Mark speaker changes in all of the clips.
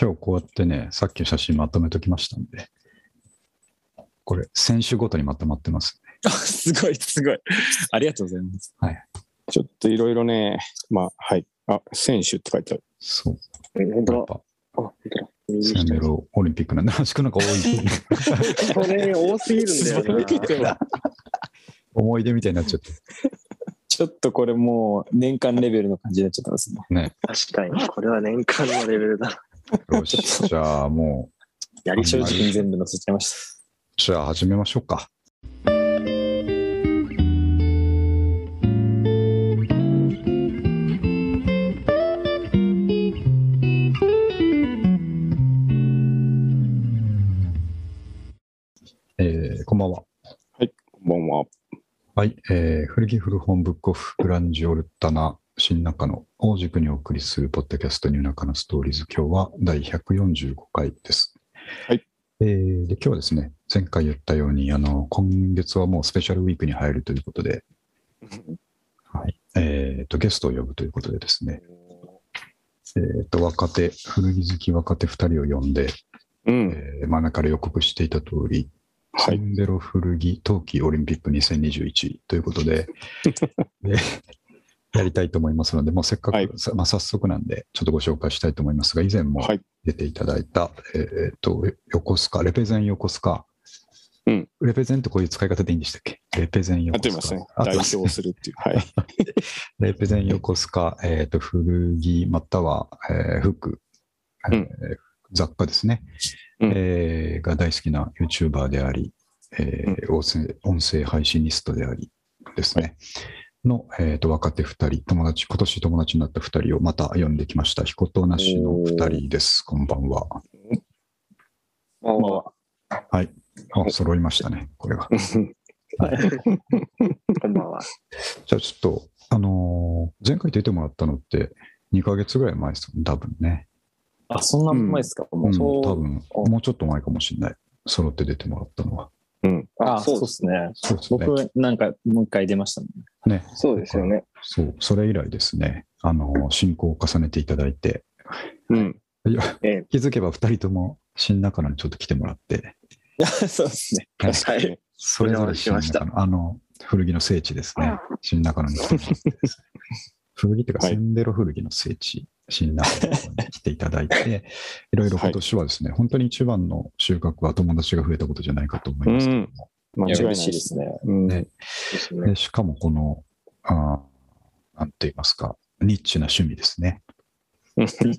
Speaker 1: 今日こうやってね、さっきの写真まとめときましたんで、これ、選手ごとにまとまってますね。
Speaker 2: あ すごい、すごい。ありがとうございます。
Speaker 3: ちょっといろいろね、まあ、はい。あ、選手って書いてある。
Speaker 1: そう。
Speaker 4: え、本
Speaker 1: やっ
Speaker 4: 当だ。
Speaker 1: ぱ、
Speaker 4: あ、本当だ。
Speaker 1: センベロオリンピックなんで、端くんなん か多い、
Speaker 4: これ多すぎ るんだよな。
Speaker 1: 思い出みたいになっちゃって。
Speaker 2: ちょっとこれもう年間レベルの感じになっちゃったんですね。
Speaker 4: 確かに、これは年間のレベルだ。
Speaker 1: よし、じゃあもう、
Speaker 2: やり正直に全部載せちゃいまし
Speaker 1: じゃあ始めましょうか。えーこんばんは。
Speaker 3: こんばんは。
Speaker 1: はい、えー、古着古本ブックオフグランジオルタナ新中野を軸にお送りするポッドキャストニューナカのストーリーズ今日は第145回です。
Speaker 3: はい。
Speaker 1: えーで今日はですね、前回言ったように、あの、今月はもうスペシャルウィークに入るということで、はい。えっ、と、ゲストを呼ぶということでですね、えっ、と、若手、古着好き若手2人を呼んで、
Speaker 3: うん。
Speaker 1: えー真ん中から予告していた通り、
Speaker 3: は
Speaker 1: セ
Speaker 3: い。
Speaker 1: ンベロ古着冬季オリンピック2021ということ で、でやりたいと思いますので、もうせっかく、
Speaker 3: はい
Speaker 1: さまあ、早速なんで、ちょっとご紹介したいと思いますが、以前も
Speaker 3: はい。
Speaker 1: 出ていただいた、えーっと、横須賀、レペゼン横須賀。
Speaker 3: うん
Speaker 1: レペゼンってこういう使い方でいいんでしたっけレペゼン横
Speaker 3: 合って
Speaker 1: 須
Speaker 3: ますね
Speaker 1: 賀。。合っ
Speaker 3: 代
Speaker 1: てます
Speaker 3: 表するっていう。はい。
Speaker 1: レペゼン横須賀、えーっと、古着、または、えー服、えー
Speaker 3: うん
Speaker 1: 雑貨ですね、
Speaker 3: うん
Speaker 1: えーが大好きな YouTuber であり、えー音声音声配信リストでありですね、の、えー、と若手2人、友達、今年友達になった2人をまた呼んできました、彦となしの2人です。こんばんは。
Speaker 4: まあ
Speaker 2: た。まあ、
Speaker 1: はい。あ、揃いましたね、これは。
Speaker 4: こんばんは。
Speaker 1: じゃあちょっと、あのー前回出てもらったのって、2ヶ月ぐらい前ですよね、多分ね。
Speaker 2: あそんな前ですか、も
Speaker 1: う、
Speaker 2: うんそう
Speaker 1: 多分もうちょっと前かもしれない。揃って出てもらったのは。
Speaker 2: あ、そ
Speaker 4: そ
Speaker 2: うで
Speaker 4: う
Speaker 2: すね。
Speaker 1: そうですね。
Speaker 2: 僕、なんかもう一回出ましたね。
Speaker 1: ね
Speaker 4: そうですよね。
Speaker 1: そう、それ以来ですね、あの、進行を重ねていただいて、
Speaker 3: うん。
Speaker 1: いや
Speaker 4: ええ
Speaker 1: 気づけば2人とも新中野にちょっと来てもらって、
Speaker 2: そうですね。
Speaker 3: 確かにね。
Speaker 1: それぞれ新中野、あの、古着の聖地ですね、新中野に来てもらってですね、 古着っていうか、
Speaker 3: はい
Speaker 1: センベロ古着の聖地、新中野の方に来ていただいて、いろいろ今年はですね、本当に一番の収穫は友達が増えたことじゃないかと思いますけども、
Speaker 3: うん間違
Speaker 2: いや
Speaker 3: いない
Speaker 2: 嬉しいですね。
Speaker 3: うん
Speaker 1: ね
Speaker 4: ですね。
Speaker 1: でしかもこの、あーなんて言いますか、ニッチな趣味です ね。うん古
Speaker 3: ニ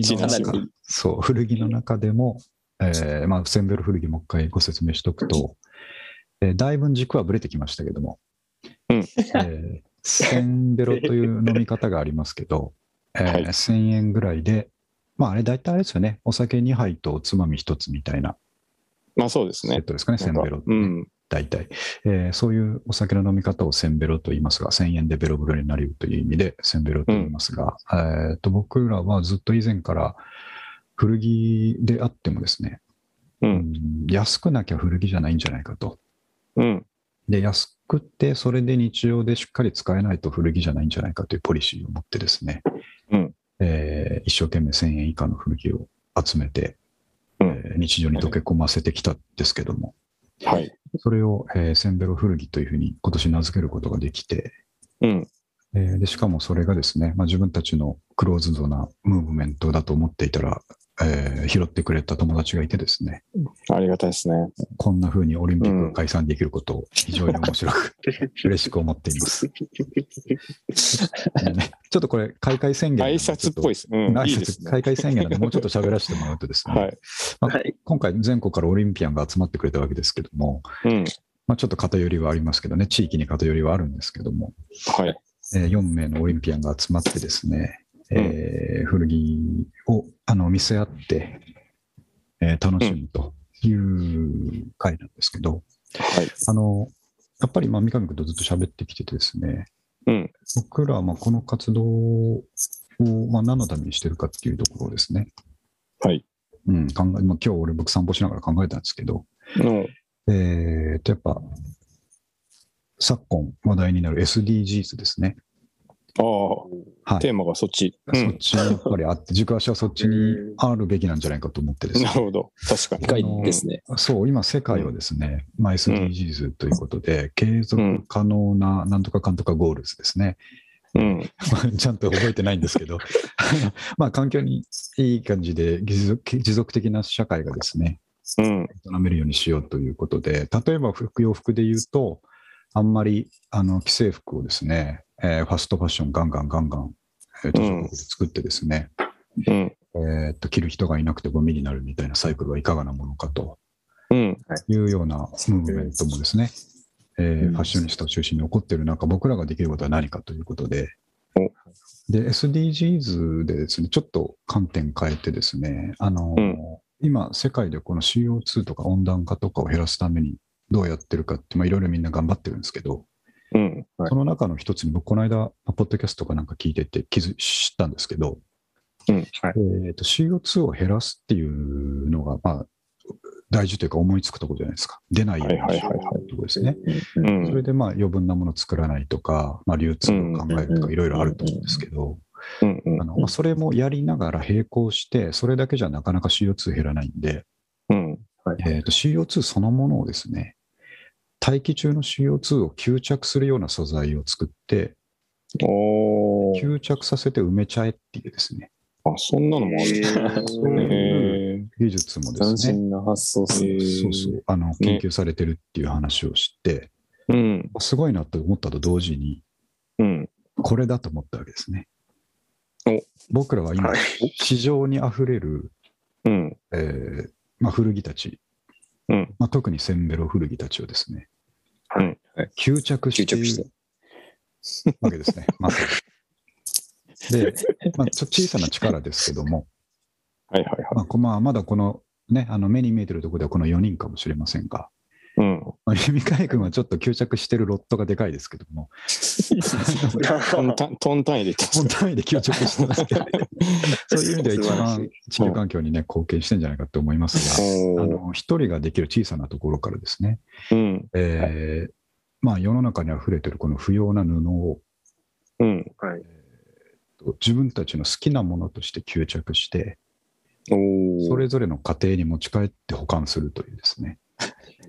Speaker 1: 着
Speaker 3: チ
Speaker 1: の
Speaker 3: な
Speaker 1: 中
Speaker 2: 趣味
Speaker 1: そう古着の中でも、えーまあ、センベロ古着もう一回ご説明しておくと、えーだいぶ軸はぶれてきましたけども、
Speaker 3: うん
Speaker 1: えーセンベロという飲み方がありますけど、えー
Speaker 3: はい
Speaker 1: 1000円ぐらいで、まあ、あれ大体あれですよね、お酒2杯とおつまみ1つみたいな
Speaker 3: まあそうです
Speaker 1: セッ
Speaker 3: ね。
Speaker 1: トですかね、センベロって
Speaker 3: う
Speaker 1: ね、
Speaker 3: ん。
Speaker 1: 大体、えーそういうお酒の飲み方をセンベロと言いますが、1000円でベロベロになるという意味でセンベロと言いますが、えー、と僕らはずっと以前から古着であってもですね、
Speaker 3: う。
Speaker 1: うんん安くなきゃ古着じゃないんじゃないかと。
Speaker 3: うん。
Speaker 1: で、安くってそれで日常でしっかり使えないと古着じゃないんじゃないかというポリシーを持ってですね、
Speaker 3: うん
Speaker 1: えー一生懸命1000円以下の古着を集めて、
Speaker 3: うん
Speaker 1: えー日常に溶け込ませてきたんですけども、
Speaker 3: はい。
Speaker 1: それを、えーセンベロ古着というふうに今年名付けることができて、
Speaker 3: うん。
Speaker 1: えーでしかもそれがですね、まあ、自分たちのクローズドなムーブメントだと思っていたら、えー拾ってくれた友達がいてですね、
Speaker 3: ありがたいですね。
Speaker 1: こんなふうにオリンピックが解散できることを非常に面白 く、嬉しく思っています。ねちょっとこれ、開会宣言
Speaker 3: 挨拶っぽいです。う。
Speaker 1: うんん挨
Speaker 3: い
Speaker 1: 拶
Speaker 3: いですね。
Speaker 1: 開会宣言なんで、もうちょっと喋らせてもらうとですね、
Speaker 3: はい。
Speaker 4: はい。
Speaker 1: 今回、全国からオリンピアンが集まってくれたわけですけども、
Speaker 3: うん。
Speaker 1: まあ、ちょっと偏りはありますけどね、地域に偏りはあるんですけども、
Speaker 3: はい。
Speaker 1: えー4名のオリンピアンが集まってですね、えー古着をあの見せ合って、えー楽しむという回なんですけど、
Speaker 3: はい。
Speaker 1: あのやっぱりまあ三上君とずっと喋ってきててですね、
Speaker 3: うん。
Speaker 1: 僕らはまあこの活動をまあ何のためにしてるかっていうところをですね、
Speaker 3: はい。
Speaker 1: うん考えまあ、今日俺僕散歩しながら考えたんですけど、
Speaker 3: の、
Speaker 1: えー、とやっぱ昨今話題になる SDGs ですね。
Speaker 3: あ
Speaker 1: は
Speaker 3: あ、
Speaker 1: い
Speaker 3: テーマがそっち。う
Speaker 1: そっ
Speaker 3: ん。
Speaker 1: ちにやっぱりあって、軸足はそっちにあるべきなんじゃないかと思ってですね
Speaker 3: なるほど。確かに。
Speaker 2: 深いですね。
Speaker 1: そう、今、世界はですね、まあ、SDGs ということで、継続可能ななんとかかんとかゴールズですね、
Speaker 3: うん。
Speaker 1: まあちゃんと覚えてないんですけど、 まあ環境にいい感じで持続、持続的な社会がですね、
Speaker 3: うん。
Speaker 1: 営めるようにしようということで、例えば服洋服で言うと、あんまりあの既製服をですね、えーファストファッションガンガンガンガン、えー途上国で作ってですね、
Speaker 3: うん。
Speaker 1: えーっと着る人がいなくてゴミになるみたいなサイクルはいかがなものかと
Speaker 3: うん。
Speaker 1: いうようなムーブメントもですね、えーファッショニスタを中心に起こっている中、僕らができることは何かということで、で、SDGs でですね、ちょっと観点変えてですね、あのー
Speaker 3: うん
Speaker 1: 今、世界でこの CO2 とか温暖化とかを減らすためにどうやってるかって、まあ、いろいろみんな頑張ってるんですけど、
Speaker 3: うん。はい
Speaker 1: その中の一つに、僕、この間、まあポッドキャストかなんか聞いてて気づ、知ったんですけど、
Speaker 3: うん。はい。
Speaker 1: えー、と CO2 を減らすっていうのが、まあ、大事というか思いつくところじゃないですか。出ないように
Speaker 3: はいはいはい
Speaker 1: するところですね。
Speaker 2: う
Speaker 3: うん
Speaker 1: それ
Speaker 3: ん。
Speaker 1: でまあ余分なものを作らないとか、まあ、流通を考えると
Speaker 2: う
Speaker 1: か
Speaker 2: ん
Speaker 1: いろいろあると思うんですけど、
Speaker 3: うん。うん
Speaker 1: あのまあ、それもやりながら並行して、それだけじゃなかなか CO2 減らないんで、
Speaker 3: うん。
Speaker 1: えー、と CO2 そのものをですね、大気中の CO2 を吸着するような素材を作って、
Speaker 3: おー。
Speaker 1: 吸着させて埋めちゃえっていうですね、
Speaker 3: あ、そんなのもある。へー
Speaker 1: 技術もで
Speaker 2: 斬
Speaker 1: すね、
Speaker 2: 新な発想っすね
Speaker 3: へー
Speaker 1: そうそうあの研究されてるっていう話を知って、
Speaker 3: うん。
Speaker 1: すごいなと思ったと同時に、
Speaker 3: うん。
Speaker 1: これだと思ったわけですね
Speaker 3: お。
Speaker 1: 僕らは今
Speaker 4: はい、
Speaker 1: 市場にあふれる、
Speaker 3: うん。
Speaker 1: えーまあ、古着たち、
Speaker 3: うん
Speaker 1: まあ、特にセンベロ古着たちをですね、
Speaker 3: はいはい
Speaker 1: 吸着してい
Speaker 2: 吸着し
Speaker 1: るわけですね、まさに。で、まあ、ちょ小さな力ですけども、
Speaker 3: はいはいは
Speaker 1: まあこまあ、まだこの、ね、あの目に見えてるところではこの4人かもしれませんが、
Speaker 3: い。うん。
Speaker 1: まあ、弓海君はちょっと吸着してるロットがでかいですけども、
Speaker 3: トン単トン単位で言ってます
Speaker 1: 本
Speaker 3: か
Speaker 1: 単位で吸着してますけど、そういう意味では一
Speaker 4: 素晴ら
Speaker 1: 番地球環境にね、貢献してんじゃないかと思いますが、あ
Speaker 3: おー
Speaker 1: の一人ができる小さなところからですね、
Speaker 3: うん。
Speaker 1: えーまあ世の中に溢れてるこの不要な布を
Speaker 3: うん。
Speaker 4: はい。
Speaker 1: 自分たちの好きなものとして吸着して、
Speaker 3: おー
Speaker 1: それぞれの家庭に持ち帰って保管するというですね、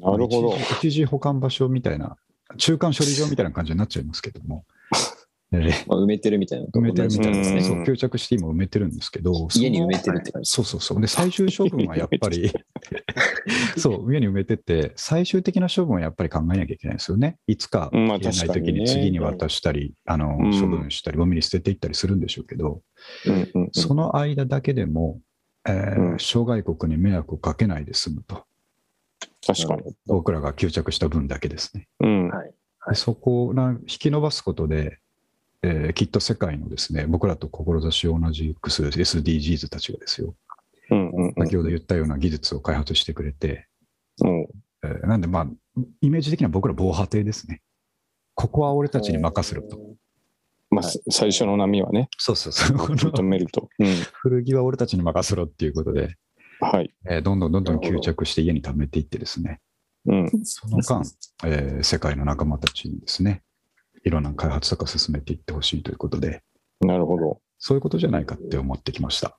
Speaker 3: なるほど
Speaker 1: 一。時一時保管場所みたいな、中間処理場みたいな感じになっちゃいますけども、えー
Speaker 2: まあ埋めてるみたいな。
Speaker 1: 埋めてるみたいです
Speaker 3: う
Speaker 1: ね、
Speaker 3: ん
Speaker 1: そう吸着して今埋めてるんですけど、
Speaker 2: 家に埋めてるって感じ。
Speaker 1: そうそうそう。で、最終処分はやっぱ り、そう、上に埋めてて、最終的な処分はやっぱり考えなきゃいけないですよね。いつか
Speaker 3: うんまあ
Speaker 1: 消えない
Speaker 3: 確か
Speaker 1: 時
Speaker 3: に
Speaker 1: に
Speaker 3: ね
Speaker 1: 次に渡したり、あの、
Speaker 3: うん
Speaker 1: 処分したり、ゴミに捨てていったりするんでしょうけど、
Speaker 3: うんうん
Speaker 1: その間だけでも、えー
Speaker 3: うん
Speaker 1: 諸外国に迷惑をかけないで済むと。
Speaker 3: 確かに。
Speaker 1: 僕らが吸着した分だけですね。
Speaker 3: うん。
Speaker 4: はい
Speaker 1: でそこをな引き伸ばすことで、えーきっと世界のですね、僕らと志を同じくする SDGs たちがですよ、
Speaker 3: うんうんうん
Speaker 1: 先ほど言ったような技術を開発してくれて、
Speaker 3: おー
Speaker 1: えーなんで、まあ、イメージ的には僕ら防波堤ですね。ここは俺たちに任せると。
Speaker 3: まあ、す最初の波はね、
Speaker 1: そうそうそう。こ
Speaker 3: 認
Speaker 1: の
Speaker 3: めると。うん。
Speaker 1: 古着は俺たちに任せろっていうことで、
Speaker 3: はい。
Speaker 1: えーどんどんどんどん
Speaker 4: なる
Speaker 1: 吸
Speaker 4: ほど
Speaker 1: 着して家に貯めていってですね、
Speaker 3: うん。
Speaker 1: その間、えー世界の仲間たちにですね、いろんな開発とか進めていってほしいということで、
Speaker 3: なるほど。
Speaker 1: そういうことじゃないかって思ってきました。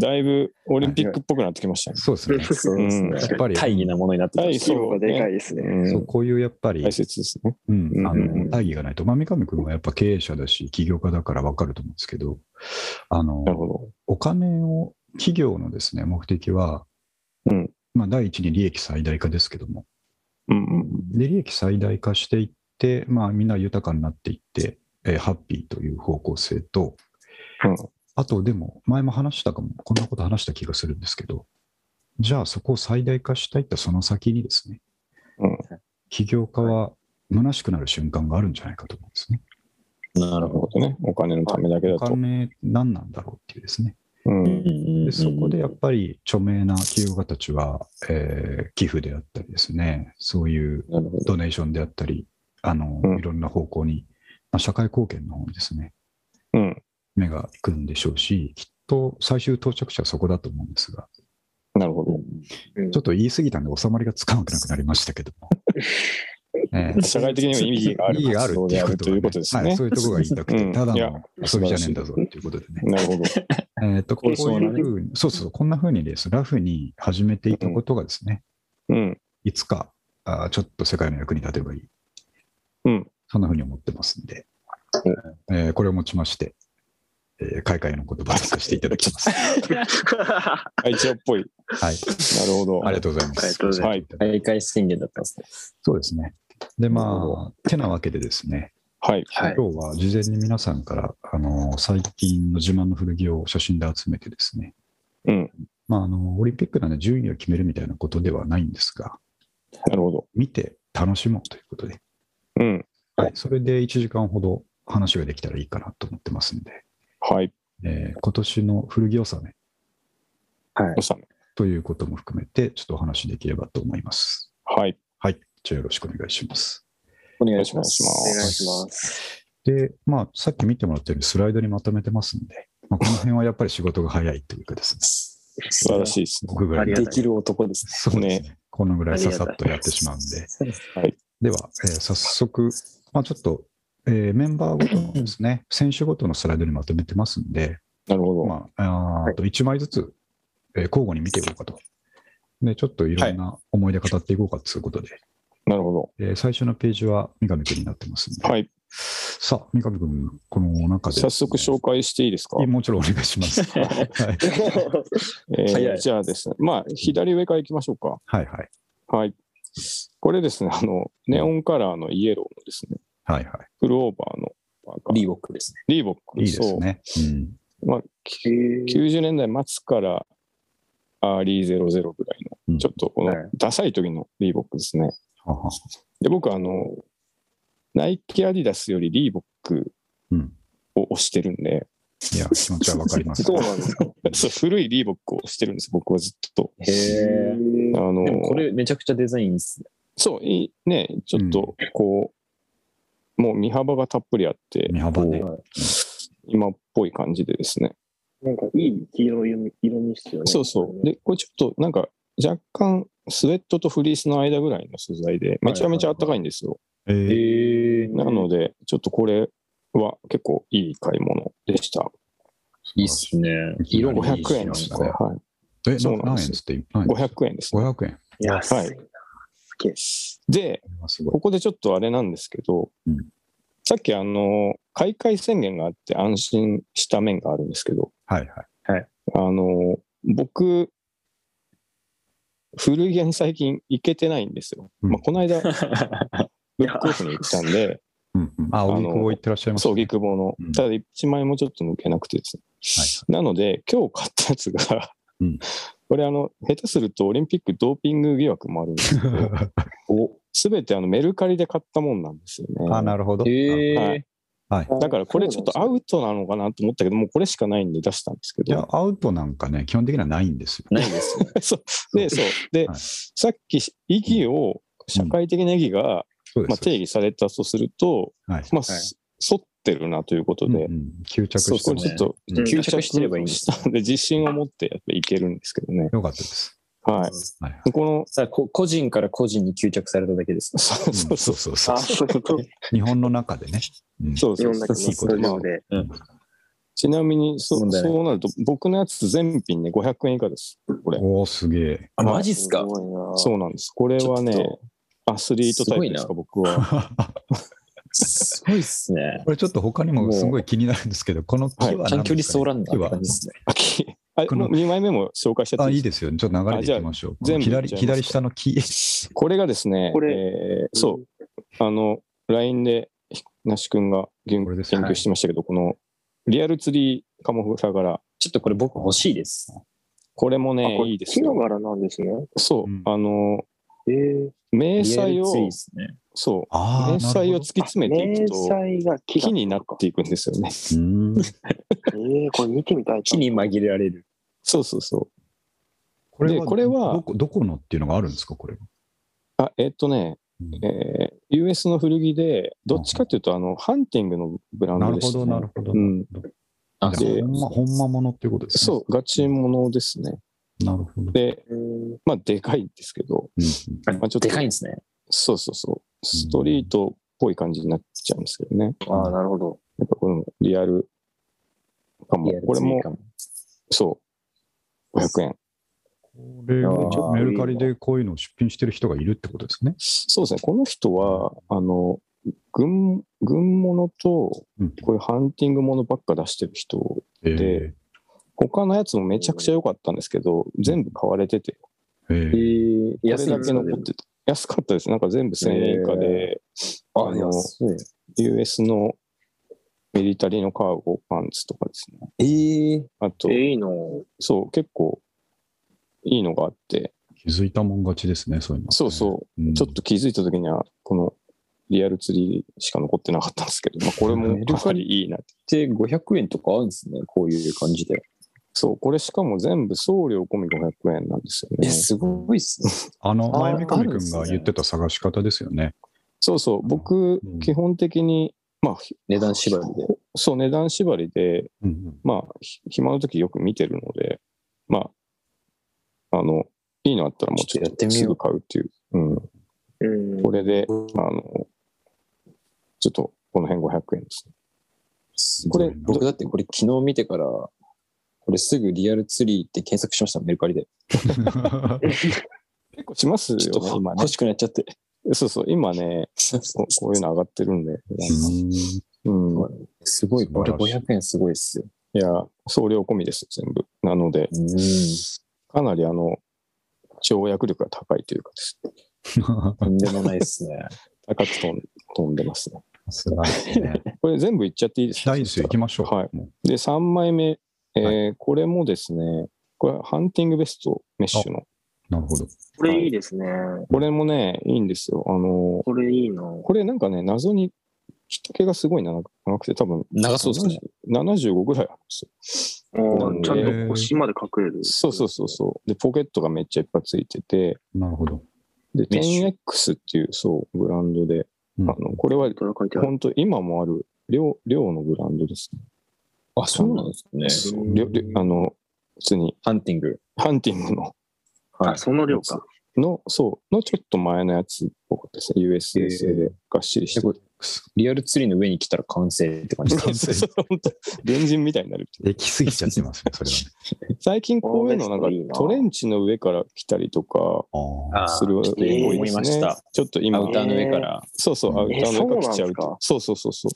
Speaker 3: だいぶオリンピックっぽくなってきましたね。
Speaker 1: そう ですね。
Speaker 4: そうですね。
Speaker 3: うん
Speaker 1: や
Speaker 4: 確
Speaker 1: っ
Speaker 4: かに
Speaker 1: ぱり、
Speaker 2: 大義なものになって
Speaker 3: 大
Speaker 2: る
Speaker 3: 義そう
Speaker 4: 規模がでかいですね。
Speaker 1: そううんこういうやっぱり、
Speaker 3: 大切ですね。
Speaker 1: うん、あ
Speaker 3: うんうんう
Speaker 1: の
Speaker 3: ん
Speaker 1: 大義がないと、まあ、三上君はやっぱ経営者だし、起業家だから分かると思うんですけど、あの
Speaker 3: なるほ
Speaker 1: お金を、企業のですね、目的は、
Speaker 3: うん
Speaker 1: まあ、第一に利益最大化ですけども、
Speaker 3: ど。うんうん。
Speaker 1: で利益最大化していって、まあ、みんな豊かになっていって、えーハッピーという方向性と、
Speaker 3: うん
Speaker 1: あとでも、前も話したかも、こんなこと話した気がするんですけど、じゃあそこを最大化したいってその先にですね、
Speaker 3: うん
Speaker 1: 起業家は虚しくなる瞬間があるんじゃないかと思うんですね。
Speaker 2: な
Speaker 3: な
Speaker 2: る
Speaker 3: るほ
Speaker 2: ほ
Speaker 3: どね。お金のためだけだ
Speaker 1: お
Speaker 3: と。
Speaker 1: 金何なんだろうっていうですね。
Speaker 3: う
Speaker 2: ど。
Speaker 3: ん。
Speaker 1: でそこでやっぱり著名な企業家たちは、えー寄付であったりですね、そういう
Speaker 3: なるほど。
Speaker 1: ドネーションであったり、あの
Speaker 3: うん
Speaker 1: いろんな方向に、まあ、社会貢献の方にですね、
Speaker 3: うん。
Speaker 1: 目が行くんでしょうし、きっと最終到着者はそこだと思うんですが、
Speaker 3: なるほど。
Speaker 1: ちょっと言い過ぎたんで収まりがつかなくなりましたけども、え
Speaker 3: 社会的にも意義があ
Speaker 1: え
Speaker 3: る
Speaker 1: 意義があるっていうこと,、
Speaker 3: ということです
Speaker 1: はい。
Speaker 3: ね
Speaker 1: そ。ういうところが言いたくて、
Speaker 3: うん
Speaker 1: ただ
Speaker 3: いや
Speaker 1: の遊びじゃねえんだぞっていうことでね。
Speaker 3: なるほど。
Speaker 1: えーっと、こういうふうに、そうそう、こんなふうにです、ラフに始めていたことがですね、
Speaker 3: うん。
Speaker 1: いつかあーちょっと世界の役に立てばいい。
Speaker 3: うん
Speaker 1: そんなふうに思ってますんで、えーこれをもちまして、えー開会の言葉とさせていただきます。
Speaker 4: あ
Speaker 3: 愛知っぽい。
Speaker 1: はい。
Speaker 3: なるほど。
Speaker 1: ありがとうございます。
Speaker 4: ありがとうござ
Speaker 3: い
Speaker 1: ます。
Speaker 2: 大会宣言だったんですね。
Speaker 1: そうですね。で、まあ、てなわけでですね、
Speaker 3: はい。
Speaker 4: はい
Speaker 1: 今日は事前に皆さんから、あの、最近の自慢の古着を写真で集めてですね、
Speaker 3: うん。
Speaker 1: まあ、あの、オリンピックなんで順位を決めるみたいなことではないんですが、
Speaker 3: なるほど。
Speaker 1: 見て楽しもうということで、
Speaker 3: うん。
Speaker 1: はい、それで1時間ほど話ができたらいいかなと思ってますんで、
Speaker 3: はい。
Speaker 1: えー今年の古着納め
Speaker 3: おさめ。
Speaker 1: ということも含めて、ちょっとお話しできればと思います。
Speaker 3: はい。
Speaker 1: はい。じゃあよろしくお願いします。
Speaker 2: お願いし
Speaker 3: お
Speaker 2: ま
Speaker 4: お
Speaker 3: 願
Speaker 4: 願
Speaker 3: い
Speaker 4: い
Speaker 3: し
Speaker 4: します。
Speaker 1: で、まあ、さっき見てもらったようにスライドにまとめてますんで、まあ、この辺はやっぱり仕事が早いというかですね、
Speaker 2: す。
Speaker 3: 素晴らしいですね。
Speaker 1: 僕ぐらい
Speaker 4: ありが
Speaker 1: で
Speaker 4: と
Speaker 2: できる男ですね。
Speaker 1: そうですね。このぐらいささっとやってしまうんで。
Speaker 3: はい。
Speaker 1: では、えー早速、まあ、ちょっと、えーメンバーごとのですね、選手ごとのスライドにまとめてますんで、
Speaker 3: なるほど。
Speaker 1: まあ、あーあと1枚ずつ、えー交互に見ていこうかと。で、ちょっといろんな思い出語っていこうかということで、
Speaker 3: なるほ
Speaker 1: えー最初のページは三上くんになってますんで、
Speaker 3: ど。はい。
Speaker 1: さあ、三上くん、この中で、
Speaker 3: 早速紹介していいですか
Speaker 1: えーもちろんお願いします。はい、
Speaker 3: えー
Speaker 2: 早い
Speaker 3: じゃあですね、まあ、左上から行きましょうか。
Speaker 1: はい、はい。
Speaker 3: はい。これですね、あの、ネオンカラーのイエローのですね、
Speaker 1: はいは
Speaker 3: フルオーバーのパーカー
Speaker 2: リーボックですね。
Speaker 3: リーボック
Speaker 1: い。いいです
Speaker 3: そう
Speaker 1: ね。うん
Speaker 3: まあ、き90年代末からアーリー00ぐらいの、
Speaker 1: うん
Speaker 3: ちょっとこの
Speaker 4: はい
Speaker 3: ダサい時のリーボックですね。
Speaker 1: はは
Speaker 3: で、僕、あの、ナイキアディダスよりリーボック
Speaker 1: うん
Speaker 3: を推してるんで、
Speaker 1: いや、気持ちはわかります。
Speaker 4: そうなんですか。
Speaker 3: そう古いリーボックを推してるんです、僕はずっと。
Speaker 2: へえ。
Speaker 3: あの
Speaker 2: でもこれめちゃくちゃデザインいいっすね。
Speaker 3: そう、いいね、ちょっとこう、もう見幅がたっぷりあって、
Speaker 1: 見幅ね
Speaker 3: こう今っぽい感じでですね。
Speaker 4: なんかいい黄色い色味っすよね。
Speaker 3: そうそう。で、これちょっとなんか若干スウェットとフリースの間ぐらいの素材で、めちゃめちゃあったかいんですよ。
Speaker 1: えー
Speaker 2: へえ。
Speaker 3: なので、ちょっとこれは結構いい買い物でした。
Speaker 2: いいっすね。色もいいし
Speaker 3: 500円です
Speaker 1: そう
Speaker 3: ね。
Speaker 1: なん
Speaker 3: は
Speaker 1: え、な
Speaker 3: そうなん
Speaker 1: 何
Speaker 3: で
Speaker 1: 円
Speaker 3: す
Speaker 1: つって何
Speaker 3: い。
Speaker 1: 円
Speaker 3: 500円ですね。
Speaker 1: 500円。
Speaker 4: 安いな。
Speaker 3: はい
Speaker 4: すげえ。
Speaker 3: で、
Speaker 1: これはすごい。
Speaker 3: ここでちょっとあれなんですけど、
Speaker 1: うん
Speaker 3: さっきあの、開会宣言があって安心した面があるんですけど、
Speaker 1: はいはい。
Speaker 3: あの、僕、古着屋に最近行けてないんですよ。
Speaker 1: うん
Speaker 3: まあ、この 間、ブックオフに行ったんで、
Speaker 1: うんうん、あ、荻窪行ってらっしゃいます
Speaker 3: そう、
Speaker 1: ね、
Speaker 3: 荻窪の
Speaker 1: うん。
Speaker 3: ただ、一枚もちょっと抜けなくてですね。なので、今日買ったやつが
Speaker 1: うん、
Speaker 3: これ、あの、下手するとオリンピックドーピング疑惑もあるんです けど、
Speaker 1: はい。
Speaker 3: すべてあのメルカリで買ったもんなんですよね。
Speaker 1: あ、なるほど。
Speaker 2: へ
Speaker 1: あ
Speaker 2: え。
Speaker 1: はい。
Speaker 3: だからこれちょっとアウトなのかなと思ったけど、もうこれしかないんで出したんですけ
Speaker 1: いや
Speaker 3: ど、、
Speaker 1: アウトなんかね、基本的にはないんですよ。
Speaker 2: ないですね。
Speaker 3: そうで、そう、で、
Speaker 1: はい
Speaker 3: さっき意義を、社会的な意義が、
Speaker 1: そうで
Speaker 3: まあ、
Speaker 1: す。そう
Speaker 3: 定
Speaker 1: で
Speaker 3: 義されたとすると、
Speaker 1: すはい。
Speaker 3: まあ、そ反ってるなということ
Speaker 1: うん
Speaker 3: で、
Speaker 1: うん、吸着
Speaker 3: そう
Speaker 1: して
Speaker 3: こ
Speaker 1: も
Speaker 3: れ
Speaker 1: ね
Speaker 3: ちょっと
Speaker 1: うん
Speaker 3: 吸
Speaker 2: 吸着
Speaker 3: 着
Speaker 2: してればいいんです
Speaker 3: した んで、自信を持ってやっぱいけるんですけどね。
Speaker 1: よかったです。
Speaker 3: は
Speaker 1: はいはい
Speaker 3: い。この、
Speaker 2: さあ、こ個人から個人に吸着されただけです。
Speaker 3: そうそうそう。
Speaker 1: そうそ
Speaker 4: あ、
Speaker 1: う
Speaker 4: そういうこと。
Speaker 1: 日本の中でね。うん
Speaker 3: そう
Speaker 4: い
Speaker 3: そ
Speaker 4: ろ
Speaker 3: うん
Speaker 4: な
Speaker 3: そう
Speaker 4: 国
Speaker 1: いいこと
Speaker 4: の
Speaker 1: です
Speaker 4: 上で。
Speaker 3: ちなみにそ
Speaker 2: 問
Speaker 3: う、
Speaker 2: 題ない
Speaker 3: そうなると、僕のやつ全品ね、500円以下です。これ。
Speaker 1: おお、すげえ。
Speaker 2: あ、マジっ
Speaker 4: です
Speaker 2: か。
Speaker 4: ごいな。
Speaker 3: そうなんです。これは
Speaker 2: ち
Speaker 3: ね
Speaker 2: ょ、
Speaker 3: アスリートタイプです
Speaker 2: す
Speaker 3: か、
Speaker 2: ご
Speaker 3: 僕は。
Speaker 2: すごいっすね。
Speaker 1: これちょっと他にもすごい気になるんですけど、この木は何ですかね
Speaker 2: 短距離走ランナーって感じですね。
Speaker 3: あき あ
Speaker 1: この
Speaker 3: もう2枚目も紹介しちゃ
Speaker 1: 木は
Speaker 3: っ
Speaker 1: あ、
Speaker 3: てい
Speaker 1: い
Speaker 3: い
Speaker 1: いですよ。ちょっと流れていきましょう。
Speaker 3: あじゃあ
Speaker 1: この左
Speaker 3: 全部いっちゃい
Speaker 1: 左
Speaker 3: ます
Speaker 1: 下の 木。
Speaker 3: これがですね、
Speaker 4: これ
Speaker 3: えーそう、あの、LINE で、なし君が言
Speaker 1: これです
Speaker 3: 研究してましたけど、このリアルツリーカモフラ柄、
Speaker 2: ちょっとこれ僕欲しいです。
Speaker 3: これも
Speaker 4: あこ
Speaker 3: ね、
Speaker 4: れ
Speaker 3: いいです
Speaker 4: 木の
Speaker 3: よ。
Speaker 4: 柄なんですね。
Speaker 3: そう
Speaker 1: うん、
Speaker 3: あの、
Speaker 4: えー、
Speaker 3: 明
Speaker 2: リアル
Speaker 3: 細
Speaker 2: ツイ
Speaker 3: を
Speaker 2: で、すね。
Speaker 3: そ
Speaker 1: あ
Speaker 3: う、
Speaker 1: あ、
Speaker 3: 明細を
Speaker 1: なる
Speaker 3: 突き詰めていく
Speaker 4: 明
Speaker 3: と、
Speaker 4: 細が木だ
Speaker 3: 木になっていくんですよね。
Speaker 1: ほどうん
Speaker 4: えー、これ見てみたい。
Speaker 2: 木に紛れられる。
Speaker 3: そうそうそう。
Speaker 1: これ
Speaker 3: で
Speaker 1: は、
Speaker 3: これは
Speaker 1: どこ、どこのっていうのがあるんですか、これは。
Speaker 3: あ、えっとね、
Speaker 1: うん
Speaker 3: えー US の古着で、どっちかというと、あの、ハンティングのブラン
Speaker 1: な
Speaker 3: ド
Speaker 1: る
Speaker 3: で
Speaker 1: ほ
Speaker 3: した、
Speaker 1: ど、
Speaker 3: ね。
Speaker 1: なるほど。
Speaker 3: うん。
Speaker 2: あ、
Speaker 1: じゃあ
Speaker 3: で
Speaker 1: ほんま、ほんまものっていうことですね。
Speaker 3: そう、ガチものですね。
Speaker 1: なるほど。
Speaker 3: で、
Speaker 4: えー
Speaker 3: まあ、でかいんですけど、
Speaker 1: うん
Speaker 3: まあ、ちょっと
Speaker 2: でかいんですね。
Speaker 3: そうそうそう。ストリートっぽい感じになっちゃうんですけどね。
Speaker 4: ああ、なるほど。
Speaker 3: やっぱこのリアル感も
Speaker 2: リア、ル
Speaker 3: これも
Speaker 2: 追、加
Speaker 3: そう、500円。
Speaker 1: これはちょっとメルカリでこういうのを出品してる人がいるってことですね。
Speaker 3: そうですね、この人は、あの、軍、軍物と、
Speaker 1: うん
Speaker 3: こういうハンティングものばっか出してる人、
Speaker 1: えー
Speaker 3: で他のやつもめちゃくちゃ良かったんですけど、全部買われてて、
Speaker 1: え
Speaker 2: え
Speaker 1: ー
Speaker 2: ー、
Speaker 3: これ
Speaker 2: 安い
Speaker 3: だけ残ってた。安かったです。なんか全部1000円以下で、あ
Speaker 2: あ、
Speaker 3: の、
Speaker 2: 安い。
Speaker 3: US のミリタリーのカーゴパンツとかですね。
Speaker 2: ええ
Speaker 3: あと
Speaker 4: え、いいの。
Speaker 3: そう、結構いいのがあって、
Speaker 1: 気づいたもん勝ちですね、そういうの。
Speaker 3: そうそうう、
Speaker 1: ん。
Speaker 3: ちょっと気づいた時には、このリアル釣りしか残ってなかったんですけど、まあ、これもかなりいいなって。
Speaker 2: で、500円とかあるんですね。こういう感じで。
Speaker 3: そう、これしかも全部送料込み500円なんですよね。
Speaker 2: ごいっすね。
Speaker 1: あの、
Speaker 2: あ
Speaker 1: 前三上
Speaker 2: あるんで
Speaker 1: 君
Speaker 2: すね
Speaker 1: が言ってた探し方ですよね。
Speaker 3: そうそう、僕
Speaker 1: うん、
Speaker 3: 基本的に、まあ、ひ
Speaker 2: 値段縛りで。
Speaker 3: そう、値段縛りで、
Speaker 1: うんうん
Speaker 3: まあ、ひ暇の時よく見てるので、まあ、あの、いいのあったらもうちょ
Speaker 2: ちょっとや
Speaker 3: っ
Speaker 2: って
Speaker 3: と
Speaker 2: みよう
Speaker 3: すぐ買うっていう。うん。
Speaker 4: うん。
Speaker 3: これで、あの、ちょっとこの辺500円ですね。
Speaker 2: これ、僕だってこれ昨日見てから、これすぐリアルツリーって検索しました、メルカリで。
Speaker 3: 結構しますよ
Speaker 2: ちょっ
Speaker 3: ね、
Speaker 2: と
Speaker 3: 今ね
Speaker 2: 欲。しくなっちゃ って。
Speaker 3: そうそう、今ね、ここういうの上がってるんで。 うん。
Speaker 2: すごい、これ
Speaker 1: 素晴らしい
Speaker 2: 500円すごいっすよ。
Speaker 3: いや、送料込みです、全部。なので、
Speaker 2: うん。
Speaker 3: かなりあの、跳躍力が高いというかですね、
Speaker 2: と んでもないっ すね。
Speaker 3: 高く飛ん飛んでますね。
Speaker 1: 素晴らしい ね。
Speaker 3: これ全部いっちゃっていいですか
Speaker 1: 大ですよ、行きましょう。
Speaker 3: はい
Speaker 1: も
Speaker 3: で、3枚目、えーこれもですね、これ、ハンティングベスト、メッシュの。
Speaker 1: うなるほど。
Speaker 4: これいいですね。
Speaker 3: これもね、いいんですよ。あの
Speaker 4: これいいの。
Speaker 3: これなんかね、謎に人気がすごい長く長くて、多分
Speaker 2: 長そうっすね。
Speaker 3: 75ぐらいあるんですよ。
Speaker 4: あーちゃん
Speaker 1: な
Speaker 4: と
Speaker 1: んで
Speaker 4: 腰まで隠れる。
Speaker 3: そうそうそうそう。で、ポケットがめっちゃいっぱいついてて、
Speaker 1: なるほど。
Speaker 3: で、
Speaker 2: メッシュ
Speaker 3: 10X っていう、そう、ブランドで、
Speaker 1: うん
Speaker 3: あのこれは
Speaker 4: う。書いてある。
Speaker 3: 本当今もある量、量のブランドですね。
Speaker 2: あ、そうなんですね。
Speaker 3: そうりょりょあの、普通に、
Speaker 2: ハンティング。
Speaker 3: ハンティングの、
Speaker 2: は
Speaker 4: あ、その量か。
Speaker 3: の、そう、のちょっと前のやつっぽかったですね。USA 製でがっしりして
Speaker 2: えこれリアルツリーの上に来たら完成って感じ
Speaker 1: 完成
Speaker 3: そう本当原人みたいになるっていう。
Speaker 1: 行き過ぎちゃってますね、それはね。
Speaker 3: 最近こういうのなん
Speaker 4: あーベストいいな
Speaker 3: かトレンチの上から来たりとか
Speaker 1: あ
Speaker 2: あー
Speaker 3: する
Speaker 2: ちょっと
Speaker 3: 多い
Speaker 2: 思
Speaker 3: で
Speaker 2: い
Speaker 3: す
Speaker 2: まし
Speaker 3: ね
Speaker 2: た。。
Speaker 3: ちょっと
Speaker 2: ア
Speaker 3: 今
Speaker 2: ウ、ターの上から。
Speaker 3: そうそう、アウターの上から来ちゃうと。そうそうそうそ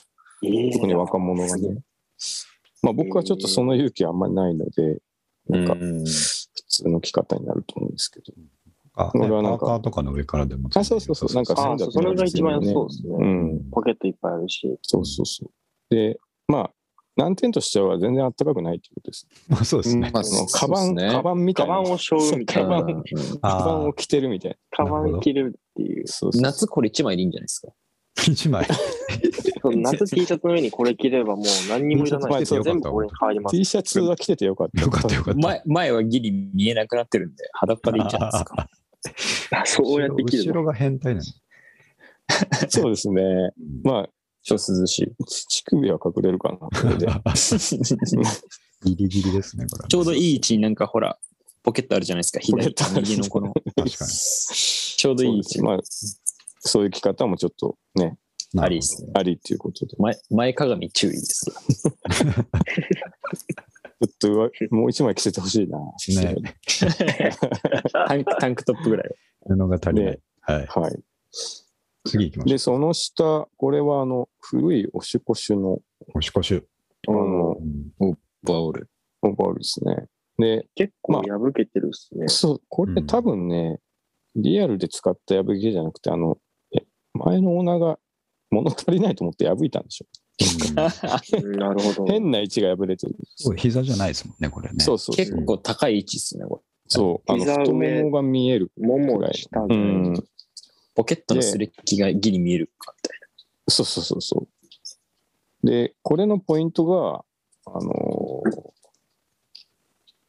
Speaker 3: う。
Speaker 4: えー
Speaker 3: 特に若者がね。まあ僕はちょっとその勇気あんまりないので、なんか
Speaker 2: うん
Speaker 3: 普通の着方になると思うんですけど。
Speaker 1: あ。
Speaker 3: これは
Speaker 1: パ
Speaker 3: なん
Speaker 1: ー
Speaker 3: か
Speaker 1: カーとかの上からでも。
Speaker 3: あそうそうそうなんか
Speaker 4: あー、それが一番そうです
Speaker 3: う
Speaker 4: ね。
Speaker 3: ん。
Speaker 4: ポケットいっぱいあるし。
Speaker 3: そうそうそう。で、まあ、難点としては全然あったかくないってことです。
Speaker 1: まあそうですね。
Speaker 2: ま
Speaker 3: あ
Speaker 2: あ
Speaker 3: の
Speaker 2: そう
Speaker 3: カバン、
Speaker 2: そうっすね
Speaker 3: カバンみた
Speaker 4: カ
Speaker 3: いな。
Speaker 4: バンを背負うみたい
Speaker 3: カバ
Speaker 4: な。
Speaker 3: ン
Speaker 2: う
Speaker 3: カ
Speaker 2: ん
Speaker 1: あ
Speaker 3: バンを着てるみたいな。
Speaker 4: カバン着るっていう。
Speaker 3: そうそう
Speaker 2: 夏これ1枚でいいんじゃないですか。
Speaker 1: 一枚。
Speaker 4: そう夏 T シャツの上にこれ着ればもう何にもいらない。
Speaker 1: T シャツ
Speaker 4: 全部これに変わります。
Speaker 3: T シャツは着ててよかった。
Speaker 1: よかったよかった。
Speaker 2: 前前はギリ見えなくなってるんで、裸でいいんじゃないですか。
Speaker 4: そうやって着
Speaker 1: 後
Speaker 4: るの。
Speaker 1: ろが変態なの。
Speaker 3: そうですね。まあ、
Speaker 2: ちょっと涼しい。
Speaker 3: 乳首は隠れるかな、これで。
Speaker 1: ギリギリですね、これは。
Speaker 2: ちょうどいい位置になんかほら、ポケットあるじゃないですか。左と
Speaker 3: ポケットある
Speaker 2: 右のこの。
Speaker 1: 確かに。
Speaker 2: ちょうどいい位
Speaker 3: そ
Speaker 2: 置
Speaker 3: うですまあ、そういう着方もちょっとね、
Speaker 1: なるほど
Speaker 2: ありですね。
Speaker 3: ありっていうことで。
Speaker 2: 前前鏡注 意です。
Speaker 3: ちょっとうわもう一枚着せてほしいな。
Speaker 1: ね
Speaker 2: タンクタンクトップぐらいは。
Speaker 1: 布が足りない
Speaker 3: ね。
Speaker 1: はい。
Speaker 3: はい。
Speaker 1: 次行きましょ
Speaker 3: で、その下、これはあの、古いおしこしゅの、
Speaker 1: う。コシコシ。
Speaker 3: あの、
Speaker 1: うん
Speaker 2: バオール。
Speaker 3: オーバールですね。で、
Speaker 4: 結構破けてるっすね。
Speaker 3: そう、こ
Speaker 1: う
Speaker 3: れ
Speaker 1: ん
Speaker 3: 多分ね、リアルで使った破けじゃなくて、あの、え前のオーナーが物足りないと思って破いたんでしょ。
Speaker 4: うんなるほど。
Speaker 3: 変な位置が破れてる。
Speaker 1: そう膝じゃないですもんね、これね。
Speaker 3: そうそう
Speaker 2: 結
Speaker 3: そう。
Speaker 2: 構高い位置ですね、これ。
Speaker 3: そう、あの、
Speaker 4: 膝上
Speaker 3: 太ももが見える。
Speaker 4: もも下
Speaker 3: う
Speaker 4: で。
Speaker 3: ん。
Speaker 2: ポケットのすれっきがギリ見えるかみたい
Speaker 3: そうそうそうそう。で、これのポイントが、あのー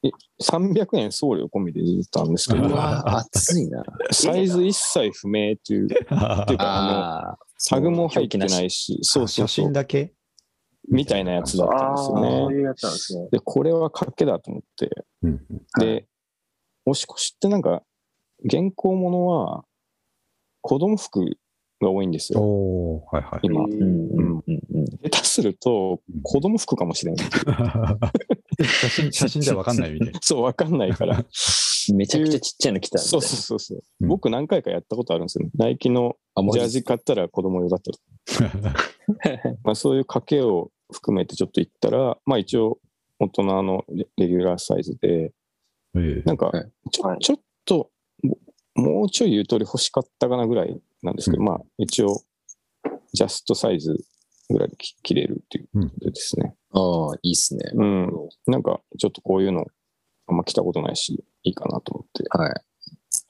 Speaker 3: え300円送料込みで入れたんですけ
Speaker 1: う
Speaker 2: な。
Speaker 1: ん
Speaker 2: う
Speaker 3: ど、
Speaker 2: わ、暑いな。
Speaker 3: サイズ一切不明という、っていう か、あの、
Speaker 2: あ
Speaker 3: タグも入ってないし、そうそう
Speaker 1: 写
Speaker 3: そう
Speaker 1: 真、だけ
Speaker 3: みたいなやつだったん
Speaker 4: あ
Speaker 3: で
Speaker 4: あ、
Speaker 3: す
Speaker 4: そ
Speaker 3: よ
Speaker 4: う
Speaker 3: ね。
Speaker 4: いうやつなんですね。
Speaker 3: で、これは賭けだと思って、
Speaker 1: うん
Speaker 3: で、おしこしってなんか、現行ものは、子供服が多いんですよ。
Speaker 1: おおはいはい。
Speaker 3: 今
Speaker 4: う
Speaker 2: うんんうんうんうん。
Speaker 3: 下手すると子供服かもしれない。
Speaker 1: 写真写真じゃわかんないみたいな。
Speaker 3: そう、わかんないから。
Speaker 2: めちゃくちゃちっちゃいの来たみたいな。
Speaker 3: そうそうそうそう、
Speaker 1: うん
Speaker 3: 僕何回かやったことあるんですよね。ナイキの
Speaker 2: あ、もう
Speaker 3: ジャージ買ったら子供用だったりとか、まあ、そういう賭けを含めてちょっと言ったら、まあ一応大人のレレギュラーサイズで、
Speaker 1: ええ
Speaker 3: なんか
Speaker 2: はい
Speaker 3: ちょ,、
Speaker 4: はい
Speaker 3: ちょっとももうちょいゆとり欲しかったかなぐらいなんですけど、
Speaker 1: うん
Speaker 3: まあ一応ジャストサイズぐらいでき切れるっていうことですね。
Speaker 2: ああ、いいっすね。
Speaker 3: うん。なんかちょっとこういうのあんま着たことないし、いいかなと思って
Speaker 2: はい。
Speaker 1: いいです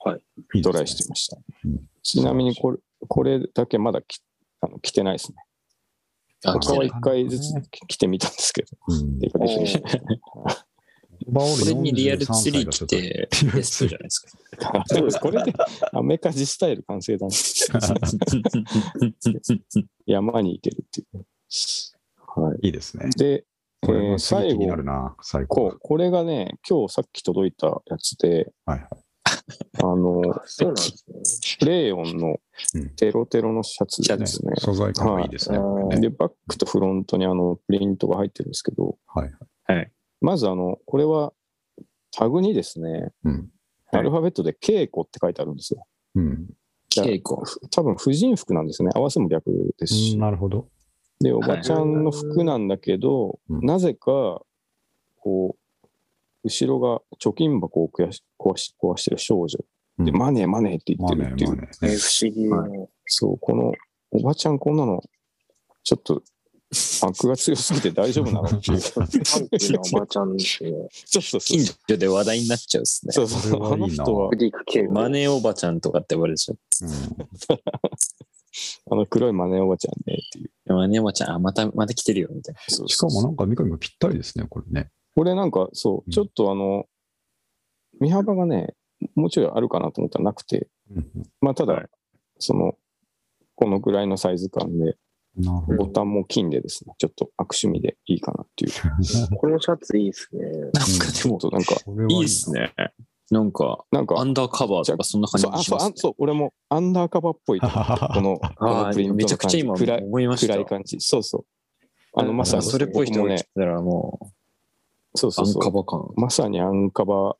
Speaker 3: ト
Speaker 1: ね
Speaker 3: ライしてみました。
Speaker 1: うん
Speaker 3: ちなみにこれこれだけまだきあの着てないですね。
Speaker 2: あ、
Speaker 3: 他
Speaker 2: 来て
Speaker 3: は
Speaker 2: る
Speaker 3: 一回ずつ着てみたんですけど。
Speaker 1: うん
Speaker 3: デカデカでした
Speaker 1: バオ
Speaker 2: これにリアルツリ
Speaker 1: 43歳
Speaker 2: ー来
Speaker 1: がちょ
Speaker 2: て、
Speaker 1: っと
Speaker 2: ベストじゃないですか。
Speaker 4: そうで す
Speaker 3: これでアメカジスタイル完成だね。山に行けるっていう。はい
Speaker 1: いですね。
Speaker 3: い、で、え
Speaker 1: これ
Speaker 3: ー
Speaker 1: もすごい気
Speaker 3: 最
Speaker 1: に
Speaker 3: 後
Speaker 1: なるな、最
Speaker 3: こ
Speaker 1: 高
Speaker 3: う。これがね、今日さっき届いたやつで、
Speaker 1: はいはい
Speaker 3: あの、
Speaker 4: そうなんですね。
Speaker 3: レーヨンの
Speaker 1: うん
Speaker 3: テロテロのシャツですね。
Speaker 1: 素材感がいいですね。
Speaker 4: はい
Speaker 1: これね
Speaker 3: で、バックとフロントにあのプリントが入ってるんですけど、
Speaker 1: はい
Speaker 3: まずあの、これはタグにですね、
Speaker 1: うん
Speaker 3: アルファベットで稽古って書いてあるんですよ。
Speaker 1: うん
Speaker 2: 稽古。
Speaker 3: 多分、婦人服なんですね。合わせも逆ですし。
Speaker 1: なるほど。
Speaker 3: で、おばちゃんの服なんだけど、
Speaker 1: うん
Speaker 3: なぜか、こう、後ろが貯金箱を壊し壊し壊してる少女で、
Speaker 1: うん
Speaker 3: マネーマネーって言
Speaker 1: マ
Speaker 3: って
Speaker 1: ネ
Speaker 3: るってい
Speaker 1: ー、
Speaker 3: う、
Speaker 1: マネ
Speaker 4: え
Speaker 1: ー。
Speaker 4: ー不思議な。
Speaker 3: そう、このおばちゃん、こんなの、ちょっと、パンクが強すぎて大丈夫 なのっていう。そう
Speaker 4: パンキーのおばちゃんですね。
Speaker 3: そうそう
Speaker 2: 近。所で話題になっちゃうっすね。
Speaker 3: そうそう
Speaker 1: これ
Speaker 3: あの
Speaker 1: はいいな
Speaker 3: 人は
Speaker 4: フ、リーク系。
Speaker 2: マネーおばちゃんとかって呼ばれちゃ
Speaker 3: あの黒いマネーおばちゃんねっていう。
Speaker 2: う。マネーおばちゃん、あ、また、また来てるよ、みたいな。
Speaker 1: うんしかもなんか三上がぴったりですね、これね。
Speaker 3: これなんか、そうう、
Speaker 1: ん
Speaker 3: ちょっとあの、身幅がね、もうちょいあるかなと思ったらなくて、
Speaker 1: うん
Speaker 3: まあ、た
Speaker 2: は
Speaker 3: だ、その、このぐらいのサイズ感で、
Speaker 1: なるほ
Speaker 3: ボ
Speaker 1: ど。
Speaker 3: タンも金でですね、ちょっと悪趣味でいいかなっていう。ち
Speaker 4: このシャツいいですね。
Speaker 2: なんかで
Speaker 3: ょっ
Speaker 2: も、
Speaker 3: となんか、
Speaker 1: これはい
Speaker 2: いっす。ね。なんか、
Speaker 3: なんか
Speaker 2: ア、ンダーカバーとかそんな感
Speaker 3: そう、あ
Speaker 2: じし
Speaker 3: そう
Speaker 2: ます
Speaker 3: あ
Speaker 2: ね。
Speaker 3: そう、俺もアンダーカバーっぽいと思って。この、こ
Speaker 2: あ
Speaker 3: の
Speaker 2: あ
Speaker 3: プリン
Speaker 2: ー、
Speaker 3: ト
Speaker 2: め
Speaker 3: の
Speaker 2: ちゃく
Speaker 3: 感
Speaker 2: ち
Speaker 3: じ。
Speaker 2: ゃ今
Speaker 3: 暗い、
Speaker 2: 思いました。
Speaker 3: 暗い感じ。そうそう。あの、
Speaker 4: うん
Speaker 3: まさ
Speaker 2: あ
Speaker 3: に、
Speaker 2: それっぽい人
Speaker 3: 僕
Speaker 2: も
Speaker 3: も
Speaker 2: 来
Speaker 3: ね、
Speaker 2: たらもう、
Speaker 3: そうそ
Speaker 2: ア
Speaker 3: う
Speaker 2: ン
Speaker 3: そ
Speaker 2: カ
Speaker 3: う。
Speaker 2: バ感。
Speaker 3: まさにアンカバー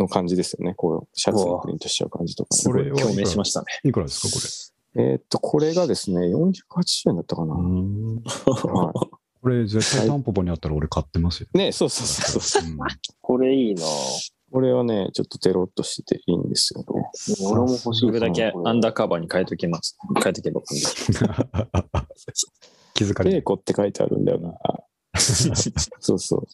Speaker 3: の感じですよね。こう、シャツ
Speaker 2: う
Speaker 3: に
Speaker 2: わ
Speaker 3: プリントしちゃう感じとかね、
Speaker 2: すごい
Speaker 1: これはいい
Speaker 2: 共鳴しましたね。
Speaker 1: いくらですか、これ。
Speaker 3: えーっと、これがですね、480円だったかな。は
Speaker 1: これ絶対タンポポにあったら俺買ってますよ。
Speaker 3: い、ね、そうそうそうそう。
Speaker 1: うん
Speaker 4: これいいな。
Speaker 3: これはね、ちょっとテロッとしてていいんですよね。
Speaker 4: 俺も欲しい。
Speaker 2: それだけアンダーカバーに変えときます。変えとけば。
Speaker 1: 気づかれ
Speaker 3: レ
Speaker 1: な
Speaker 3: イ
Speaker 1: い。
Speaker 3: コって書いてあるんだよな。 そうそう。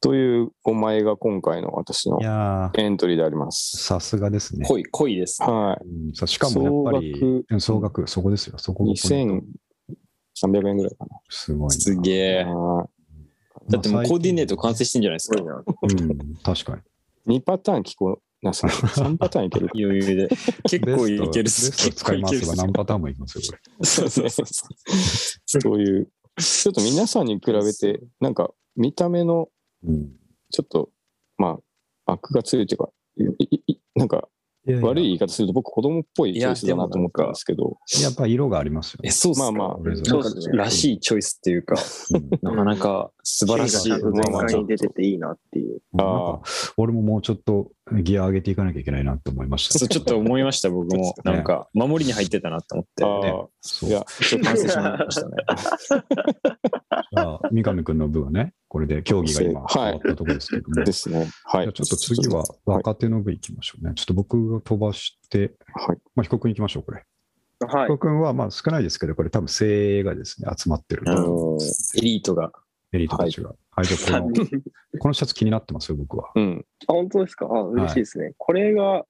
Speaker 3: というお前が今回の私の
Speaker 1: いやー
Speaker 3: エントリーであります。
Speaker 1: さすがですね。
Speaker 2: 濃い、濃いですね。
Speaker 3: は
Speaker 1: うんさしかもやっぱり
Speaker 3: 総額
Speaker 1: うん総額、そこですよ。そ
Speaker 3: い。
Speaker 1: こがポイント
Speaker 3: 2300円ぐらいか
Speaker 1: すごいな。
Speaker 2: すげえ
Speaker 3: な。。は
Speaker 2: だってもうコーディネート完成してんじゃないです
Speaker 4: すご
Speaker 2: か。
Speaker 4: い。な。
Speaker 1: うん、確かに。
Speaker 3: い2パターン着こ なさい。3パターンいける
Speaker 2: 余裕で。結構いけるっ
Speaker 1: ベス
Speaker 2: す。
Speaker 1: トベス
Speaker 2: 結
Speaker 1: ト使
Speaker 2: 構
Speaker 1: い
Speaker 2: い
Speaker 1: ま
Speaker 2: けるっ
Speaker 1: す が
Speaker 2: す。
Speaker 1: 何パターンもいきますよ、こ
Speaker 2: そうそうそうそ
Speaker 3: そういう。ちょっと皆さんに比べて、なんか見た目の
Speaker 1: れ。うん
Speaker 3: ちょっと、まあ、悪が強いというか、いいいなんか
Speaker 1: いやいや
Speaker 3: 悪い言い方すると僕子供っぽいチョイスだなと思ったんですけど、
Speaker 1: やっぱり色がありますよ
Speaker 2: う。え、
Speaker 1: ね。
Speaker 2: そうっす
Speaker 3: まあ
Speaker 2: か
Speaker 3: まあ、
Speaker 1: それぞれ
Speaker 2: なん
Speaker 4: そうっす
Speaker 2: か
Speaker 4: ね
Speaker 2: らしいチョイスっていうか、
Speaker 1: うん
Speaker 2: なかなか素晴らしい。
Speaker 4: 全
Speaker 3: まあまあ
Speaker 4: 開に出てていいなっていう。
Speaker 1: なんか俺ももうちょっとギア上げていかなきゃいけないなって思いました。
Speaker 2: そうちょっと思いました、僕 も。なんか、守りに入ってたなと思っ
Speaker 1: ね
Speaker 3: あ
Speaker 1: そ
Speaker 3: あ、
Speaker 1: う
Speaker 3: いや、
Speaker 2: て、完成しましたね。
Speaker 1: じゃあ三上君の分はね、これで競技が今終
Speaker 3: はい
Speaker 1: わったところですけども。
Speaker 3: ですね。は
Speaker 1: じゃあ
Speaker 3: い。
Speaker 1: ちょっと次は若手の部いきましょうね。ちょっと僕が飛ばして、
Speaker 3: はい。
Speaker 1: まあ、被告に行きましょう、これ。
Speaker 4: は
Speaker 1: 被
Speaker 4: い。
Speaker 1: 告君はまあ少ないですけど、これ多分精鋭がですね、集まってる
Speaker 2: う
Speaker 3: あ
Speaker 2: ん
Speaker 3: のー
Speaker 2: エリートが。
Speaker 1: エリートたちが。はい、じゃあこの、このシャツ気になってますよ、僕は。
Speaker 3: うん。
Speaker 4: あ、本当ですかあ、嬉しいですね。これが、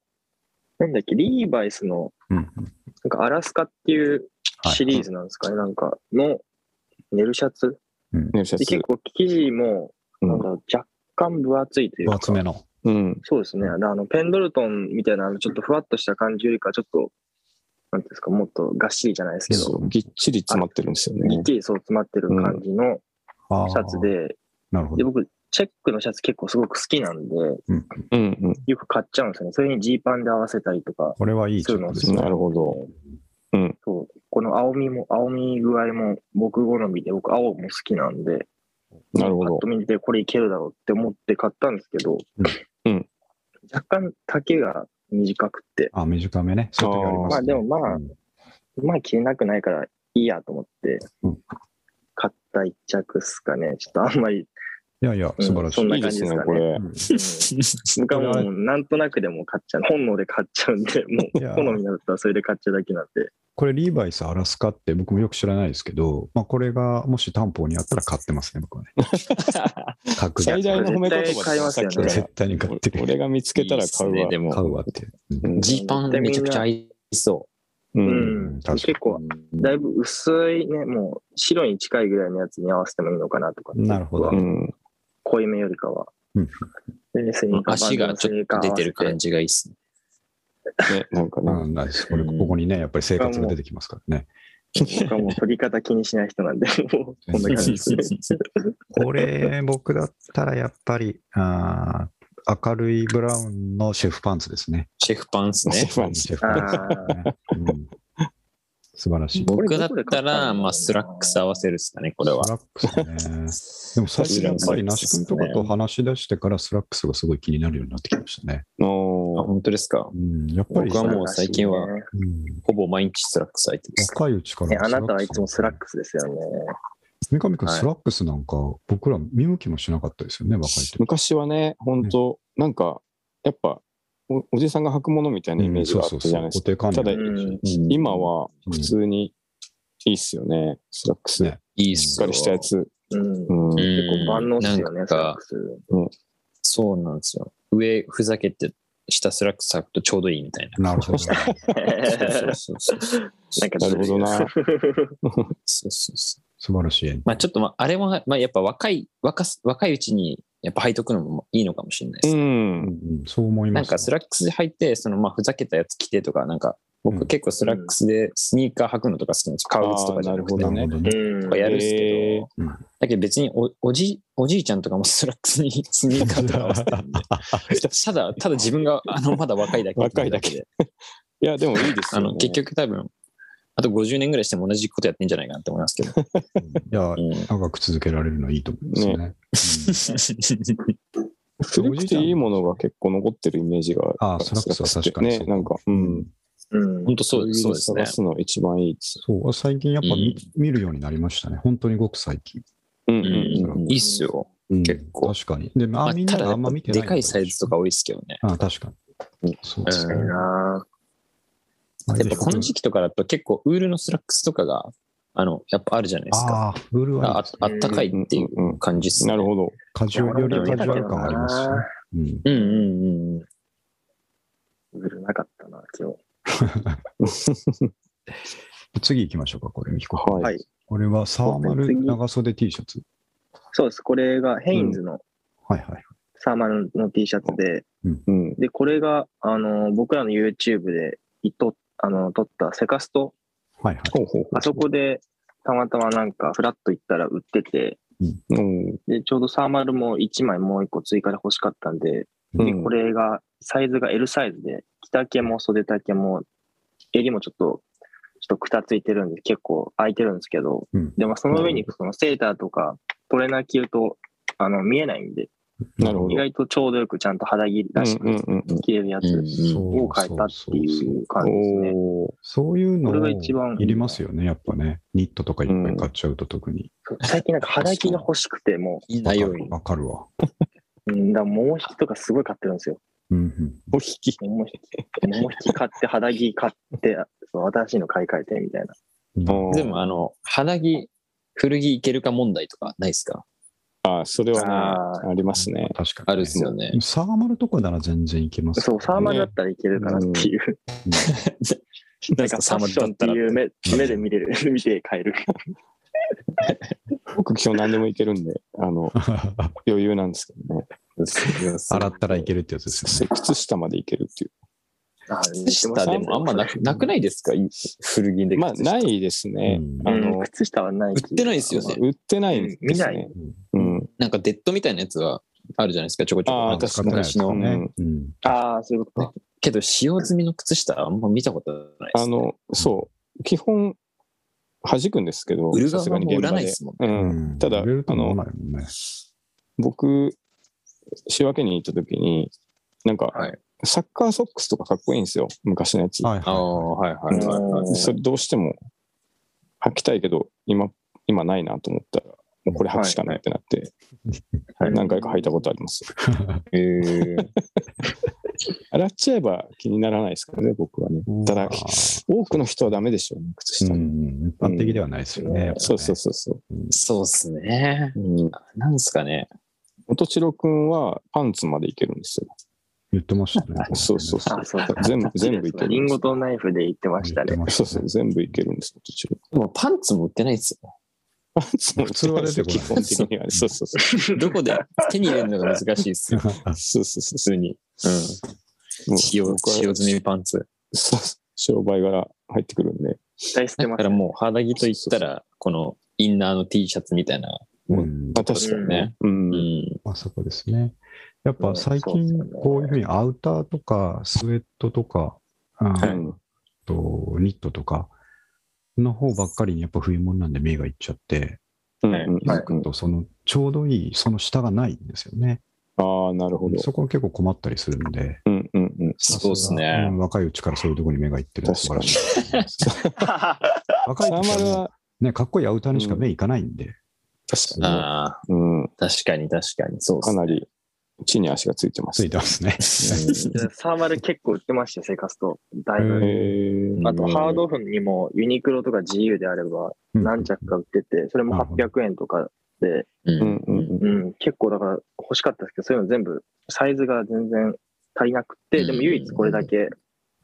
Speaker 4: なんだっけ、リーバイスの、
Speaker 1: うんうん。
Speaker 4: なんかアラスカっていう
Speaker 1: はい
Speaker 4: シリーズなんですかね、なんか、の、寝るシャツ。
Speaker 3: ね、シャ
Speaker 4: で
Speaker 3: ツ
Speaker 4: 結。構生地も、
Speaker 3: うん
Speaker 4: なんだろう、若干分厚いという
Speaker 1: 分
Speaker 4: か。
Speaker 1: 厚めの。
Speaker 3: うん。
Speaker 4: そうですね。あの、ペンドルトンみたいな、あのちょっとふわっとした感じよりか、ちょっと、なんていうんですか、もっとがっしりじゃないですけ
Speaker 1: そ
Speaker 4: ど、
Speaker 3: ぎっちり詰まってるんですよ
Speaker 4: ぎ
Speaker 3: ね
Speaker 4: っ。ちりそう詰まってる感じの
Speaker 1: あー
Speaker 4: シャツで、
Speaker 1: なるほ
Speaker 4: で、
Speaker 1: ど。
Speaker 4: 僕、チェックのシャツ結構すごく好きなんで、
Speaker 3: うん
Speaker 4: よく買っちゃうんですよね。それにジーパンで合わせたりとか、
Speaker 1: これはいいチェックです
Speaker 3: うん。
Speaker 1: ね
Speaker 3: な。るほど。
Speaker 4: そうこの青みも、青み具合も僕好みで、僕青も好きなんで、
Speaker 3: なるほ
Speaker 4: パッ
Speaker 3: ど
Speaker 4: と。見てこれいけるだろうって思って買ったんですけど、
Speaker 3: うんうん
Speaker 4: 若干丈が短くて、
Speaker 1: あ、短めね。そういう時あります、ね。
Speaker 4: あーまあでもまあ
Speaker 1: うん
Speaker 4: まあ着れなくないからいいやと思って
Speaker 1: うん、
Speaker 4: 買った一着っすかね。ちょっとあんまり、
Speaker 1: いやいや、素晴らしい。
Speaker 4: うんそん
Speaker 3: いいですね、これ。
Speaker 1: うん
Speaker 4: うん、僕はもうなんとなくでも買っちゃう。本能で買っちゃうんで、も
Speaker 1: いうやー
Speaker 4: 好みだったらそれで買っちゃうだけなんで。
Speaker 1: これ、リーバイス、アラスカって僕もよく知らないですけど、まあ、これがもし担保にあったら買ってますね、僕はね。確
Speaker 3: 最
Speaker 1: 実
Speaker 3: 大の褒め言葉で
Speaker 4: 絶対買いますよ
Speaker 3: さっ
Speaker 4: ね
Speaker 3: きから
Speaker 1: 絶対に買ってる。
Speaker 3: 俺が見つけたら買う
Speaker 2: いい
Speaker 3: わ
Speaker 2: っすね。で
Speaker 1: 買
Speaker 2: も、
Speaker 1: うわって。うん
Speaker 3: うん。
Speaker 2: ジーパンめちゃくちゃ合いそう
Speaker 4: うん
Speaker 1: うん
Speaker 4: ん。
Speaker 1: 確かに
Speaker 4: 結構、だいぶ薄いね、もう白に近いぐらいのやつに合わせてもいいのかなとか。
Speaker 1: なるほど
Speaker 3: う。ん。
Speaker 4: 濃いめよりかは。
Speaker 1: うん
Speaker 4: でスニ
Speaker 2: う
Speaker 4: ー
Speaker 2: ん。
Speaker 4: カー
Speaker 2: 足がちょっと出てる感
Speaker 4: じ。
Speaker 2: じがいいっ すね。
Speaker 3: ね、なんか
Speaker 1: う
Speaker 3: ね。
Speaker 1: ん、ナイス。これ、ここにね、やっぱり生活が出てきますからね。
Speaker 4: 僕はもう取り方気にしない人なんで、もうこんな感じですね。
Speaker 1: これ、僕だったらやっぱり、あー明るいブラウンのシェフパンツですね。
Speaker 2: シェフパンっすね。
Speaker 3: そうです
Speaker 1: シェフ
Speaker 4: あ
Speaker 1: パン
Speaker 4: ー
Speaker 1: ツ、ねうん。素晴らしい。
Speaker 2: 僕だったら、まあ、ス
Speaker 4: これどこで買ったの
Speaker 2: ラックス合わせるっすかね、これは
Speaker 1: ス。ラックスね。でも最近やっぱり那須君とかと話し出してからスラックスがすごい気になるようになってきましたね。
Speaker 2: あ、
Speaker 3: の
Speaker 2: 本当ですか
Speaker 1: う。ん、やっぱり、
Speaker 2: 僕はもう最近は
Speaker 1: うん
Speaker 2: ほぼ毎日スラックス履いてます。
Speaker 1: 若いうちから
Speaker 4: ね
Speaker 1: スラック
Speaker 4: あ
Speaker 1: ス
Speaker 4: なたはいつもスラックスですよね。
Speaker 1: 三上君、
Speaker 2: はい
Speaker 1: スラックスなんか僕ら見向きもしなかったですよね、若い時。
Speaker 3: 昔はね、本当なんか、やっぱお、おじさんが履くものみたいなイメージがあったじゃないですか。
Speaker 1: うんそうそうそう固定観念
Speaker 3: ただ、
Speaker 4: うん
Speaker 3: 今は普通にいいっすよね、スラックス。
Speaker 1: ね
Speaker 2: いいっ
Speaker 3: しっ
Speaker 2: す
Speaker 3: か
Speaker 2: よ
Speaker 3: り。したやつ。
Speaker 4: うん
Speaker 3: うん。
Speaker 4: 結構万能ですよ
Speaker 2: な
Speaker 4: ね
Speaker 2: ん、
Speaker 4: スラッ
Speaker 2: か
Speaker 4: ク、ス。
Speaker 2: そうなんですよ。上、ふざけて、下スラックス履くとちょうどいいみたいな。
Speaker 1: なるほど。
Speaker 2: そうそうそうそう。
Speaker 4: なんか
Speaker 3: なるほど な。
Speaker 2: そうそうそう
Speaker 1: 素晴らしい。
Speaker 2: まあちょっとまあ、あれも、まあやっぱ若い、若す若いうちに、やっぱ履いとくのもいいのかもしれないで
Speaker 3: う。
Speaker 2: す。
Speaker 1: うんん、そう思い
Speaker 2: な
Speaker 1: ま
Speaker 2: ん
Speaker 1: す。
Speaker 2: かスラックス履いて、そのまあふざけたやつ着てとか、なんか
Speaker 1: うん
Speaker 2: 僕結構スラックスでスニーカー履くのとか好きなんですよ。革靴とかじゃなく
Speaker 3: あー
Speaker 2: て
Speaker 1: な
Speaker 3: ど
Speaker 1: る
Speaker 3: ね
Speaker 1: ほど
Speaker 4: う
Speaker 1: ね。
Speaker 4: ん。
Speaker 2: とかやるんです
Speaker 3: へ
Speaker 2: け
Speaker 3: ー
Speaker 2: ど、
Speaker 1: うん
Speaker 2: だけど別におおじおじいちゃんとかもスラックスにスニーカーとか合わせてるんで、ただ、ただ自分があのまだ若いだけ
Speaker 3: 若いだけ
Speaker 2: で、
Speaker 3: いや、でもいいです
Speaker 2: あ
Speaker 3: よ、ね。
Speaker 2: の結局多分、あと50年ぐらいしても同じことやってんじゃないかなって思いますけど。
Speaker 1: いや
Speaker 2: う、ん
Speaker 1: 長く続けられるのはいいと思いますね。
Speaker 3: 古くていいものが結構残ってるイメージが
Speaker 1: あースラックスは確かに
Speaker 3: ね、なんか、うん。
Speaker 4: うん
Speaker 2: 本当そうです、そうですね
Speaker 3: 探。すの一番いいです。
Speaker 1: そう、最近やっぱ見,、
Speaker 2: う
Speaker 1: るようになりましたね。本当にごく最近。
Speaker 3: うん
Speaker 2: う
Speaker 3: うんうん
Speaker 2: ん、いいっすよ。
Speaker 1: うん
Speaker 2: 結構
Speaker 1: 確かに。で、ま
Speaker 2: ま
Speaker 1: あ、
Speaker 2: あ、
Speaker 1: みん
Speaker 2: た
Speaker 1: な
Speaker 2: だ、
Speaker 1: あんま見てない
Speaker 2: でかいサイズとか多いですけどね。
Speaker 1: ああ確かに。そうですね
Speaker 4: いい。な
Speaker 2: やっぱこの時期とかだと結構ウールのスラックスとかが、あの、やっぱあるじゃないですか。
Speaker 1: ああ、ブルー
Speaker 2: あ
Speaker 1: は
Speaker 2: ああったかいっていう
Speaker 3: うんうんうん
Speaker 2: 感じっすね。
Speaker 3: なるほど。
Speaker 1: カジュアルよりカジュアル感ありますしね
Speaker 4: な。
Speaker 1: うん、
Speaker 2: うんうんうん。
Speaker 4: 売れなかったな、今日。
Speaker 1: 次行きましょうか、これ、ミキコ
Speaker 3: はい。
Speaker 4: はい
Speaker 1: これはサーマル長袖 T シャツ。
Speaker 4: そうです。これがヘインズの
Speaker 1: はいはい。
Speaker 4: サーマルの T シャツで、
Speaker 3: うん。
Speaker 4: で、これが、あの、僕らの YouTube でいと、あの、撮ったセカスト
Speaker 1: はいはい。
Speaker 3: ほうほうほう
Speaker 4: あそこでたまたまなんかフラッと行ったら売ってて、
Speaker 3: うん。
Speaker 4: で、ちょうどサーマルも1枚もう1個追加で欲しかったんで、
Speaker 3: う
Speaker 4: で
Speaker 3: ん
Speaker 4: これが、サイズが L サイズで、着丈も袖丈も、襟もちょっと、ちょっとくたついてるんで、結構空いてるんですけど、
Speaker 1: うん
Speaker 4: でもその上にそのセーターとかトレーナー着ると、あの、見えないんで、
Speaker 3: なるほ
Speaker 4: 意
Speaker 3: ど。
Speaker 4: 外とちょうどよくちゃんと肌着らし
Speaker 3: うんうん
Speaker 4: く
Speaker 3: うんうん
Speaker 4: 着れるや
Speaker 2: うんう
Speaker 4: つ
Speaker 2: ん
Speaker 4: を変えたっていう感じですね。
Speaker 3: おー
Speaker 1: そういうの
Speaker 4: これが一番
Speaker 1: いりますよね、やっぱね。ニットとかいっぱい買っちゃうと特に。
Speaker 4: 最近なんか肌着が欲しくて、も
Speaker 2: いい
Speaker 1: わ
Speaker 2: な
Speaker 1: か
Speaker 2: よ
Speaker 1: る
Speaker 2: り。
Speaker 1: わかるわ。
Speaker 4: う、うん、だからもう引きとかすごい買ってるんですよ。
Speaker 1: うんうん、
Speaker 3: お引き。
Speaker 4: もう引き、もう引き買って、肌着買って、その新しいの買い替えてみたいな。
Speaker 3: おー
Speaker 2: でも、あの、肌着、古着いけるか問題とかないですか
Speaker 3: あそれはね、
Speaker 4: あ
Speaker 3: ありますね。
Speaker 1: 確かに、
Speaker 2: あるっすよね。
Speaker 1: サーマルとかなら全然いけます、
Speaker 4: そう、サーマルだったらいけるかなっていう。
Speaker 2: な
Speaker 4: なんんか
Speaker 2: か
Speaker 4: フ
Speaker 2: サ
Speaker 4: ァ
Speaker 2: ーマ
Speaker 4: ッ
Speaker 2: ル
Speaker 4: シ
Speaker 2: だ
Speaker 4: ョン
Speaker 2: っ
Speaker 4: って
Speaker 2: たら。
Speaker 4: いう目目で見 れる、見て買える。
Speaker 3: 僕、基本何でもいけるんで、あの、余裕なんですけどね。
Speaker 1: 洗ったらいけるってやつですよね。
Speaker 3: 靴下までいけるっていう。
Speaker 4: あ
Speaker 2: 靴下でもあんまなくなくないですかい古着で。
Speaker 3: まあ、ないですね。
Speaker 1: うん
Speaker 3: あ
Speaker 4: あ
Speaker 3: の
Speaker 4: の、、靴下はない。
Speaker 2: 売ってないですよね
Speaker 3: 売ってないん
Speaker 4: 見
Speaker 3: です
Speaker 4: な
Speaker 3: ね
Speaker 4: い。
Speaker 3: うん。
Speaker 2: なんかデッドみたいなやつがあるじゃないですか、ちょこちょこ。
Speaker 3: あー
Speaker 2: なんか
Speaker 1: 使ってないです
Speaker 2: 昔
Speaker 1: よ
Speaker 2: の。
Speaker 1: ね。うん。
Speaker 4: ああ、そういうことか。
Speaker 2: けど、使用済みの靴下はあんま見たことないです、
Speaker 3: あの、そう、基本、弾くんですけど、
Speaker 2: 売る
Speaker 3: さす
Speaker 2: 側
Speaker 3: が
Speaker 2: も
Speaker 3: に
Speaker 2: 売
Speaker 3: 現
Speaker 2: ら
Speaker 3: 場
Speaker 2: ない
Speaker 3: で
Speaker 2: で。すもんね。
Speaker 3: うん、ただ、あ
Speaker 1: 入れると思わ
Speaker 3: の、
Speaker 1: ないもんね。
Speaker 3: 僕、仕分けに行った時に、なんか、
Speaker 2: はい
Speaker 3: サッカーソックスとかかっこいいんですよ、昔のやつ。
Speaker 1: はい
Speaker 2: ああ、
Speaker 1: は
Speaker 2: はいはいはいはい。
Speaker 3: それどうしても履きたいけど、今、今ないなと思ったら、もうこれ履くしかないってなって、
Speaker 4: はい
Speaker 3: 何回か履いたことあります。
Speaker 2: えー、
Speaker 3: 洗っちゃえば気にならないですからね、僕はね。
Speaker 1: い。
Speaker 3: ただ
Speaker 1: うん、
Speaker 3: 多くの人はダメでしょうね、靴
Speaker 1: う
Speaker 3: 下。
Speaker 1: ん、一般的ではないですよね。やっぱね
Speaker 3: そうそうそうそう。
Speaker 2: そうっすね。
Speaker 3: うん
Speaker 2: なんすかね。
Speaker 3: 元千代くんはパンツまでいけるんですよ。
Speaker 1: 言ってましたね。
Speaker 3: そうそうそ
Speaker 4: あ
Speaker 3: う
Speaker 4: ー。そうそう。
Speaker 3: 全部、全部いけるんです
Speaker 4: リンゴとナイフで言ってましたね。
Speaker 3: そうそう、全部いけるんです、元千代
Speaker 2: もうパンツも売ってないですよ。
Speaker 3: パンツも
Speaker 1: 普通は出てこない
Speaker 3: 基本的にはね。そうそうそう。
Speaker 2: どこで手に入れるのが難しい っすよ。
Speaker 3: そうそうそう
Speaker 2: 普通に。うん。
Speaker 3: もう
Speaker 2: 使用、
Speaker 3: 僕は
Speaker 2: 使用済みパンツ。
Speaker 3: そう商売柄入ってくるんで。
Speaker 4: 絶対捨て
Speaker 2: だ
Speaker 4: ま
Speaker 2: か
Speaker 4: す。
Speaker 2: らもう、肌着といったら、このインナーの T シャツみたいな。
Speaker 1: うん
Speaker 3: まあ確かにね。う。
Speaker 2: うんん。
Speaker 1: まあそこですね。やっぱ最
Speaker 4: うんそう
Speaker 1: 近
Speaker 4: ですよね
Speaker 1: こういうふうにアウターとかスウェットとか、うん
Speaker 3: はい
Speaker 1: とニットとかの方ばっかりにやっぱ冬物なんで目がいっちゃって、
Speaker 3: うん
Speaker 2: はい
Speaker 1: 気づくとそのちょうどいいその下がないんですよね。
Speaker 3: ああ、なるほど。
Speaker 1: そこは結構困ったりするんで。
Speaker 3: うんうんうん。
Speaker 2: そうっす
Speaker 1: う
Speaker 2: ね
Speaker 1: ん。若いうちからそういうところに目がいってるのは素晴らしいですね。 若
Speaker 3: サ
Speaker 1: い時
Speaker 3: ーマ
Speaker 1: か
Speaker 3: ル
Speaker 1: ら、
Speaker 3: は、
Speaker 1: ね、かっこいいアウターにしか目いかないんで、
Speaker 3: 確かにね。
Speaker 2: ああ、
Speaker 3: うん。
Speaker 2: 確かに確かに。そうっ
Speaker 3: か
Speaker 2: す
Speaker 3: な
Speaker 2: ね。
Speaker 3: り、地に足がついてま
Speaker 1: つ
Speaker 3: す
Speaker 1: い。てますね。
Speaker 4: サーマル結構売ってましたよ、生活と。だいぶ。
Speaker 3: へ
Speaker 2: うん
Speaker 3: ー
Speaker 4: あと、ハードオフにもユニクロとか GU であれば何着か売ってて、それも800円とかで、
Speaker 2: うん
Speaker 3: うんうんうん。
Speaker 4: うん、結構だから欲しかったですけど、そういうの全部、サイズが全然足りなく
Speaker 2: う
Speaker 4: て、
Speaker 2: ん
Speaker 4: でも唯一これだけ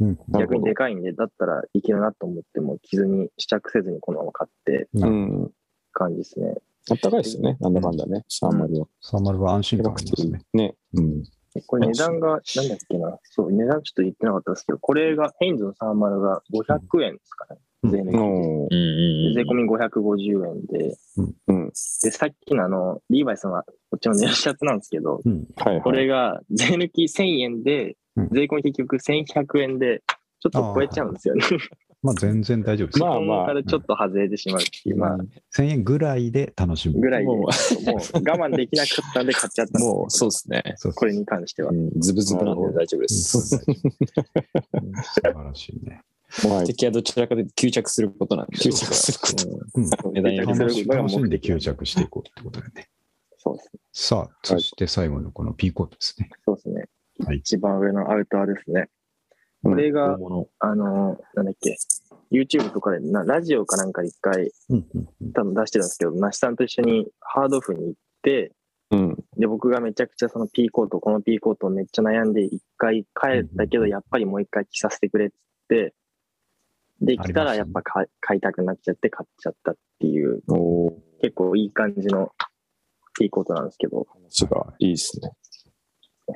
Speaker 1: うん
Speaker 3: なるほ
Speaker 4: 逆に
Speaker 3: ど
Speaker 4: でかいんで、だったらいけるなと思っても、傷に試着せずにこのまま買って
Speaker 3: うん。
Speaker 4: 感じですね。
Speaker 3: あったかいですよね。なんだかんだね。サーマルは。
Speaker 1: サーマルは安心感ありますね。
Speaker 3: ね。
Speaker 1: うん
Speaker 4: これ値段が、なんだっけな、そう、値段ちょっと言ってなかったですけど、これが、ヘインズのサーマルが500円ですかね。税抜きで
Speaker 3: おー
Speaker 2: うんうん
Speaker 4: 税込み550円で、
Speaker 3: うん。
Speaker 4: で、さっきのあの、リーバイさんは、こっちのネオシャツなんですけど、
Speaker 1: うん
Speaker 3: はいはい。
Speaker 4: これが税抜き1000円で
Speaker 1: うん、
Speaker 4: 税込み結局1100円で、ちょっと超えちゃうんですよね。
Speaker 1: まあ全然大丈夫 です。
Speaker 3: まあ
Speaker 4: そこからちょっと外れてしまうっていう、まあ、
Speaker 1: 1000円ぐらいで楽しむ。
Speaker 4: ぐらいで、
Speaker 2: もう
Speaker 4: もう我慢できなかったんで買っちゃったんです
Speaker 2: もう、そうっすね。
Speaker 1: そう
Speaker 4: これに関しては
Speaker 2: う。んズブズブなんで大丈夫で
Speaker 1: うん
Speaker 2: す。
Speaker 1: そうですね。素晴らしい ね。
Speaker 3: はい
Speaker 2: 目的はどちらかというと吸着することなんで。
Speaker 3: 吸着すること
Speaker 2: うん
Speaker 1: うん
Speaker 2: 値段より
Speaker 1: 楽
Speaker 4: そ
Speaker 1: し
Speaker 4: れが
Speaker 1: 楽しんで
Speaker 4: 目的
Speaker 1: 吸着していこうってことだよね。
Speaker 4: そうですね。
Speaker 1: さあ、そして最後のこの P コートですね。
Speaker 4: そうですね。
Speaker 1: はい
Speaker 4: 一番上のアウターですね。
Speaker 3: うん
Speaker 4: これが
Speaker 2: 大、物
Speaker 4: あの、なんだっけ、YouTube とかでな、ラジオかなんかで一回
Speaker 1: うんうんうん
Speaker 4: 多分出してるんですけど、那須さんと一緒にハードオフに行って、
Speaker 3: うん。
Speaker 4: で、僕がめちゃくちゃその P コート、この P コートをめっちゃ悩んで、一回帰ったけど、やっぱりもう一回着させてくれっつって、
Speaker 1: あ
Speaker 4: で、
Speaker 1: りましたね
Speaker 4: 来たらやっぱ買い買いたくなっちゃって買っちゃったっていう、
Speaker 3: おー
Speaker 4: 結構いい感じの P コートなんですけど、
Speaker 3: 話がいいですね。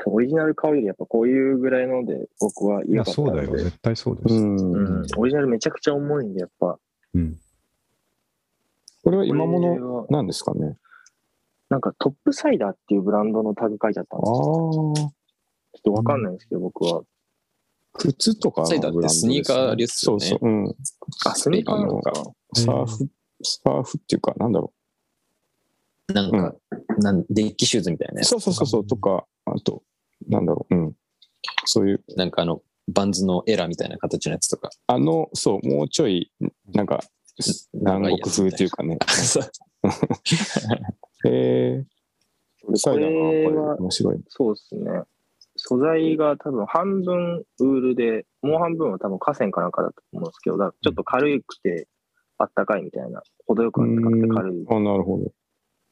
Speaker 4: オリジナル買うよりやっぱこういうぐらいので僕はい
Speaker 1: いや、
Speaker 4: や
Speaker 1: そうだよ。絶対そうで
Speaker 3: う
Speaker 1: す。
Speaker 3: ん。
Speaker 4: うん、オリジナルめちゃくちゃ重いんで、やっぱ。
Speaker 1: うん。
Speaker 3: これは今
Speaker 4: これ
Speaker 3: 物
Speaker 4: は
Speaker 3: なんですかね。
Speaker 4: なんかトップサイダーっていうブランドのタグ書いてあった
Speaker 3: あ
Speaker 4: んです
Speaker 3: あ。
Speaker 4: よちょっとわかんないんですけど、僕は。
Speaker 3: 靴とかの
Speaker 2: サイダーって
Speaker 3: ブランドですね
Speaker 2: スニーカーですよね
Speaker 3: そうそう。うん。
Speaker 4: あ、スニーカーなのか。
Speaker 3: サーフ、サーフっていうか、なんだろ
Speaker 2: なんか、なんデッキシューズみたいな
Speaker 3: う。
Speaker 2: やつ。
Speaker 3: そうそうそうそう、とか、あと、なんだろう。うん。そういう、
Speaker 2: なんかあの、バンズのエラーみたいな形のやつとか。
Speaker 3: あの、そう、もうちょい、なんか、南国風っていうかね。
Speaker 2: そう
Speaker 3: へえ。サイダーな、これ
Speaker 4: これは
Speaker 3: 面白い。
Speaker 4: そうですね。素材が多分半分ウールで、もう半分は多分河川かなんかだと思うんですけど、だからちょっと軽くてあったかいみたいな、程よくあったかくて軽い。だか
Speaker 3: あ、なるほど。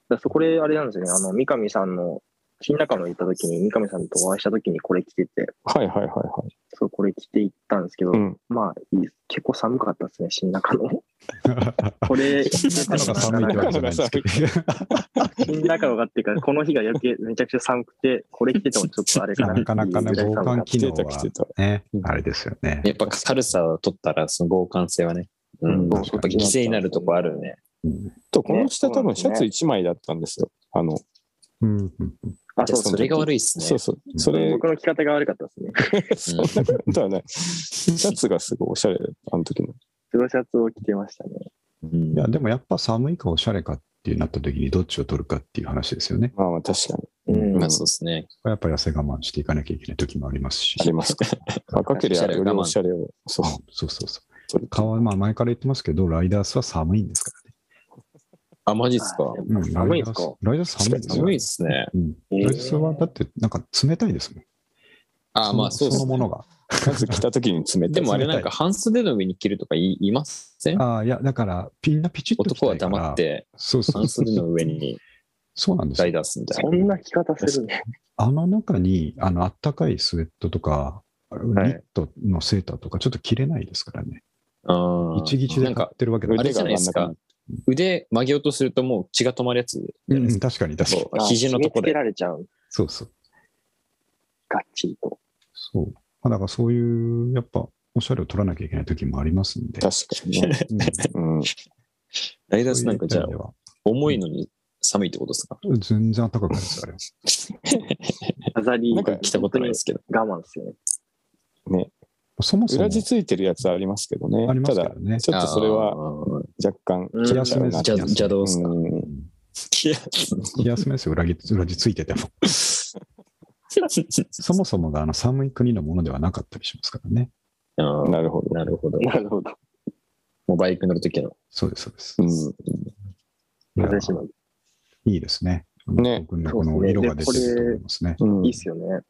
Speaker 4: らそこであれなんですよね、あの、三上さんの、新仲間に行った時に、三上さんとお会いした時にこれ着てて、
Speaker 3: はいはいはいはい。
Speaker 4: そう、これ着て行ったんですけど、
Speaker 3: うん。
Speaker 4: まあいいです。結構寒かったですね、新仲の。これ、新
Speaker 1: な
Speaker 4: 中
Speaker 1: んか寒いっ
Speaker 4: 野
Speaker 1: てわけじゃないんですけ
Speaker 4: 新中野がっていうか、この日が余計めちゃくちゃ寒くて、これ着ててもちょっとあれか
Speaker 1: ど。
Speaker 4: な
Speaker 1: なかなかね、
Speaker 4: っていう
Speaker 1: 防
Speaker 4: ぐらい寒か
Speaker 1: 寒
Speaker 4: った
Speaker 1: 機
Speaker 3: 来て
Speaker 1: 能
Speaker 3: た来
Speaker 1: は
Speaker 3: てた。
Speaker 1: ね、あれですよね。
Speaker 2: やっぱ軽さを取ったら、その豪華性はね。うん。やっぱ犠牲になるとこあるよね。
Speaker 3: と、この下多分シャツ1枚だったんですよ。あの、
Speaker 1: うんうんうん
Speaker 4: あ、
Speaker 2: じゃあ
Speaker 4: そう
Speaker 2: そ
Speaker 4: そう
Speaker 2: れ。が悪いっすね。
Speaker 3: そうそう。それ、
Speaker 4: 僕の着方が悪かったですね。
Speaker 3: そんなことはない。シャツがすごいおしゃれだった、あの時の。
Speaker 4: 白シャツを着てましたね。
Speaker 2: うん
Speaker 1: いや、でもやっぱ寒いかおしゃれかってなった時にどっちを取るかっていう話ですよね。
Speaker 3: まあまあ確かに。
Speaker 4: うん
Speaker 2: まあそうですね。
Speaker 1: やっぱり汗我慢していかなきゃいけない時もありますし
Speaker 3: あ。り ますか。若ければよりおしゃれを。そう。
Speaker 1: そうそうそう。
Speaker 3: それ
Speaker 1: 顔はまあ前から言ってますけど、ライダースは寒いんですか
Speaker 3: あ、マジっすか。
Speaker 1: らね。うん
Speaker 4: 寒いんすか
Speaker 1: ライダースライダース寒いですよ
Speaker 2: 寒いっすね。
Speaker 1: うんラ
Speaker 4: え
Speaker 1: イ
Speaker 4: ー
Speaker 1: ダースはだってなんか冷たいですもん。
Speaker 2: ああ、
Speaker 1: の
Speaker 2: まあそうで
Speaker 1: そ
Speaker 2: す
Speaker 1: の
Speaker 2: ね。
Speaker 1: ものが。
Speaker 3: まず着た時に冷た
Speaker 2: で
Speaker 3: い。
Speaker 2: もあれなんか半袖の上に着るとか言い言いません
Speaker 1: ああ、いや、だから、みんなピチッと着
Speaker 2: 男
Speaker 1: た か
Speaker 2: はい
Speaker 1: ら。
Speaker 2: 黙っ。て
Speaker 1: そうそう
Speaker 2: 半。袖の上に
Speaker 1: そうなんです
Speaker 2: ラ
Speaker 1: よ
Speaker 2: イダースみたい
Speaker 4: そんな着方するね。
Speaker 1: あの中に、あの、あったかいスウェットとか、ニ
Speaker 4: い
Speaker 1: ットのセーターとか、ちょっと着れないですからね。
Speaker 2: な。あー
Speaker 1: 一撃
Speaker 2: な
Speaker 1: で
Speaker 2: ん
Speaker 1: 買
Speaker 2: か
Speaker 1: ってるわけだ
Speaker 2: あれじゃないです
Speaker 3: 腕が真ん
Speaker 2: か。腕曲げようとするともう血が止まるやつじゃないです
Speaker 1: うん、確かに確かに
Speaker 2: か。。そう肘のと
Speaker 4: あ
Speaker 2: こ
Speaker 4: 締め付け
Speaker 2: で。
Speaker 4: られちゃう。
Speaker 1: そうそう。
Speaker 4: がっちりと。
Speaker 1: そう。まあ、だからそういう、やっぱ、おしゃれを取らなきゃいけない時もありますんで。
Speaker 3: 確かにね。
Speaker 1: うん
Speaker 3: うん。
Speaker 2: ライダースなんかじゃあ
Speaker 1: そういう意味では
Speaker 2: 重いのに寒いってことですか
Speaker 1: 全然暖かくないです、あれ。
Speaker 4: 飾り、
Speaker 3: なんか
Speaker 2: 着たことないですけど。
Speaker 4: 我慢ですよね。
Speaker 1: そもそも
Speaker 3: 裏、地ついてるやつありますけどね。
Speaker 1: あります
Speaker 3: た
Speaker 1: け
Speaker 3: だ
Speaker 1: ど、ね。
Speaker 3: ちょっとそれは若干
Speaker 4: うん
Speaker 3: 違うな
Speaker 2: じゃあ、じゃあどうですか
Speaker 3: うん
Speaker 2: いや
Speaker 1: 気休めですよ、裏地裏地ついてても。そもそもがあの寒い国のものではなかったりしますからね。
Speaker 2: あー
Speaker 3: なるほど。
Speaker 2: なるほど。
Speaker 4: なるほど。
Speaker 2: もうバイク乗るときの。
Speaker 1: そうです、そうです。
Speaker 3: うん。
Speaker 1: いや
Speaker 4: 私も
Speaker 1: いいですね。
Speaker 3: ね
Speaker 1: 僕のこの色が出てると思いますね。
Speaker 3: うん
Speaker 4: いいっすよね。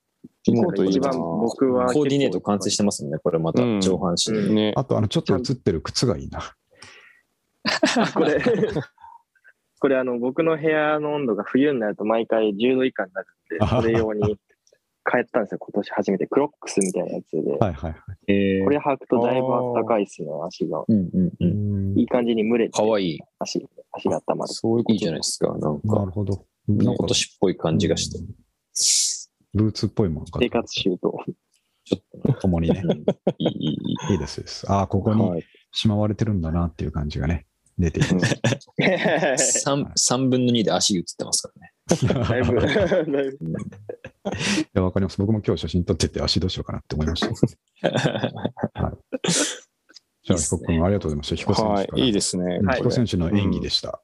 Speaker 3: 妹いい
Speaker 4: 一
Speaker 3: な
Speaker 4: 番僕は。
Speaker 2: コーディネート完成してますもんね、これまた
Speaker 3: うん
Speaker 2: 上半身。
Speaker 4: うん
Speaker 3: ね。
Speaker 1: あと、あの、ちょっと映ってる靴がいいな。
Speaker 4: こ れ、これあの、僕の部屋の温度が冬になると毎回10度以下になるんで、それ用に変えたんですよ、今年初めて。クロックスみたいなやつで。
Speaker 1: はいはいはい。
Speaker 2: え
Speaker 4: これ履くとだいぶ暖かいっすね、足が。
Speaker 2: うんうんう。
Speaker 1: うんん
Speaker 4: いい感じに蒸れて
Speaker 2: か、わいい。
Speaker 4: 足、足が温まる。
Speaker 3: そういうこと
Speaker 2: いいじゃないですか。なん
Speaker 1: な
Speaker 2: か
Speaker 1: る、ほど。
Speaker 2: 今年っぽい感じがして。
Speaker 1: ブーツっぽいものが
Speaker 4: 生活習と。
Speaker 1: 共にね
Speaker 2: う。んいい、いい、いい。
Speaker 1: いいですです。ああ、ここに
Speaker 3: はい。
Speaker 1: しまわれてるんだなっていう感じがね、出ていて。
Speaker 4: だ
Speaker 2: 三三分の二で足映ってますからね。
Speaker 4: い ぶ、だいぶ。
Speaker 1: いや、わかります。僕も今日写真撮ってて、足どうしようかなって思いました。じゃあ、彦君、ありがとうございました。彦選手
Speaker 3: は
Speaker 1: から。
Speaker 3: い。いいですね。
Speaker 1: うん
Speaker 4: はい
Speaker 1: 彦選手の演技でした。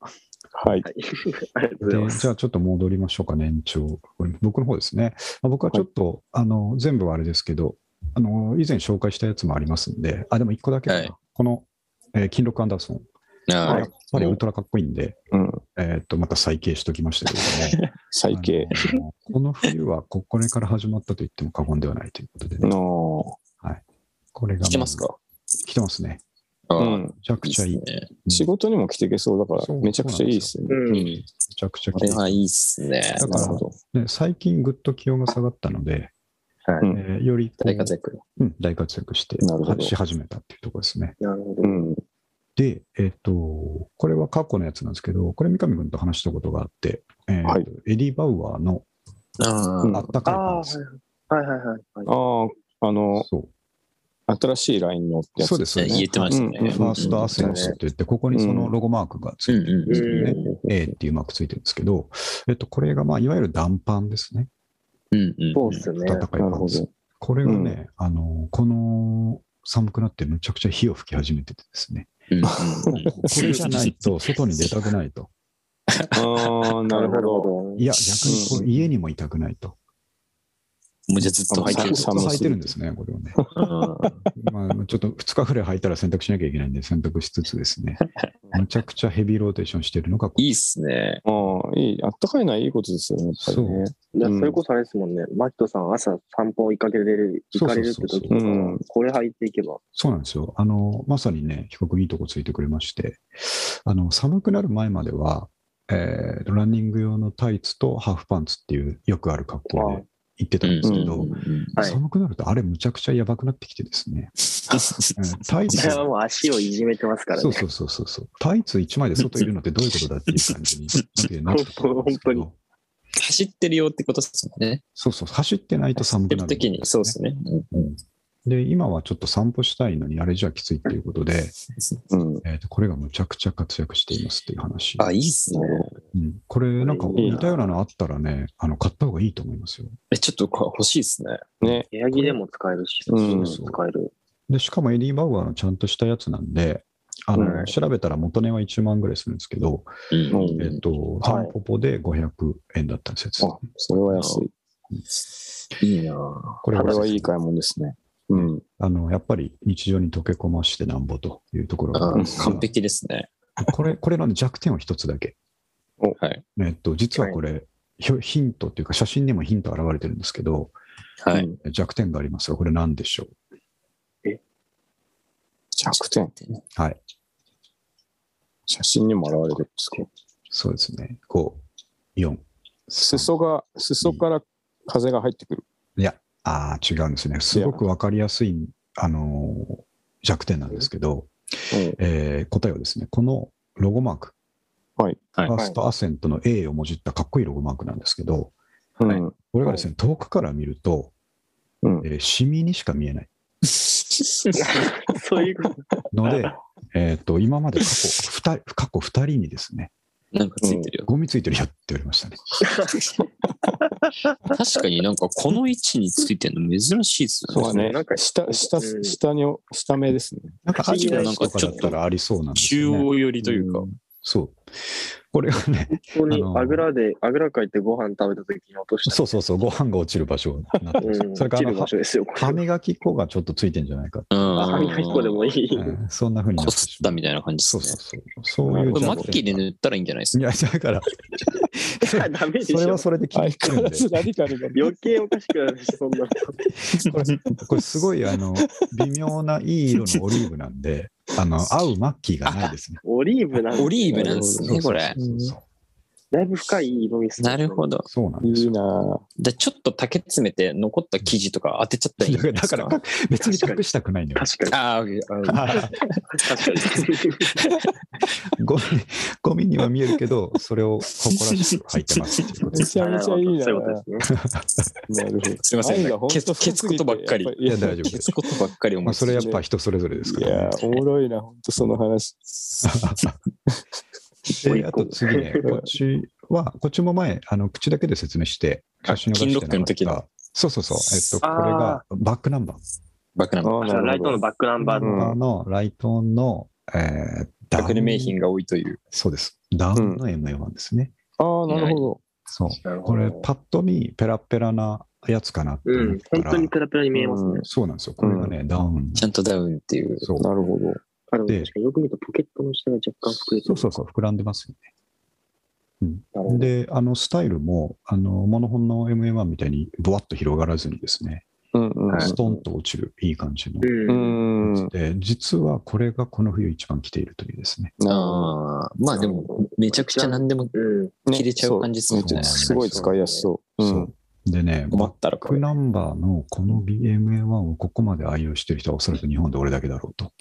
Speaker 3: はい。
Speaker 4: ありがとうございま
Speaker 1: でじゃあ、ちょっと戻りましょうか、年長。僕の方ですね。まあ僕はちょっと、あの、全部はあれですけど、あの、以前紹介したやつもありますんで、あ、でも一個だけかな、
Speaker 2: はい
Speaker 1: この、えー金六アンダーソン。
Speaker 2: あ
Speaker 1: や
Speaker 2: ー
Speaker 1: っぱりウルトラかっこいいんで、
Speaker 3: うん。
Speaker 1: えっと、また再掲しときましたけれども。
Speaker 3: 最軽。
Speaker 1: あのこの冬はこ、これから始まったと言っても過言ではないということでね。
Speaker 3: の
Speaker 1: これが。
Speaker 2: 来てますか
Speaker 1: 来てますね。
Speaker 2: あ
Speaker 3: う
Speaker 2: ー
Speaker 3: ん。
Speaker 1: めちゃく
Speaker 2: いいっ
Speaker 1: ちゃ
Speaker 2: す
Speaker 1: いい。
Speaker 2: ね
Speaker 1: め。
Speaker 3: 仕事にも着ていけそうだか
Speaker 1: そう
Speaker 3: ら、めちゃくちゃいいですね。
Speaker 4: す。うん。
Speaker 1: ちゃくちゃ
Speaker 2: こ
Speaker 1: 着て
Speaker 2: れはいいっすね。
Speaker 1: だか
Speaker 3: な
Speaker 1: ら
Speaker 3: るほど。
Speaker 1: ね、最近ぐっと気温が下がったので、
Speaker 2: はい
Speaker 1: えーよりこう
Speaker 2: 大活躍。
Speaker 1: うん大活躍して
Speaker 3: なるほど
Speaker 1: し始めたっていうところですね。
Speaker 4: なるほど
Speaker 3: う。ん。
Speaker 1: で、えっとこれは過去のやつなんですけど、これ三上君と話したことがあって、えー
Speaker 3: はい
Speaker 1: エディ・バウアーの
Speaker 2: あ
Speaker 3: うん
Speaker 1: あったかいパンツ、
Speaker 4: ああ、はいはいはいはいはい。
Speaker 3: ああ、あの、
Speaker 1: そ
Speaker 3: 新しいラインのって
Speaker 1: う
Speaker 3: やつ。
Speaker 1: そうです
Speaker 2: あ、
Speaker 1: よ
Speaker 2: 言っ
Speaker 1: ね。
Speaker 2: てましたね。
Speaker 3: うん
Speaker 1: ファーストアセンスって言って、ここにそのロゴマークがついてるんですよね。
Speaker 4: うん
Speaker 1: A っていうマークついてるんですけど、えっと、これが、まあ、いわゆる暖パンですね。
Speaker 2: うんうん。
Speaker 4: そうっすね。
Speaker 1: 暖かい
Speaker 3: なる
Speaker 1: パン
Speaker 3: ほ
Speaker 1: ツ
Speaker 3: ど。。
Speaker 1: これがね、あの、この寒くなってむちゃくちゃ火を吹き始めててですね。
Speaker 2: うんうんうん
Speaker 1: これじゃないと、外に出たくないと。
Speaker 3: ああ、な るほど。
Speaker 4: ど
Speaker 1: いや、逆にこう家にもいたくないと。
Speaker 2: もうじゃあずっと履いてる
Speaker 1: ずっと履いてるんですね、これをね。まあ、ちょっと2日ぐらい履いたら洗濯しなきゃいけないんで、洗濯しつつですね。むちゃくちゃヘビーローテーションしてるのが、
Speaker 2: いいっすね。
Speaker 3: ああ、いい。あったかいのはいいことですよね、やっぱりね。
Speaker 4: いやそれこそあれですもんね、マキトさん、朝散歩行かれる、行かれるって時
Speaker 3: そうそ
Speaker 4: とか
Speaker 3: うそうそううん、
Speaker 4: これ履いていけば、
Speaker 1: そうなんですよ。あの、まさにね、被告いいとこついてくれまして、あの、寒くなる前までは、えーランニング用のタイツとハーフパンツっていうよくある格好で行ってたんですけど、
Speaker 2: うんうん
Speaker 4: はい
Speaker 1: 寒くなるとあれむちゃくちゃやばくなってきてですね、 うんタイツ
Speaker 4: それはもう足をいじめてますから
Speaker 1: そう
Speaker 4: ね。
Speaker 1: そうそうそうそうタイツ1枚で外いるのってどういうことだっていう感じになってたと思うんですけど
Speaker 2: 走ってるよってことですもんね。
Speaker 1: そうそう走ってないと寒く
Speaker 2: 走
Speaker 1: な
Speaker 2: っ
Speaker 1: る
Speaker 2: てる時に、そうですね。うんうん
Speaker 1: で、今はちょっと散歩したいのに、あれじゃきついっていうことで、
Speaker 3: うん。
Speaker 1: えーとこれがむちゃくちゃ活躍していますっていう話。
Speaker 2: あ、いいっすね。
Speaker 1: うん、これ、なんか
Speaker 4: いいな
Speaker 1: 似たようなのあったらね、あの買った方がいいと思いますよ。
Speaker 2: え、ちょっとこれ欲しいっすね。
Speaker 3: ね。
Speaker 4: 部屋着でも使えるし、
Speaker 3: うん
Speaker 4: そっちでも使える。
Speaker 1: で、しかもエディ・バウアーのちゃんとしたやつなんで、あの
Speaker 3: うん
Speaker 1: 調べたら元値は1万ぐらいするんですけど、
Speaker 3: うん
Speaker 1: えっと、タ
Speaker 3: はい
Speaker 1: ンポポで500円だったんですよ。
Speaker 3: あ、それは安い。
Speaker 2: いいなぁ
Speaker 1: こ
Speaker 3: こ
Speaker 1: れ
Speaker 3: れ
Speaker 1: は
Speaker 3: はいい買い物ですね。うん。
Speaker 1: あのやっぱり日常に溶け込ましてなんぼというところがあ
Speaker 2: あ
Speaker 1: るん
Speaker 2: ー
Speaker 1: ですが
Speaker 2: 完璧ですね。
Speaker 1: これ、これのね弱点を一つだけ。
Speaker 2: はい。
Speaker 1: えっと、実はこれ、ひょヒントっていうか、写真にもヒント現れてるんですけど、
Speaker 2: は
Speaker 3: う
Speaker 2: い。
Speaker 3: ん
Speaker 1: 弱点がありますが、これ何でしょう
Speaker 3: 弱点。
Speaker 1: はい。
Speaker 3: 写真にも現れてるんですけど。
Speaker 1: そうですね。5、4、3
Speaker 3: 裾が、裾から風が入ってくる。
Speaker 1: いや、ああ、違うんですね。すごくわかりやすい、あのー弱点なんですけど、
Speaker 3: うん。
Speaker 1: えー答えはですね、このロゴマーク、
Speaker 3: はい。
Speaker 2: はい
Speaker 1: ファーストアセントの A をもじったかっこいいロゴマークなんですけど、
Speaker 3: う
Speaker 2: はい
Speaker 3: ん。
Speaker 1: これがですね、遠くから見ると、
Speaker 3: うん
Speaker 1: えーシミにしか見えない
Speaker 4: そういうこと。
Speaker 1: ので、えっと、今まで過去2人、 過去二人にですね、
Speaker 2: なんかついてるよ。
Speaker 1: ゴミついてるよって言われましたね。
Speaker 2: 確かになんかこの位置についてるの珍しいっす
Speaker 3: そう
Speaker 2: よ
Speaker 3: だ
Speaker 2: ね。
Speaker 3: ね
Speaker 4: なんか。
Speaker 3: 下、下、
Speaker 4: うん
Speaker 3: 下に、下目ですね。
Speaker 1: なんかアジア
Speaker 2: なん
Speaker 1: と
Speaker 2: か
Speaker 1: か
Speaker 2: ち
Speaker 1: だ
Speaker 2: ょ
Speaker 1: っ
Speaker 2: っと
Speaker 1: たらありそうなんです
Speaker 2: 中
Speaker 1: よね。
Speaker 2: 央寄りというか。
Speaker 1: んそう。これがね、
Speaker 4: ここに
Speaker 1: あのー
Speaker 4: あぐらで、あぐらかいてご飯食べた時に落とした。
Speaker 1: そうそうそう、ご飯が落ちる場所になってます。
Speaker 4: うん、
Speaker 1: それから
Speaker 4: 切
Speaker 1: あ
Speaker 4: る
Speaker 1: の
Speaker 4: 場所ですよ、これ
Speaker 1: 歯。磨き粉がちょっとついてんじゃないか、
Speaker 2: うん。
Speaker 4: あ歯磨き粉でもいい。
Speaker 1: うんそんなふうにな
Speaker 2: こ
Speaker 1: って
Speaker 2: すっ
Speaker 1: しま
Speaker 2: た
Speaker 1: う。
Speaker 2: みたいな感じ
Speaker 1: そ
Speaker 2: で
Speaker 1: う
Speaker 2: す
Speaker 1: そ
Speaker 2: ね
Speaker 1: う。そう。そういう
Speaker 2: これマ
Speaker 1: 弱点
Speaker 2: ッキーで塗ったらいいんじゃないです
Speaker 1: い
Speaker 2: か。
Speaker 1: や、だから、
Speaker 4: ダメでし
Speaker 1: それ
Speaker 4: ょ
Speaker 1: は。それで気に入って
Speaker 3: 相変
Speaker 1: るん
Speaker 3: わら
Speaker 1: で
Speaker 3: ずラディカルが。
Speaker 4: 余計おかしくなるし、そんなの。
Speaker 1: これすごい、あの、微妙ないい色のオリーブなんで、あの、合うマッキーがないですね。
Speaker 4: オリーブなんだ
Speaker 2: オリーブなんです
Speaker 1: そう
Speaker 2: ね、
Speaker 1: そ
Speaker 2: こ
Speaker 1: う
Speaker 2: れ。
Speaker 1: そうそう
Speaker 4: だいぶ深い色味す
Speaker 2: なるほど。
Speaker 1: そうなんです
Speaker 3: いい
Speaker 1: よ。
Speaker 3: なぁ
Speaker 2: で、ちょっと竹詰めて残った生地とか当てちゃったらいいんじゃな いで
Speaker 1: だ
Speaker 2: す
Speaker 1: か
Speaker 2: か。
Speaker 1: ら、だから別に隠したくないんだよ。
Speaker 4: 確かに。
Speaker 2: あーあ
Speaker 4: 確 かに。
Speaker 1: ゴミ、ゴミには見えるけど、それを誇らしく入ってますっていうことで
Speaker 3: めちゃめちゃいいなぁ
Speaker 4: そういうことです
Speaker 3: な
Speaker 4: ね。
Speaker 3: るほど。
Speaker 2: すいません
Speaker 3: 愛が本当
Speaker 2: ケツケツことばっかり
Speaker 3: やぱ
Speaker 1: いや、大丈夫
Speaker 2: ー、
Speaker 1: で
Speaker 2: 消
Speaker 1: す
Speaker 2: す。ことばっかり思
Speaker 1: まあ、
Speaker 2: いつ
Speaker 1: そ
Speaker 2: つ
Speaker 1: れはやっぱ人それぞれですか
Speaker 3: い
Speaker 1: らね
Speaker 3: や。ー、おもろいな、本当その 話。
Speaker 4: もう一
Speaker 1: で、
Speaker 4: 個
Speaker 1: あと次ね、こっちは、こっちも前、あの口だけで説明して、写真を出してなかった
Speaker 2: 金ロックの時だ
Speaker 1: そうそうそう、えっと、
Speaker 4: あー
Speaker 1: これがバックナンバー。
Speaker 2: バックナンバー。
Speaker 3: あ
Speaker 4: あライトのバックナンバー
Speaker 3: うん
Speaker 4: の。
Speaker 1: のライトオンの、えー、ダウ
Speaker 2: 隠れ名
Speaker 1: ン、
Speaker 2: 品が多いという。
Speaker 1: そうです。ダウンの MA1 ですね。
Speaker 3: ああ、なるほ
Speaker 1: そう。
Speaker 4: なるほ
Speaker 1: こ
Speaker 4: ど
Speaker 1: れ、パッと見、ペラペラなやつかなって
Speaker 4: う
Speaker 1: 思っ
Speaker 4: ん、
Speaker 1: た
Speaker 4: 本
Speaker 1: ら、
Speaker 4: 当にペラペラに見えます
Speaker 3: う
Speaker 4: ね
Speaker 3: ん。
Speaker 1: そうなんですよ。これがね、ダウン。
Speaker 2: ちゃんとダウンっていう。
Speaker 1: そう
Speaker 3: ど。なるほど。
Speaker 4: あでも
Speaker 1: で
Speaker 4: 確かによく見るとポケットの下が若干膨れて
Speaker 1: そ
Speaker 4: る
Speaker 1: う。そうそう、膨らんでますよね。
Speaker 4: なるほど
Speaker 1: で、あの、スタイルも、あの、モノホンの MA1 みたいに、ぼわっと広がらずにですね、
Speaker 3: うんうん。
Speaker 1: ストンと落ちる、いい感じの。
Speaker 4: う。
Speaker 3: うんん。なる
Speaker 1: で、実はこれがこの冬一番来ているというですね。
Speaker 3: ほ
Speaker 2: ああ、まあでも、めちゃくちゃ何でも
Speaker 4: うん。
Speaker 3: ど。
Speaker 2: 切れちゃう感じする
Speaker 1: ねそう
Speaker 3: すごい使いやすそう。う
Speaker 1: そ
Speaker 3: ん
Speaker 1: う。でね、
Speaker 2: 困
Speaker 1: バ
Speaker 2: ったら
Speaker 1: ッ
Speaker 2: こ
Speaker 1: ク
Speaker 2: れ。
Speaker 1: ナンバーのこの BMA1 をここまで愛用している人はおそらく日本で俺だけだろうと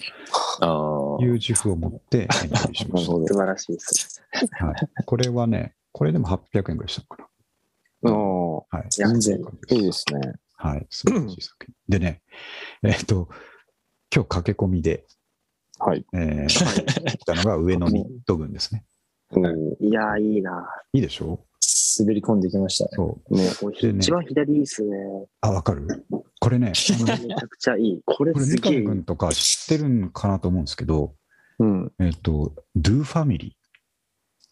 Speaker 2: ああ
Speaker 1: い。う自負を持ってエントリーしま
Speaker 3: なる
Speaker 1: し
Speaker 3: ほ
Speaker 4: 素晴らしいです。
Speaker 1: た。はい、これはね、これでも800円ぐらいしたのか
Speaker 3: ど。
Speaker 1: な。はい、
Speaker 2: 全然
Speaker 3: ああ、いいですね。
Speaker 1: はい、素晴らしい作品。でね、えっと、今日駆け込みで、
Speaker 3: はい。
Speaker 1: えー、来たのが上のニット群ですね。
Speaker 3: うん
Speaker 4: いやー、いいない
Speaker 1: いでしょ
Speaker 2: 滑り込んできましたね。
Speaker 1: そう。
Speaker 3: ね。
Speaker 4: もう
Speaker 1: でね
Speaker 4: 一番左いいですね。
Speaker 1: あ、わかるこれね、あの
Speaker 4: めちゃくちゃいい。これ
Speaker 1: これ
Speaker 4: す
Speaker 1: 三
Speaker 4: げえい
Speaker 1: 上
Speaker 4: い。
Speaker 1: 君とか知ってるんかなと思うんですけど、
Speaker 3: うん。
Speaker 1: えっ、と、Do Family。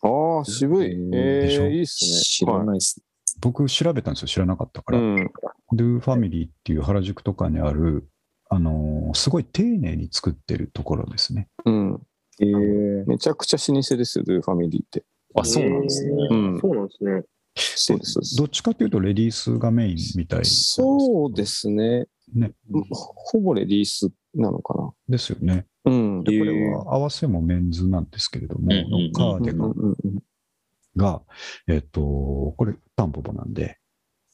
Speaker 3: ああ、渋い。え
Speaker 1: でしょ
Speaker 3: え、いいっすね。
Speaker 2: 知ら
Speaker 3: はい。
Speaker 2: ないっす。
Speaker 1: 僕調べたんですよ、知らなかったから。
Speaker 3: うん。
Speaker 1: Do Family っていう原宿とかにある、あのーすごい丁寧に作ってるところですね。
Speaker 3: うん。
Speaker 2: ええ。
Speaker 3: めちゃくちゃ老舗ですよ、ドゥファミリーって。
Speaker 2: あ、そうなんですね
Speaker 4: へ。
Speaker 3: う
Speaker 4: ー
Speaker 3: ん
Speaker 4: そうなんですね。
Speaker 3: そうです。そうです
Speaker 1: どっちかというと、レディースがメインみたいなんですけど
Speaker 3: そうですね。
Speaker 1: ね。
Speaker 3: ほほぼレディースなのか
Speaker 1: ですよね。
Speaker 3: な。うん。
Speaker 1: で、これは合わせもメンズなんですけれども、
Speaker 2: うんうんうん
Speaker 1: カーデ
Speaker 3: う
Speaker 1: ィ
Speaker 3: ん
Speaker 1: ガン
Speaker 3: うんうんうん
Speaker 1: が、えっ、と、これ、タンポポなんで、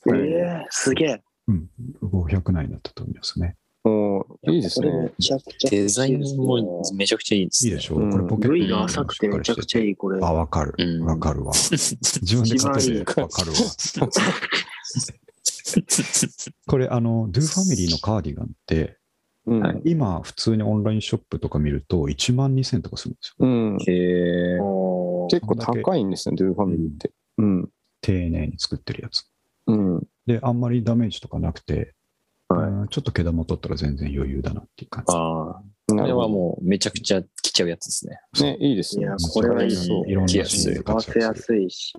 Speaker 4: ええ、すげえ。
Speaker 1: うん、500内だったと思いますね。
Speaker 3: もういいです
Speaker 4: これめ
Speaker 3: ね。
Speaker 4: ちゃくちゃ
Speaker 2: デザインもめちゃくちゃいいです
Speaker 1: いい
Speaker 2: ね。
Speaker 1: でしょ
Speaker 3: う
Speaker 1: うんこれ、ポケット
Speaker 4: 部
Speaker 1: に
Speaker 4: 位が浅くてめちゃくちゃいい、これ。
Speaker 1: あ、わかる
Speaker 2: う。ん
Speaker 1: わかるわ。自分で買っててわかるわ。これ、あの、ドゥファミリーのカーディガンって、
Speaker 3: うん
Speaker 2: はい
Speaker 1: 今、普通にオンラインショップとか見ると、1万2000とかするんですよ。
Speaker 3: うん、
Speaker 2: へえ。
Speaker 4: おー
Speaker 3: 結構高いんですね、ドゥーファミリーって。うん。
Speaker 1: 丁寧に作ってるやつ。
Speaker 3: うん。
Speaker 1: で、あんまりダメージとかなくて、
Speaker 3: はい
Speaker 1: うんちょっと毛玉取ったら全然余裕だなっていう感じ。
Speaker 2: ああ。
Speaker 3: な
Speaker 2: これ
Speaker 3: るほ
Speaker 2: はもうめちゃくちゃ来ちゃうやつですね。
Speaker 3: どね、いいですね
Speaker 4: いや。
Speaker 3: これはいい
Speaker 4: こ
Speaker 3: そう。
Speaker 1: いろんな
Speaker 2: 来や
Speaker 1: シ
Speaker 2: す
Speaker 1: ーン
Speaker 2: い
Speaker 1: で
Speaker 4: 合わ
Speaker 1: 活
Speaker 4: せや
Speaker 1: 躍する。
Speaker 4: すいし、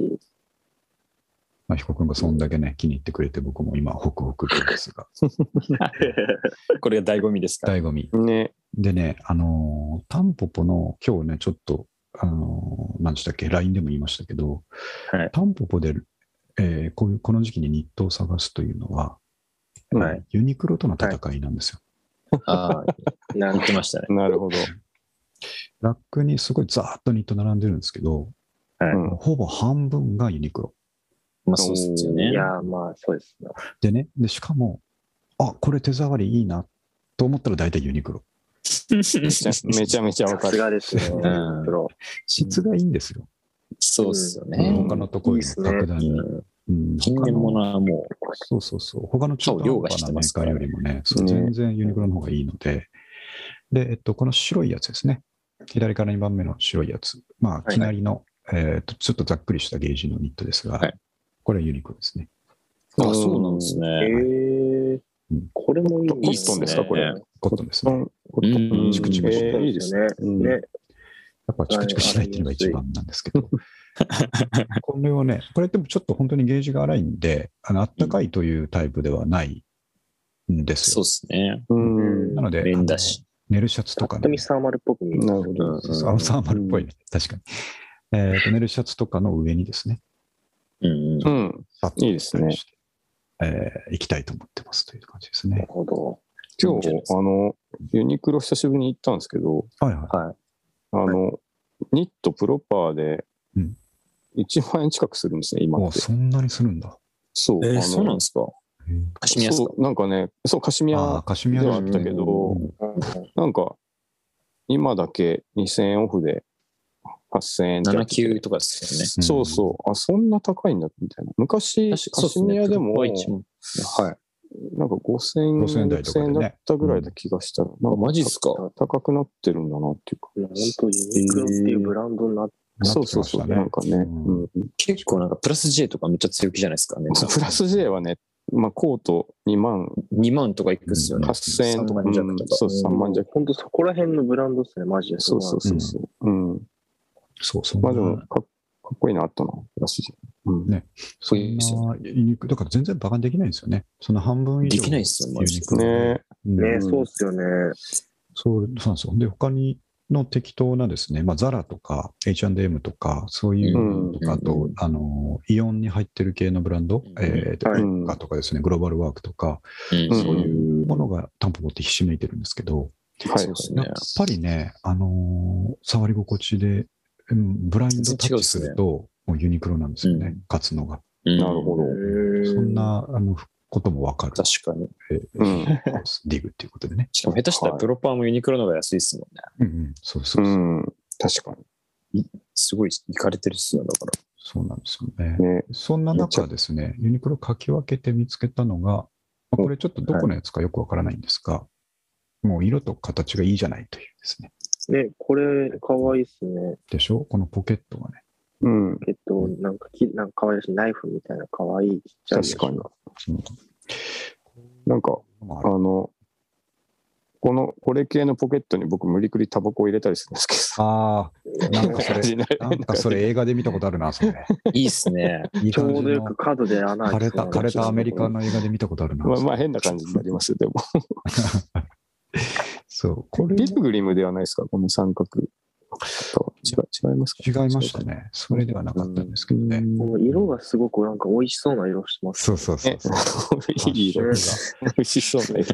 Speaker 1: まあ、彦君がそんだけね、気に入ってくれて、僕も今、ホクホクなんですが、
Speaker 2: これが醍醐味ですから。
Speaker 1: 醍醐味。
Speaker 3: ね、
Speaker 1: でね、あのータンポポの、今日ね、ちょっと、あのー何でしたっけ、LINE でも言いましたけど、
Speaker 2: はい
Speaker 1: タンポポで、えーこういう、この時期にニットを探すというのは、
Speaker 2: はい
Speaker 1: ユニクロとの戦いなんですよ。
Speaker 2: ああ、
Speaker 4: なん
Speaker 2: 言っ
Speaker 4: か
Speaker 2: てましたね。
Speaker 3: なるほど。
Speaker 1: ラックにすごいザーッとニット並んでるんですけど、
Speaker 2: はい
Speaker 3: うん
Speaker 1: ほぼ半分がユニクロ。
Speaker 2: まあそうですよね。
Speaker 4: いや、まあそうですね。
Speaker 1: でね、でしかも、あこれ手触りいいなと思ったら大体ユニクロ。
Speaker 3: めちゃめちゃめちゃわ
Speaker 4: さ
Speaker 3: か
Speaker 4: す
Speaker 3: る。
Speaker 4: がですね。
Speaker 2: うん
Speaker 4: プロ。
Speaker 1: 質がいいんですよ。
Speaker 2: そうっすよ
Speaker 3: う
Speaker 2: ね
Speaker 3: ん。
Speaker 1: 他のところよりも格段
Speaker 2: う
Speaker 1: に。
Speaker 2: ん
Speaker 1: うん
Speaker 2: 近年ものはもう、
Speaker 1: そうそうそう。他の中途
Speaker 2: そう凌駕
Speaker 1: 半端
Speaker 2: し
Speaker 1: な
Speaker 2: て
Speaker 1: メ
Speaker 2: ま
Speaker 1: ー
Speaker 2: す
Speaker 1: カ
Speaker 2: か
Speaker 1: ー
Speaker 2: ら
Speaker 1: よりもね、そう
Speaker 3: ね
Speaker 1: 全然ユニクロの方がいいので、で、えっと、この白いやつですね。左から2番目の白いやつ。まあ、
Speaker 4: はい
Speaker 1: きなりの、えっと、ちょっとざっくりしたゲージのニットですが、
Speaker 2: はい
Speaker 1: これはユニクロですね。
Speaker 2: あそうなんです
Speaker 4: へ
Speaker 2: ね。
Speaker 4: え
Speaker 1: うん。
Speaker 4: これもいい
Speaker 3: コットンですか、これ。
Speaker 1: コットンです
Speaker 3: う
Speaker 1: ね。
Speaker 3: ん
Speaker 2: うん
Speaker 1: チクチクして
Speaker 3: えーい
Speaker 4: い
Speaker 3: い
Speaker 4: い
Speaker 3: で
Speaker 4: ですす
Speaker 3: ね。
Speaker 4: ね。
Speaker 3: うん
Speaker 4: ね。
Speaker 1: やっぱチクチクしないっていうのが一番なんですけど、これをね、これでもちょっと本当にゲージが荒いんで、あのったかいというタイプではないんです
Speaker 2: そう
Speaker 1: よ。
Speaker 2: っすね。
Speaker 3: うん。
Speaker 4: ん
Speaker 1: なので、あ
Speaker 2: 連
Speaker 1: の
Speaker 2: 打し。
Speaker 1: 寝るシャツと
Speaker 4: ぱ
Speaker 1: か
Speaker 4: っ
Speaker 1: ね
Speaker 4: と、見サーマルっぽく見える
Speaker 3: なるほど。
Speaker 1: そうそう青サーマルっぽいね、確かに。えーと寝るシャツとかの上にですね、
Speaker 2: うん
Speaker 3: う。ん。
Speaker 1: さっと
Speaker 3: いいですね
Speaker 1: して、えー行きたいと思ってますという感じです
Speaker 4: なる
Speaker 1: ね。
Speaker 4: ほど。
Speaker 3: 今日、あの、ユニクロ久しぶりに行ったんですけど、
Speaker 1: はいはい。
Speaker 3: あの、ニットプロパーで
Speaker 1: うん
Speaker 3: 1万円近くするんですね、今
Speaker 1: お
Speaker 3: って。
Speaker 1: そんなにするんだ。
Speaker 3: そう。あ
Speaker 2: えー、
Speaker 3: の
Speaker 2: そうなんですか
Speaker 1: へー
Speaker 2: カシミヤっすか
Speaker 3: そうなんかね、そう、カシミ
Speaker 1: ああ、
Speaker 3: ヤ
Speaker 1: カシミ
Speaker 3: で
Speaker 1: ヤ
Speaker 3: はあ
Speaker 1: だ
Speaker 3: ったけど、
Speaker 4: うん
Speaker 3: なんか、今だけ2000円オフで8000円弱
Speaker 2: ?79 とかですよね。
Speaker 3: そうそう。あ、そんな高いんだ、みたいな。昔、カシミヤでも、
Speaker 2: は
Speaker 3: はいい。。なんか5000円、
Speaker 1: 5000円台とか
Speaker 3: 6000
Speaker 1: でね
Speaker 3: 円だったぐらいだ気がしたら、なんか
Speaker 2: マジっすか
Speaker 3: 高くなってるんだなっていうか。
Speaker 4: 本当ユニクロっていうブランドになって、
Speaker 3: そうそうそう。なんかね、
Speaker 1: うん
Speaker 3: うん
Speaker 2: 結構なんかプラス J とかめっちゃ強気じゃないですかね。
Speaker 3: プラス J はね、まあ、コート2万
Speaker 2: 2万とかいくっすよね。
Speaker 3: 8000円とか、
Speaker 2: 3万弱
Speaker 3: うん
Speaker 2: とか
Speaker 3: そう、3万弱。
Speaker 4: 本当そこら辺のブランドですね、マジで。
Speaker 3: そうそうそうそう。うん。
Speaker 1: そう、そん
Speaker 3: ま
Speaker 1: な
Speaker 3: あでも、かっかっこいいなあったな、プラス J。うん。
Speaker 1: そんなユニクロだから全然バカにできないんですよね。その半分以上。
Speaker 2: できないっすよマ
Speaker 1: ユ
Speaker 2: ジで
Speaker 1: ニクロで
Speaker 3: ね
Speaker 1: うん
Speaker 4: ね、そうっすよね。
Speaker 1: そうそうなんですよ。で、他にの適当なですね、まあ、ザラとか H&M とか、そういうのとか、
Speaker 2: う
Speaker 1: あ
Speaker 2: ん
Speaker 1: と、あの、イオンに入ってる系のブランド、
Speaker 2: うん
Speaker 1: えーと
Speaker 4: はい
Speaker 1: ウッカとかですね、グローバルワークとか、
Speaker 2: うん
Speaker 3: うん
Speaker 1: そういうものが担保持ってひしめいてるんですけど、
Speaker 3: はい
Speaker 2: そうっ。す
Speaker 1: や
Speaker 2: ね
Speaker 1: っ。ぱりね、あのー触り心地で、うんブラインドタッチすると、もうユニクロなんですよね、
Speaker 2: うん
Speaker 1: 勝つのが。
Speaker 3: なるほど。
Speaker 1: そん。なあのこともわかる。
Speaker 2: 確かに。
Speaker 3: うん。
Speaker 1: ディグっていうことでね。
Speaker 2: しかも下手したらプロパーもユニクロの方が安いっすもんね。
Speaker 1: うんうん、そうそううそう。
Speaker 3: ん。確か
Speaker 2: すごい行かれてるっすよ、だから。
Speaker 1: そうなんですよね。
Speaker 3: に。ね。
Speaker 1: そんな中ですね、ユニクロ書き分けて見つけたのが、まあこれちょっとどこのやつかよくわからないんですが、もう色と形がいいじゃないというですね。
Speaker 4: ね、これ、かわいいっすね。
Speaker 1: でしょこのポケットがね。
Speaker 3: うん。
Speaker 4: えっと、なんかき、なんかかわいらしいナイフみたいな、かわいいちっちゃい。
Speaker 3: 確かに。。
Speaker 1: うん
Speaker 3: なんか、
Speaker 1: まああ
Speaker 3: あ
Speaker 1: れ
Speaker 3: の、この、これ系のポケットに僕無理くりタバコを入れたりするんですけ
Speaker 1: あー、なん
Speaker 3: ど。
Speaker 1: かそれ、
Speaker 3: 味ない
Speaker 1: なんかそれ映画で見たことあるな、それ。
Speaker 2: いいっすね。
Speaker 1: いい
Speaker 4: ちょ
Speaker 1: 感じ
Speaker 4: うどよ
Speaker 1: の
Speaker 4: く角で穴
Speaker 1: 枯
Speaker 4: 開
Speaker 1: れ
Speaker 4: いて
Speaker 1: た、
Speaker 4: た
Speaker 1: 枯れたアメリカの映画で見たことあるな。
Speaker 3: まあまあ変な感じになりますよ、でも。
Speaker 1: そう、これ
Speaker 3: ビルグリムではないですか、この三角。違う違いますか
Speaker 1: 違いました。ね。それではなかったんですけど
Speaker 3: う
Speaker 1: ね。
Speaker 3: ん
Speaker 4: この色がすごくなんか美味しそうな色してます。
Speaker 1: そうそうそう
Speaker 3: え
Speaker 1: そう。
Speaker 3: いい色
Speaker 1: や
Speaker 3: 美
Speaker 1: っ
Speaker 3: 味しそうね。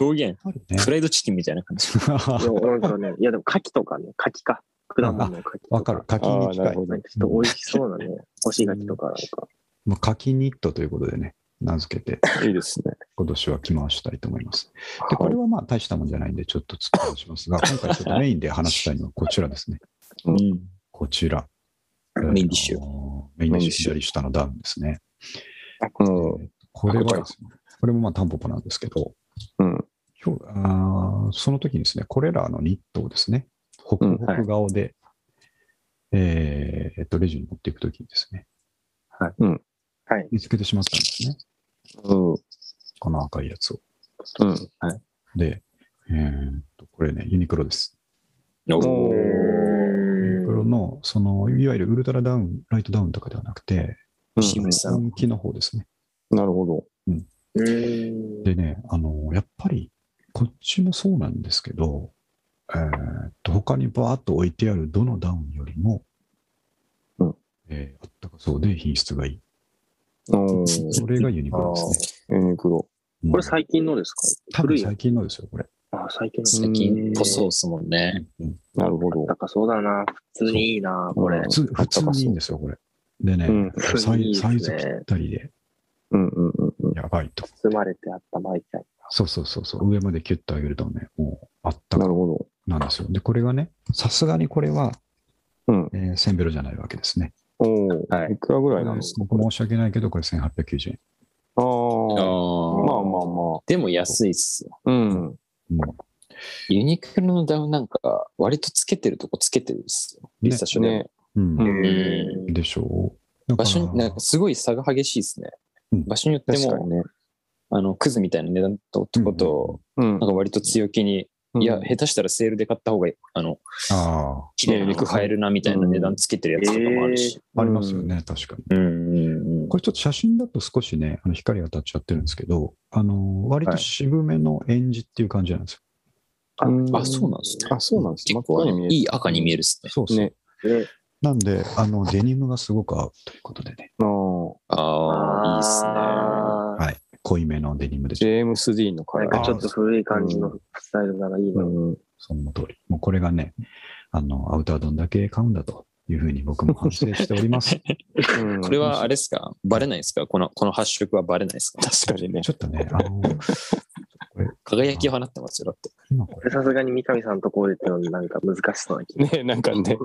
Speaker 2: 表現。
Speaker 1: ぱり
Speaker 2: フライドチキンみたいな感じ。
Speaker 1: ね。
Speaker 4: いやなんかね、いやでも牡蠣とかね、牡蠣か。果物の牡蠣とか。
Speaker 1: わかる。課金に
Speaker 3: ああ、な
Speaker 1: 近
Speaker 3: る
Speaker 1: い。
Speaker 3: ほど
Speaker 4: なん。かちょっと美味しそうなね、干し柿とかなんか。
Speaker 1: まあ、課金ニットということでね、名付けて、
Speaker 3: いいですね。
Speaker 1: 今年は着回したいと思います。で、こ
Speaker 3: は
Speaker 1: れ
Speaker 3: い
Speaker 1: はまあ大したもんじゃないんで、ちょっと突っ込みし ますが、今回ちょっとメインで話したいのはこちらですね。
Speaker 3: うん
Speaker 1: こちら。
Speaker 2: メインディッシュ
Speaker 1: あのー。メインディッシュ左下のダウンですね。
Speaker 3: うん
Speaker 1: これ
Speaker 3: こちら
Speaker 1: は、これもまあタンポポなんですけど、
Speaker 3: うん。
Speaker 1: 今日あーその時にですね、これらのニットをですね、ホクホク顔で、えーっと、レジに持っていく時にですね、
Speaker 3: はいうん
Speaker 4: はい
Speaker 1: 見つけてしまったんですね。
Speaker 3: うん。
Speaker 1: この赤いやつを。
Speaker 3: うん。はい。
Speaker 1: で、えーっと、これね、ユニクロです。
Speaker 3: お
Speaker 4: う
Speaker 3: ー
Speaker 1: ユニク
Speaker 4: ーん
Speaker 1: ロの、その、いわゆるウルトラダウン、ライトダウンとかではなくて、
Speaker 3: うん
Speaker 2: シームレスだ
Speaker 1: 本気の方ですね。
Speaker 3: なるほど。
Speaker 4: うーん
Speaker 1: でね、あの、やっぱり、こっちもそうなんですけど、えーっと、他にバーッと置いてあるどのダウンよりも、
Speaker 3: うん
Speaker 1: えーあったかそうで品質がいい。
Speaker 3: おー
Speaker 1: それがユニクロです
Speaker 3: ユニクロ。
Speaker 1: ね。
Speaker 4: これ
Speaker 1: 最
Speaker 4: 最近のですか
Speaker 1: 多
Speaker 4: 古
Speaker 1: 分
Speaker 4: いや
Speaker 1: 最近のですよ、これ。
Speaker 4: あ、最近の
Speaker 3: う
Speaker 2: 最
Speaker 3: ん
Speaker 2: 近っぽそうですもんね。
Speaker 1: うん
Speaker 3: なるほど。
Speaker 4: 高そうだな。普通にいいな、
Speaker 3: そう
Speaker 4: これ。
Speaker 3: うん
Speaker 1: 普通普通にいいんですよ、これ。でね、
Speaker 3: うん
Speaker 1: サイ
Speaker 4: 普通にいいです
Speaker 1: サ
Speaker 4: ね
Speaker 1: イズぴったりで、
Speaker 3: うんうんうんうん。
Speaker 1: やばいと。
Speaker 4: 包まれてあったまいたい。
Speaker 1: そうそうそうそう、上までキュッと上げるとね、もうあった
Speaker 3: な
Speaker 1: か
Speaker 3: るほ
Speaker 1: なんですよ。で、これがね、さすがにこれは、
Speaker 3: ど。うん。
Speaker 1: えーセンベロじゃないわけですね。
Speaker 3: おお、
Speaker 2: はい
Speaker 3: い、くらぐらいな
Speaker 1: え
Speaker 3: ん
Speaker 1: ー
Speaker 3: です
Speaker 1: すごく申し訳ないけど、これ1890円。
Speaker 3: かああ。
Speaker 2: あー
Speaker 3: まあまあま
Speaker 2: でも安いっすよ。
Speaker 3: あ。うん。
Speaker 1: も
Speaker 2: ユニクロのダウンなんか、割とつけてるとこつけてるっすよ。リサ初でも、
Speaker 3: ね。
Speaker 1: う、うん
Speaker 3: うん
Speaker 4: うん
Speaker 1: でしょう。
Speaker 2: 場所に、
Speaker 1: だ
Speaker 2: な
Speaker 1: か
Speaker 2: んかすごい差が激しいっすね。
Speaker 1: うん
Speaker 2: 場所によって
Speaker 3: 確か
Speaker 2: も、
Speaker 3: にね。
Speaker 2: あの、クズみたいな値段ととこと、
Speaker 3: うん
Speaker 2: なんか割と強気に、いや、下手したらセールで買った方がいい、あの、
Speaker 1: らあ
Speaker 2: 綺麗な服買えるなみたいな値段つけてるやつとかもあるし。
Speaker 1: あ、ありますよね、確かに。
Speaker 2: うんうんうん。
Speaker 1: これちょっと写真だと少しね、あの光が当たっちゃってるんですけど、あのー割と渋めの演じっていう感じなんですよ。
Speaker 4: あ
Speaker 3: うん
Speaker 2: あ、そうなんですね。
Speaker 3: あ、そうなんです。
Speaker 2: 結
Speaker 3: 真っ
Speaker 2: 構
Speaker 3: 赤に見える
Speaker 2: いい赤に見えるっすね。
Speaker 1: そうそう。
Speaker 3: ね。
Speaker 4: で
Speaker 1: なんで、あのデニムがすごく合うということでね、
Speaker 3: あー
Speaker 2: ああ、いいっすね。
Speaker 4: あー
Speaker 1: はい濃いめのデニムで、
Speaker 3: ジェームス・ディーンの
Speaker 4: な
Speaker 3: 回
Speaker 4: ん
Speaker 1: あ
Speaker 4: か
Speaker 1: ー
Speaker 4: ちょっと古い感じのスタイルならいいな。
Speaker 3: うん。
Speaker 1: その通り。もうこれがね、あのアウターどんだけ買うんだというふうに僕も反省しており ます。
Speaker 2: これはあれですかバレないですかこの、この発色はバレないですか
Speaker 3: 確かにね。
Speaker 1: ちょっとね、あの
Speaker 2: 輝きを放ってますよ、だって。
Speaker 1: 今こ
Speaker 4: これさすがに三上さんとこでってのなんか難しそうな気が。
Speaker 3: ね、なんかね。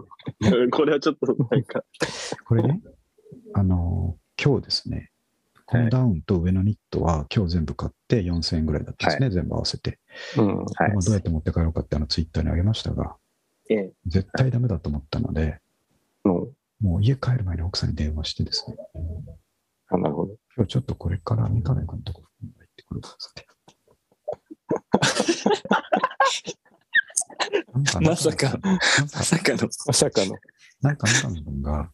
Speaker 4: これはちょっとなんか。
Speaker 1: れ、これね、あの今日ですね、このダウンと上のニットは今日全部買って4000円ぐらいだったんですね、全部合わせて。
Speaker 3: うん。
Speaker 4: はい
Speaker 1: まあどうやって持って帰ろうかってあのツイッターにあげましたが、
Speaker 4: ええ
Speaker 1: 絶対ダメだと思ったので、
Speaker 3: の
Speaker 1: もう家帰る前に奥さんに電話してですね、
Speaker 3: あなるほど。
Speaker 1: 今日ちょっとこれから三上君のところに行ってくるから
Speaker 2: まさか
Speaker 1: なんか
Speaker 2: まさかの。
Speaker 3: まさかの。
Speaker 1: なんか三上君が、うん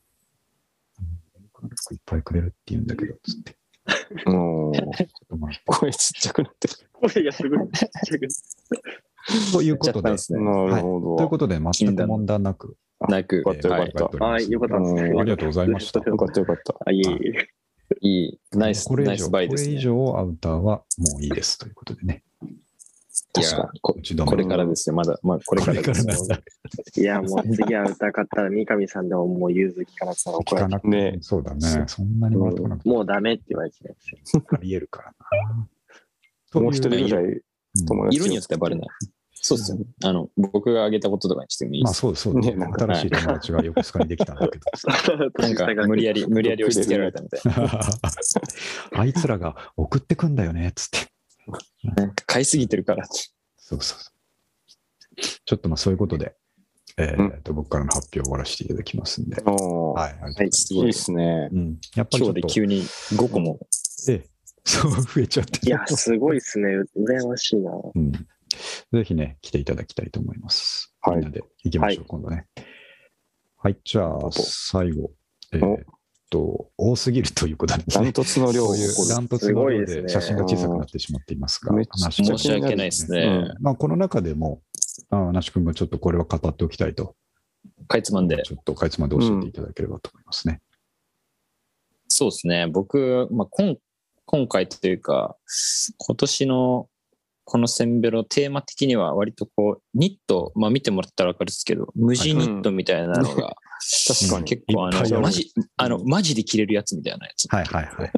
Speaker 1: いっぱいくれるって言うんだけど、つって。ち
Speaker 3: う ん。
Speaker 1: ょっとまあ
Speaker 3: 声ちっちゃくなってる。
Speaker 4: 声がすごい。
Speaker 1: ということで、
Speaker 2: やっちゃったんですね
Speaker 3: なるほど。
Speaker 1: ということで、全く問題なく、
Speaker 2: なく
Speaker 3: よか、ったよ
Speaker 1: えー
Speaker 3: かった。
Speaker 4: はい、よかったですね
Speaker 1: うん。ありがとうございました
Speaker 3: よかったよかった。
Speaker 4: あ、いい。
Speaker 2: いい、ナイス、
Speaker 1: これ
Speaker 2: ナ
Speaker 1: 以
Speaker 2: イ
Speaker 1: 上、
Speaker 2: ス
Speaker 1: こ
Speaker 2: バ
Speaker 1: れ
Speaker 2: イです
Speaker 1: 以
Speaker 2: ね。
Speaker 1: 上アウターはもういいですということでね。
Speaker 2: い
Speaker 3: 確
Speaker 2: や
Speaker 3: か
Speaker 2: こ
Speaker 1: 打ち止め
Speaker 2: これからですよ、まだ、まあ、これからですよ
Speaker 1: これから
Speaker 4: いや、もう次は歌かったら三上さんでももう融通きかなくたら
Speaker 1: 聞
Speaker 4: 怒られ
Speaker 1: か
Speaker 4: る
Speaker 1: なく
Speaker 3: ね
Speaker 1: そうだね。そんなにもらってこなくて
Speaker 4: もうダメって言われちゃ いますよ。
Speaker 1: ありえるからな。
Speaker 3: もう一人
Speaker 1: とい
Speaker 3: ぐらい友達を。
Speaker 2: 色によってはバレない。そうですよね。あの、僕があげたこととかにしてもいい
Speaker 1: ま
Speaker 2: で
Speaker 1: あ
Speaker 2: す。
Speaker 1: そうそう、ね
Speaker 3: ねなんか
Speaker 1: 新しい友達が横須賀にできたんだけど。
Speaker 2: なんか、無理やり、無理やり押し付けられたみたいな。
Speaker 1: あいつらが送ってくんだよね、つって。
Speaker 2: なんか買いすぎてるから。
Speaker 1: そうそうそう。ちょっとまあそういうことで、えーと僕からの発表を終わらせていただきますんで。
Speaker 3: おー
Speaker 1: はい。ありがとうございます
Speaker 4: はい
Speaker 2: す
Speaker 3: いい
Speaker 2: ごい
Speaker 3: で。すね。
Speaker 1: うん、やっぱりちょ
Speaker 2: 今日
Speaker 1: っ
Speaker 2: で
Speaker 1: と、
Speaker 2: 急に5個も。
Speaker 1: ええそう増えちゃって
Speaker 4: いや、すごいですね。羨ましいな。
Speaker 1: うん、ぜひね、来ていただきたいと思います。
Speaker 3: はい
Speaker 1: みんなで行きましょう、
Speaker 4: は
Speaker 1: 今度ね。はい、じゃあ、最後。え
Speaker 3: お
Speaker 1: ーっと、多すぎるということで
Speaker 3: ダ
Speaker 1: す
Speaker 3: ン
Speaker 1: ね。
Speaker 3: トツの量
Speaker 1: こ
Speaker 3: を
Speaker 1: ういう
Speaker 3: 誇
Speaker 1: 乱突
Speaker 4: す
Speaker 1: の
Speaker 4: ごい
Speaker 1: 量
Speaker 4: です
Speaker 1: で
Speaker 4: ね
Speaker 1: 写真が小さくなってしまっていますが、
Speaker 3: めっちゃ
Speaker 1: 話
Speaker 2: 申し訳ないです
Speaker 3: う
Speaker 2: ね
Speaker 3: ん。
Speaker 1: まあ、この中でも、あ那須君がちょっとこれは語っておきたいと、
Speaker 2: かいつまんで。
Speaker 1: ちょっとかいつまんで教えていただければと思いますね。
Speaker 2: そうですね。僕、まあ、今今回というか、今年のこのセンベロ、テーマ的には割とこう、ニット、まあ見てもらったらわかるんですけど、無地ニットみたいなのが、
Speaker 3: 確かに
Speaker 2: 結構あ
Speaker 1: いっぱいあ
Speaker 2: の、
Speaker 1: る
Speaker 2: マジ、あの、マジで着れるやつみたいなやつ。
Speaker 1: はいはいはい。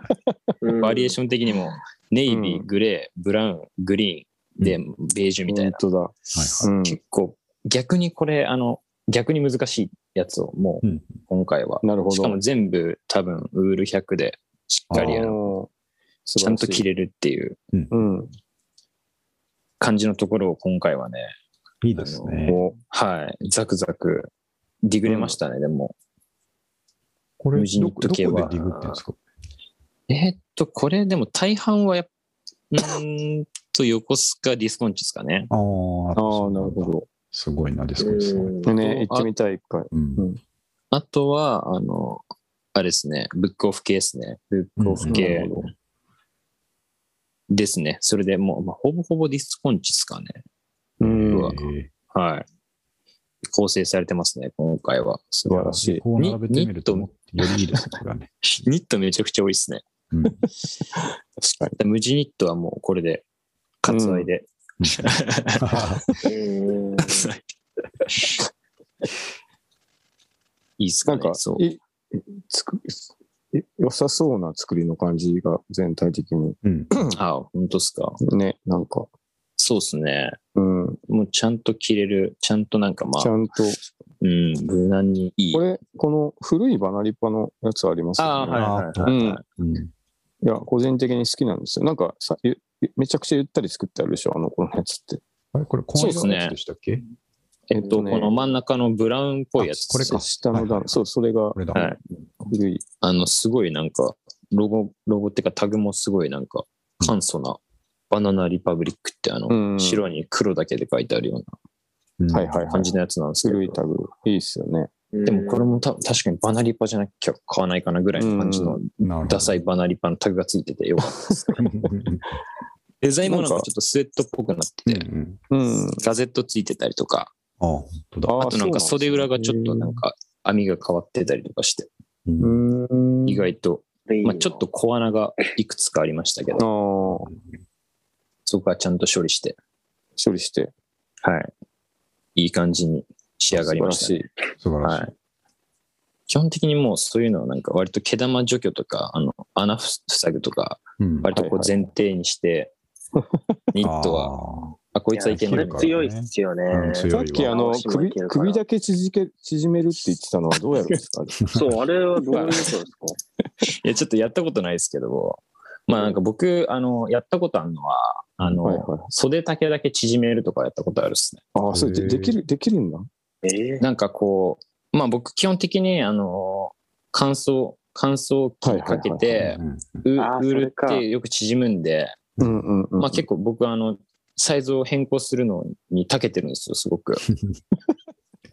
Speaker 2: バリエー
Speaker 4: ョ
Speaker 2: ション的にも、ネイビー、
Speaker 3: うん
Speaker 2: グレー、ブラウン、グリーンで、ベージュみたいな。
Speaker 3: 本当
Speaker 1: は
Speaker 3: だ。うん。
Speaker 2: 結構、逆にこれ、あの、逆に難しいやつをもう
Speaker 1: うん、
Speaker 2: 今回は。
Speaker 3: なるほど。
Speaker 2: しかも全部多分、ウール100で、しっかりあの、
Speaker 3: おー素
Speaker 2: ち
Speaker 3: 晴
Speaker 2: ゃ
Speaker 3: ら
Speaker 2: ん
Speaker 3: しい
Speaker 2: と着れるっていう。
Speaker 3: うん。
Speaker 2: 感じのところを今回はね、
Speaker 1: いいですね。
Speaker 3: も
Speaker 2: はい、ザクザク、ディグれましたね、でも。
Speaker 1: これ
Speaker 2: 無人
Speaker 1: ど、どこ
Speaker 2: 時
Speaker 1: で
Speaker 2: 計
Speaker 1: デ
Speaker 2: は
Speaker 1: ィグってんですか
Speaker 2: えーっと、これでも大半はやっうーんと、横須賀ディスコンチですかね。
Speaker 1: ああ、
Speaker 3: うああ、なるほど。
Speaker 1: すごいな、ディスコイス。
Speaker 4: うん
Speaker 3: ね、行ってみたい、一回。
Speaker 1: うん
Speaker 3: うん
Speaker 2: あとは、あの、あれですね、ブックオフ系ですね。ブックオフ
Speaker 3: な
Speaker 2: 系
Speaker 3: るほど
Speaker 2: ですね。それでもう、まあ、ほぼほぼディスコンチですかね。
Speaker 3: うん
Speaker 2: うわ
Speaker 1: え
Speaker 2: はい。構成されてますね、今回は。素
Speaker 3: 晴
Speaker 2: 晴
Speaker 3: ら
Speaker 2: ら
Speaker 3: し
Speaker 2: し
Speaker 1: ー
Speaker 2: い。
Speaker 1: こう並べてみると、
Speaker 2: ニ
Speaker 1: もっとよりいいですね、これはね。
Speaker 2: ニットめちゃくちゃ多いですね。
Speaker 1: うん
Speaker 3: 確か
Speaker 2: 無地ニットはもうこれで、カツアイで。
Speaker 4: うん
Speaker 2: いいっすか
Speaker 3: な
Speaker 2: ね
Speaker 3: んか
Speaker 2: そう、。
Speaker 3: いつくい良さそうな作りの感じが全体的に。
Speaker 1: うん。
Speaker 2: ああ、本当っすか。
Speaker 3: ね、なんか。
Speaker 2: そうっすね。
Speaker 3: うん。
Speaker 2: もうちゃんと着れる、ちゃんとなんかま
Speaker 3: ちゃ
Speaker 2: あ、
Speaker 3: んと。
Speaker 2: うん、無難にいい。
Speaker 3: これ、この古いバナリパのやつありますよね。
Speaker 2: ああ、はいはいはい、
Speaker 3: うん
Speaker 2: はい
Speaker 1: うん
Speaker 3: いや、個人的に好きなんですよ。なんかさ、ゆゆめちゃくちゃゆったり作ってあるでしょ、あの頃のやつって。
Speaker 1: あれ、これ、コーンのやつでしたっけ
Speaker 2: えっと、この真ん中のブラウンっぽいやつ。
Speaker 1: あこれか
Speaker 3: 下の段、
Speaker 1: はい
Speaker 3: そう、それが
Speaker 1: これだ。
Speaker 2: はい
Speaker 3: 古い。
Speaker 2: あの、すごいなんか、ロゴ、ロゴっていうかタグもすごいなんか、簡素な、バナナリパブリックってあの、
Speaker 3: うん
Speaker 2: 白に黒だけで書いてあるよう
Speaker 1: うん
Speaker 3: はいはい
Speaker 2: な
Speaker 3: は
Speaker 2: 感
Speaker 3: い。
Speaker 2: じのやつなんですけど、
Speaker 3: 古いタグ。いいですよね。
Speaker 2: でもこれもた確かにバナリパじゃなきゃ買わないかなぐらいの感じの、
Speaker 1: なるほど
Speaker 2: ダサいバナリパのタグがついててよかった。デザインもなんかちょっとスウェットっぽくなってて、
Speaker 1: うん
Speaker 3: うん。
Speaker 2: ガゼットついてたりとか、
Speaker 1: あ、本当だ。
Speaker 3: あ
Speaker 2: あとなんか袖裏がちょっとなん
Speaker 3: か。
Speaker 2: か網が変わってたりとかして、
Speaker 1: うん
Speaker 3: うん。
Speaker 2: 意外と、
Speaker 4: いいな
Speaker 2: まあちょっと小穴がいくつかありましたけ
Speaker 3: ああ
Speaker 2: ど、、そこはちゃんと処理して、
Speaker 3: 処理して。
Speaker 2: はい。いい感じに仕上がりましたね、
Speaker 3: 素晴らしい。
Speaker 1: 素晴らし
Speaker 2: はい。基本的にもうそういうのはなんか割と毛玉除去とか、あの、穴ふ塞ぐとか、
Speaker 1: い。うん
Speaker 2: 割とこう
Speaker 3: はいは
Speaker 2: 前提にして、ニットは、あ、こいつはいけ
Speaker 4: こ
Speaker 2: な
Speaker 4: れ
Speaker 2: い。
Speaker 4: 強いっすよね
Speaker 1: うん。強い
Speaker 3: さっきあの
Speaker 4: 直しもい
Speaker 3: 首
Speaker 4: けるから
Speaker 3: 首だけ縮け縮めるって言ってたのはどうやるんです か
Speaker 4: そう、あれはどういうことですか
Speaker 2: いや、ちょっとやったことないですけど、まあなんか僕、あの、やったことあるのは、あの、
Speaker 3: はいはい。
Speaker 2: 袖丈だけ縮めるとかやったことあるっすね。
Speaker 3: ああ、それで
Speaker 1: へえ
Speaker 3: できるできるんだ。
Speaker 4: え
Speaker 2: なんかこう、まあ僕基本的に、あの、乾燥、乾燥機にかけて、ウ
Speaker 4: あー
Speaker 2: ウール
Speaker 4: そ
Speaker 2: っ
Speaker 4: れか
Speaker 2: てよく縮むんで、
Speaker 3: うんうんうん。
Speaker 2: まあ、結構僕はあのサイズを変更するのに長けてるんですよすご く。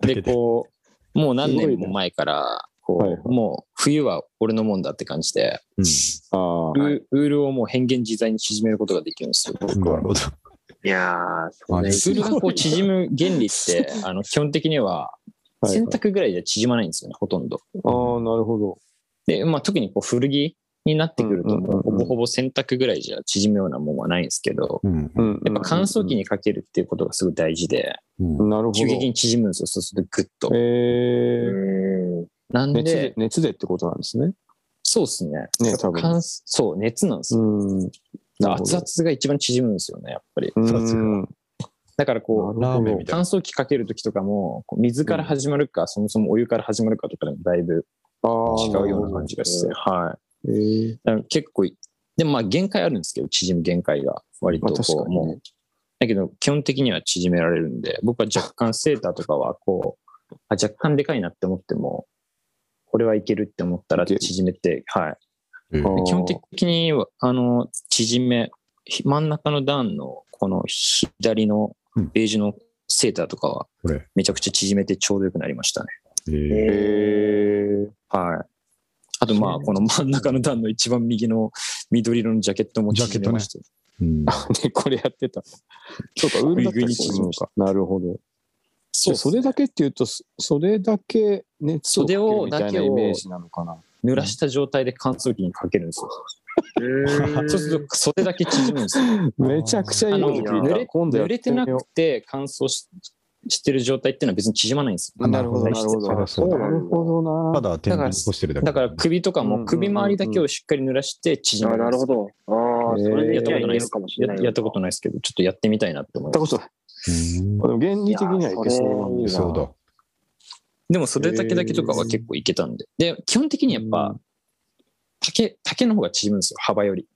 Speaker 2: でこうもう何年も前からこう、
Speaker 3: はいはい
Speaker 2: もう冬は俺のもんだって感じで、
Speaker 3: 構
Speaker 2: ウーウールをもう変幻自在に縮めることができるんですよ僕
Speaker 1: な
Speaker 2: は
Speaker 1: る。ほど。
Speaker 4: いやー、そ
Speaker 1: あ
Speaker 4: れ
Speaker 1: れ
Speaker 2: ウールがこう縮む原理って あの基本的には
Speaker 3: はい
Speaker 2: 洗濯ぐらいじゃ縮まないんですよねほとんど。
Speaker 3: ああ、なるほど。
Speaker 2: で、まあ、特にこう古着になってくるともう
Speaker 3: うんうんうんう
Speaker 2: ほ
Speaker 3: ん
Speaker 2: ぼほぼ洗濯ぐらいじゃ縮むようなもんはないんですけど。
Speaker 1: うん
Speaker 3: うんうんうん
Speaker 2: やっぱ乾燥機にかけるっていうことがすごい大事で、
Speaker 1: うん
Speaker 3: なるほど。
Speaker 2: 急激に縮むんですよ、そうするとグッと。
Speaker 3: えー
Speaker 4: うん。
Speaker 2: なん
Speaker 3: 熱で
Speaker 2: で、
Speaker 3: 熱でってことなんですね。
Speaker 2: そうですね。
Speaker 3: ね多分
Speaker 2: 乾燥そう、熱なんです
Speaker 3: う
Speaker 2: よ。
Speaker 3: ん。なるほ
Speaker 2: 熱
Speaker 3: ど
Speaker 2: 々が一番縮むんですよね、やっぱり。
Speaker 3: うん。
Speaker 2: だからこう、
Speaker 1: ラーメンみたい
Speaker 2: 乾燥機かけるときとかも、こう水から始まるか、そもそもお湯から始まるかとかでもだいぶ
Speaker 3: ああ、
Speaker 2: 違うような感じがして、はい。
Speaker 3: えー
Speaker 2: だから結構い、でもまあ限界あるんですけど、縮む限界が、割と
Speaker 3: まあ
Speaker 2: こ
Speaker 3: 確
Speaker 2: う、
Speaker 3: かに
Speaker 2: も
Speaker 3: ね
Speaker 2: う。だけど、基本的には縮められるんで、僕は若干セーターとかは、こう、あ若干でかいなって思っても、これはいけるって思ったら
Speaker 3: いける
Speaker 2: 縮めて、
Speaker 1: う
Speaker 2: はい。
Speaker 1: ん
Speaker 3: あー
Speaker 2: 基本的には、あの、縮め、ひ真ん中の段の、この左の
Speaker 1: うん
Speaker 2: ベージュのセーターとかは
Speaker 1: これ、
Speaker 2: めちゃくちゃ縮めてちょうどよくなりましたね。
Speaker 1: え
Speaker 3: えー
Speaker 2: はい。あと、まあ、この真ん中の段の一番右の緑色のジャケットも縮めました。
Speaker 1: ーうん
Speaker 3: で これやってた。そうか、ウールだったらそうなのか。なるほど。
Speaker 2: そう、
Speaker 3: それだけっていうと、そそれだけ熱をかけるみたい
Speaker 2: 袖
Speaker 3: な
Speaker 2: を
Speaker 3: イメージなのかな。
Speaker 2: 濡らした状態で乾燥機にかけるんです
Speaker 4: う
Speaker 2: よ。
Speaker 4: ん
Speaker 2: そうすると袖だけ縮むんですよ。
Speaker 3: めちゃくちゃいい
Speaker 2: あの
Speaker 3: こと聞い
Speaker 2: 濡
Speaker 3: た
Speaker 2: れ
Speaker 3: 今度や
Speaker 2: 濡
Speaker 3: っ
Speaker 2: れ
Speaker 3: て
Speaker 2: て
Speaker 3: み
Speaker 2: な
Speaker 3: よ
Speaker 2: くて乾燥ししてる状態っていうのは別に縮まないんですよ。
Speaker 3: う。なるほど、
Speaker 2: あの
Speaker 3: なるほど。
Speaker 1: そりゃそうだ
Speaker 3: なるほど
Speaker 1: た
Speaker 3: な。
Speaker 1: だ、天秤に干してるだけ。
Speaker 2: だから首とか
Speaker 3: うんうんうん
Speaker 2: も首周りだけをしっかり濡らして縮
Speaker 4: あ
Speaker 2: ま
Speaker 4: なる
Speaker 2: るん
Speaker 4: ほ
Speaker 2: です
Speaker 4: ど。ああ、それでやったことないですかもしれな
Speaker 2: よ。
Speaker 4: い
Speaker 2: ややったことないですけど、ちょっとやってみたいなって
Speaker 3: や
Speaker 2: 思い
Speaker 3: ったこ
Speaker 2: ます。
Speaker 3: とない。あの原理的にはいけそう
Speaker 4: い
Speaker 3: な
Speaker 4: や
Speaker 1: そうだ。
Speaker 2: でも袖丈だけとかは結構いけたんで。で、基本的にやっぱ、丈、丈の方が縮むんですよ、幅より。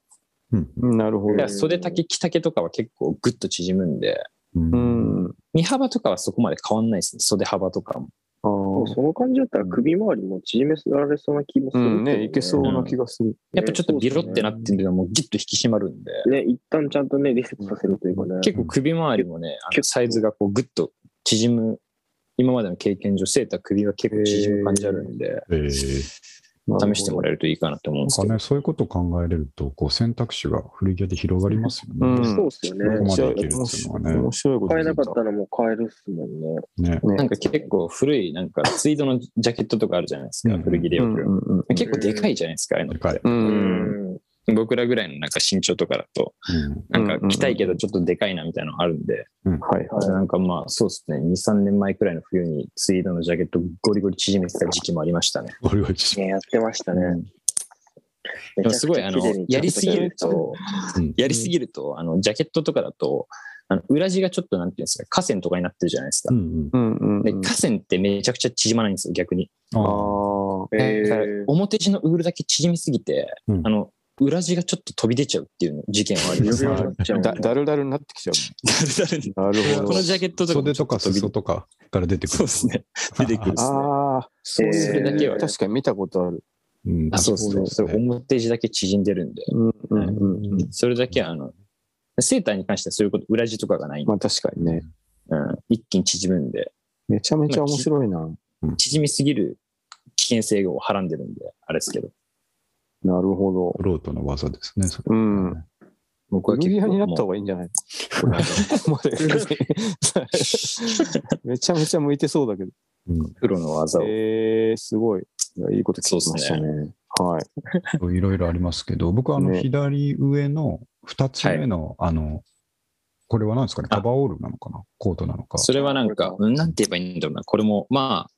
Speaker 1: うん
Speaker 3: なるほ
Speaker 2: だか
Speaker 3: ど
Speaker 2: ら。袖丈、着丈とかは結構グッと縮むんで、
Speaker 1: う
Speaker 3: うんん。
Speaker 2: 身幅とかはそこまで変わんないですね、袖幅とかも。
Speaker 3: ああ。
Speaker 4: その感じだったら首周りも縮められそうな気もす
Speaker 3: う
Speaker 4: るけど、
Speaker 3: んね、いけそうな気がする。
Speaker 2: やっぱちょっとビロってなってるのもギュッと引き締まるんで、
Speaker 4: ね、一旦ちゃんとね、リセットさせるというかね。
Speaker 2: 結構首周りもね、あのサイズがこうグッと縮む、今までの経験上、セーター首が結構縮む感じあるんで、
Speaker 1: えー
Speaker 2: 試してもらえるといいかなと思うんです
Speaker 1: なん
Speaker 2: け
Speaker 1: か
Speaker 2: ど。
Speaker 1: ね、そういうことを考えれると、こう選択肢が古着屋で広がりますよね。
Speaker 3: うん
Speaker 4: そうっすよね。
Speaker 1: ここまでいけるっていう
Speaker 3: 面
Speaker 1: のは
Speaker 3: 白い
Speaker 1: ね
Speaker 3: 面白いこと
Speaker 4: 買え
Speaker 3: 聞
Speaker 4: ないかったらもう買えるっすもんね。
Speaker 1: ね
Speaker 3: ね
Speaker 2: なんか結構古い、なんかツイードのジャケットとかあるじゃないです
Speaker 1: う
Speaker 2: か、
Speaker 1: ん
Speaker 2: 古着で
Speaker 3: う
Speaker 2: よ
Speaker 3: んう
Speaker 2: く。
Speaker 3: んうん
Speaker 2: 結構でかいじゃないですか、ああいうの
Speaker 1: でかい。
Speaker 3: うん。
Speaker 4: うん
Speaker 2: 僕らぐらいのなんか身長とかだと、
Speaker 1: うん
Speaker 2: なんか着たいけどちょっとでかいなみたいなのあるんで、
Speaker 3: はいはい。
Speaker 2: なんかまあそうですね、2、3年前くらいの冬にツイードのジャケットゴリゴリ縮めてた時期もありましたね。
Speaker 1: 俺は一緒
Speaker 4: ね、やってましたね。
Speaker 2: でもすごいあのやりすぎると
Speaker 1: うん、
Speaker 2: やりすぎると、あのジャケットとかだと、あの裏地がちょっとなんていうんですか、河川とかになってるじゃないです
Speaker 1: う
Speaker 2: か。
Speaker 1: んうん
Speaker 3: うんうんう
Speaker 2: で
Speaker 3: ん。
Speaker 2: 河川ってめちゃくちゃ縮まないんですよ、逆に。
Speaker 1: あー
Speaker 3: あ
Speaker 4: え
Speaker 2: だから表地のウールだけ縮みすぎて、
Speaker 1: うん
Speaker 2: あの裏地がちょっと飛び出ちゃうっていう事件はあり
Speaker 4: ー、
Speaker 2: ま
Speaker 4: 指
Speaker 2: す。
Speaker 4: 輪になっちゃう
Speaker 3: あ。
Speaker 4: もんね
Speaker 3: だ、だるだるになってきちゃ
Speaker 2: 誰
Speaker 3: う。なる
Speaker 2: 々
Speaker 3: ほ
Speaker 2: こ
Speaker 3: ど
Speaker 2: の。ジャケットとかも
Speaker 1: 袖
Speaker 2: ち
Speaker 1: と
Speaker 2: ょっと
Speaker 1: か
Speaker 2: 飛び出
Speaker 1: 裾とかから出てく
Speaker 2: そ
Speaker 1: る。
Speaker 2: うですね。出てくるですね。
Speaker 3: ああ、
Speaker 4: えー
Speaker 2: それだけは
Speaker 3: 確かに見たことある。
Speaker 1: うん
Speaker 2: あ、そうですね。それ表地だけ縮んでるんで、
Speaker 3: うんうんうんうん。
Speaker 2: それだけはあの、セーターに関してはそういうこと、裏地とかがないんで、
Speaker 3: まあ確かにね。
Speaker 2: うん、一気に縮むんで、
Speaker 3: めちゃめちゃ面白いな。
Speaker 2: 縮みすぎる危険性をはらんでるんで、あれですけど、
Speaker 3: なるほど。
Speaker 1: フロートの技ですね。それ
Speaker 3: うん。
Speaker 2: 僕は
Speaker 3: 古着屋
Speaker 2: 結構
Speaker 3: になった方
Speaker 2: もう
Speaker 3: がいいんじゃないここ まで めちゃめちゃ向いてそうだけど。
Speaker 1: うん
Speaker 2: プロの技を。
Speaker 3: えー、すごい。いやいいこと聞きました
Speaker 2: そ
Speaker 3: ね。はい。
Speaker 1: いろいろありますけど、僕はあの
Speaker 3: ね
Speaker 1: 左上の2つ目の、あの、これは何ですかね、
Speaker 2: あ
Speaker 1: カバーオールなのかな、コートなのか。
Speaker 2: それはなんか
Speaker 4: こ、
Speaker 2: うんなんて言えばいいんだろうな。これも、まあ、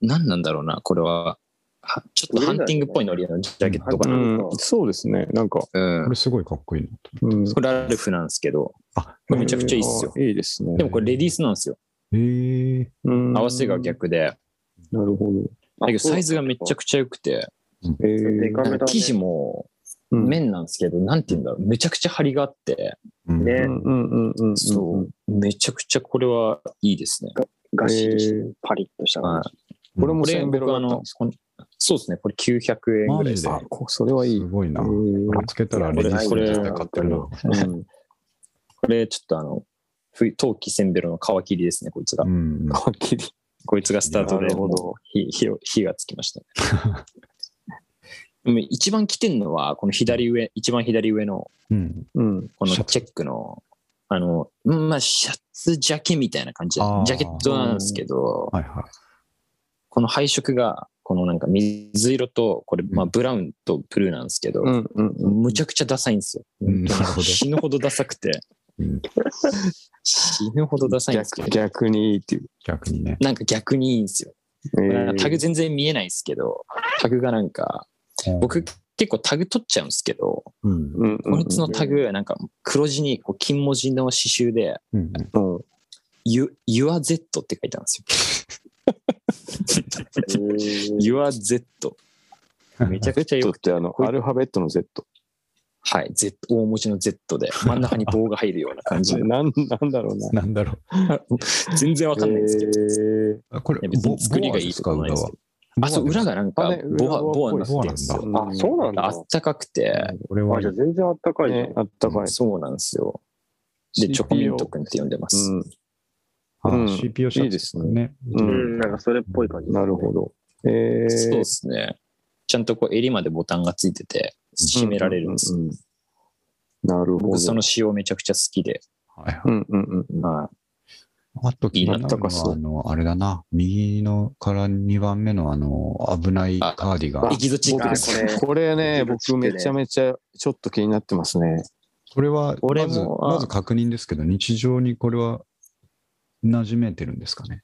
Speaker 2: 何なんだろうな。これは、はちょっとハンティングっぽいノリのジャケットか
Speaker 4: う
Speaker 2: な。
Speaker 4: ん
Speaker 3: そうですね。なんか、
Speaker 2: うん
Speaker 1: これ。すごいかっこいいなと思って。
Speaker 3: うん、
Speaker 2: これラルフなんですけど、
Speaker 1: あ、
Speaker 2: これめちゃくちゃいいっすよ
Speaker 3: あーいいですね。
Speaker 2: でもこれレディースなんですよ。
Speaker 1: えー、
Speaker 3: うん
Speaker 2: 合わせが。逆で。
Speaker 3: なるほ
Speaker 2: だけどサイズがめちゃ
Speaker 4: く
Speaker 2: くちゃ良くて、
Speaker 3: ど。えー、
Speaker 4: でかめだね
Speaker 2: 生地も
Speaker 3: うん
Speaker 2: 綿なんですけど、なんて言うんだろう。めちゃくちゃ張りがあって、
Speaker 1: うん
Speaker 4: ね
Speaker 3: うんうんうんうんうん。
Speaker 2: そう。めちゃくちゃこれはいいですね。
Speaker 4: ガシッとして
Speaker 3: えー
Speaker 4: パリッとした
Speaker 2: は
Speaker 4: 感
Speaker 2: い
Speaker 1: うん
Speaker 3: これも
Speaker 2: これ
Speaker 3: センベロ
Speaker 2: 僕
Speaker 3: だ
Speaker 2: あ
Speaker 3: ったん
Speaker 2: の
Speaker 3: です、
Speaker 2: こんそうですね。これ900円ぐらいです。
Speaker 1: マ
Speaker 3: あ
Speaker 1: ジ、
Speaker 3: こそれはいい。
Speaker 1: すごいな。
Speaker 3: え
Speaker 1: こ
Speaker 3: ー
Speaker 1: れつけたらレディースに絶対買ってるな。
Speaker 3: うん、
Speaker 2: これちょっとあの、冬冬季せんべろの皮切りですね、こいつが
Speaker 1: う。ん。
Speaker 3: はっきり。
Speaker 2: こいつがスタート
Speaker 3: な
Speaker 2: で
Speaker 3: るほど
Speaker 2: 火火を火がつきました。でも一番来てるのは、この左上、一番左上の、
Speaker 1: うん。
Speaker 3: うん。
Speaker 2: この
Speaker 1: シャツ
Speaker 2: チェックの、あの、うんまあ、シャツジャケみたいな感じで
Speaker 1: あー、
Speaker 2: ジャケットなんですけど、
Speaker 1: はいはい。
Speaker 2: この配色が、このなんか水色と、これ、まあ、ブラウンとブルーなんですけど、
Speaker 3: うんうんうん。
Speaker 2: むちゃくちゃダサいんですよ。
Speaker 1: うんなるほど
Speaker 2: 死ぬほどダサくて、
Speaker 1: うん
Speaker 2: 死ぬほどダサいんですけ
Speaker 3: 逆
Speaker 2: ど、
Speaker 3: 逆にいいっていう。
Speaker 1: 逆にね。
Speaker 2: なんか逆にいいんですよ。
Speaker 3: えー
Speaker 2: なんかタグ全然見えないですけど、タグがなんか、僕結構タグ取っちゃうんですけど、
Speaker 1: うん、
Speaker 3: うんうん
Speaker 2: こいつのタグ、なんか黒地にこう金文字の刺繍で、
Speaker 1: うん。
Speaker 3: うん
Speaker 2: ユ YourZ って書いてあるんです
Speaker 4: じ。
Speaker 2: よ。
Speaker 4: えー
Speaker 2: YourZ。めちゃく
Speaker 3: Z
Speaker 2: ちゃよ
Speaker 3: っ
Speaker 2: くて、
Speaker 3: てあの、アルファベットの Z。
Speaker 2: はい、Z 大文字の Z で、真ん中に棒が入るような感 じで、
Speaker 3: なんなんだろうな。
Speaker 1: なんだろ
Speaker 2: 全然わかんないんですけど、
Speaker 3: え
Speaker 1: う。あこれ、
Speaker 2: いや別
Speaker 1: ボ
Speaker 2: に作りがいいとか
Speaker 1: ボア
Speaker 2: ない
Speaker 1: で
Speaker 2: ですす
Speaker 1: か
Speaker 2: けど。あ、そう、裏がなん
Speaker 3: あ
Speaker 2: か
Speaker 3: ね、
Speaker 2: ボア、
Speaker 3: 裏
Speaker 2: ボアになってる
Speaker 1: ボアなんだ
Speaker 2: ですよ。
Speaker 3: ー
Speaker 4: あ、そうなん
Speaker 2: あ
Speaker 4: だ。
Speaker 2: ったかくて、
Speaker 1: これ
Speaker 4: あ、
Speaker 1: は
Speaker 4: じゃあ全然あったかいじゃん
Speaker 3: ね、。あったかい。
Speaker 2: そうなんですよ。で、チョコミント君って呼んでます。
Speaker 3: うん
Speaker 1: あ
Speaker 3: うん
Speaker 1: CPO シ
Speaker 3: い
Speaker 1: ャ
Speaker 3: い
Speaker 1: ツ
Speaker 3: ですね
Speaker 1: ね。
Speaker 3: う
Speaker 4: うんん、なんかそれっぽい感じ。
Speaker 3: なるほど。えー、
Speaker 2: そうですね。ちゃんとこう襟までボタンがついてて、締められるんですよ。
Speaker 3: うんうんなるほ
Speaker 2: 僕、そ
Speaker 3: ど。
Speaker 2: の仕様めちゃくちゃ好きで。
Speaker 1: はいはい
Speaker 3: うんうんうん。
Speaker 2: はい
Speaker 1: あと気になるの
Speaker 3: あったかそ
Speaker 1: は、
Speaker 3: う
Speaker 1: あの、あれだな、右のから2番目のあの、危ないカーディガン
Speaker 2: エ。キゾチックです。
Speaker 4: あこれ
Speaker 3: これね、
Speaker 4: 僕
Speaker 3: 僕めちゃめちゃちょっと気になってますね。
Speaker 1: これは、
Speaker 2: 俺
Speaker 1: まず、
Speaker 2: もあ
Speaker 1: まず確認ですけど、日常にこれは、馴染めてるんですかね。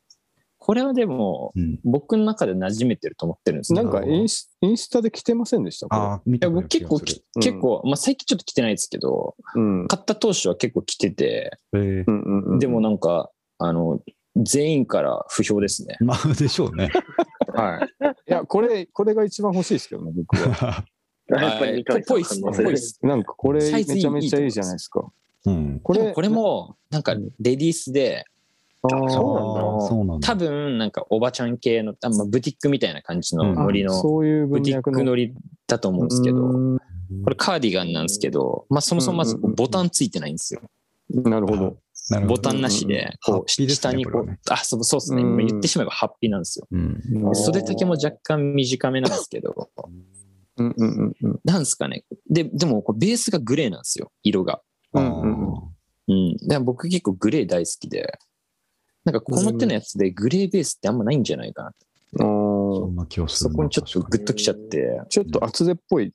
Speaker 2: これはでも、
Speaker 1: うん。
Speaker 2: 僕の中で馴染めてると思ってるんです
Speaker 3: な
Speaker 2: よ。
Speaker 3: んかインスインスタで着てませんでした
Speaker 1: ああ、見
Speaker 2: いや
Speaker 1: た
Speaker 2: 僕結構き、
Speaker 3: うん
Speaker 2: 結構、まあ最近ちょっと着てないですけど、
Speaker 3: これうん。
Speaker 2: 買った当初は結構着てて、
Speaker 1: えー
Speaker 3: うんうんうん
Speaker 2: でもなんか、あの、全員から不評ですね。
Speaker 1: まあ、でしょうね。
Speaker 2: はい。
Speaker 3: いや、これ、これが一番欲しいですけどね、僕は。
Speaker 4: やっぱり三上さんの可能性
Speaker 2: ぽい
Speaker 4: で
Speaker 2: っ
Speaker 4: す。
Speaker 2: す
Speaker 3: なんかこれ
Speaker 2: サ
Speaker 3: め
Speaker 2: イズいい
Speaker 3: ちゃめちゃいいじゃないですか。
Speaker 1: うん。
Speaker 3: こ
Speaker 2: で
Speaker 3: れ
Speaker 2: もこれもなんかレディースで
Speaker 3: あ
Speaker 4: あ
Speaker 3: ー
Speaker 4: そ
Speaker 1: そうなんだ。
Speaker 2: 多分なんかおばちゃん系のあまあブティックみたいな感じのノリの、
Speaker 3: そういう
Speaker 2: ブ
Speaker 3: 文
Speaker 2: ティッ
Speaker 3: 脈
Speaker 2: ク
Speaker 3: の。
Speaker 2: ノリだと思うんですけど
Speaker 3: う
Speaker 2: これカーディガンなんですけど、まあ、そもそもまず
Speaker 3: うんうんうん
Speaker 2: ボタンついてないんですよ。
Speaker 3: ーんなるほど。
Speaker 1: なるほ
Speaker 2: ボ
Speaker 1: ど
Speaker 2: タンなしで、
Speaker 1: うんうん
Speaker 2: こう、
Speaker 1: ハッピーですね
Speaker 2: 下にこ
Speaker 1: これは
Speaker 2: う
Speaker 1: ね、
Speaker 2: あ、そうそうですね。
Speaker 3: うん
Speaker 2: 今言ってしまえばハッピーなんですよ。
Speaker 1: うん。
Speaker 3: うん
Speaker 2: 袖丈も若干短めなんですけど、
Speaker 3: うんうんうんうん
Speaker 2: なんですかね。で、でもこうベースがグレーなんですよ、色が。
Speaker 1: あ
Speaker 3: うんうん
Speaker 1: ー
Speaker 2: うん。だから僕結構グレー大好きで、なんかこの手のやつでグレーベースってあんまないんじゃないかなって。
Speaker 3: あ
Speaker 1: そ
Speaker 3: ー
Speaker 1: んな気をす
Speaker 2: そ
Speaker 1: るな。
Speaker 2: こにちょっとグッときちゃって。
Speaker 3: ちょっと厚手っぽい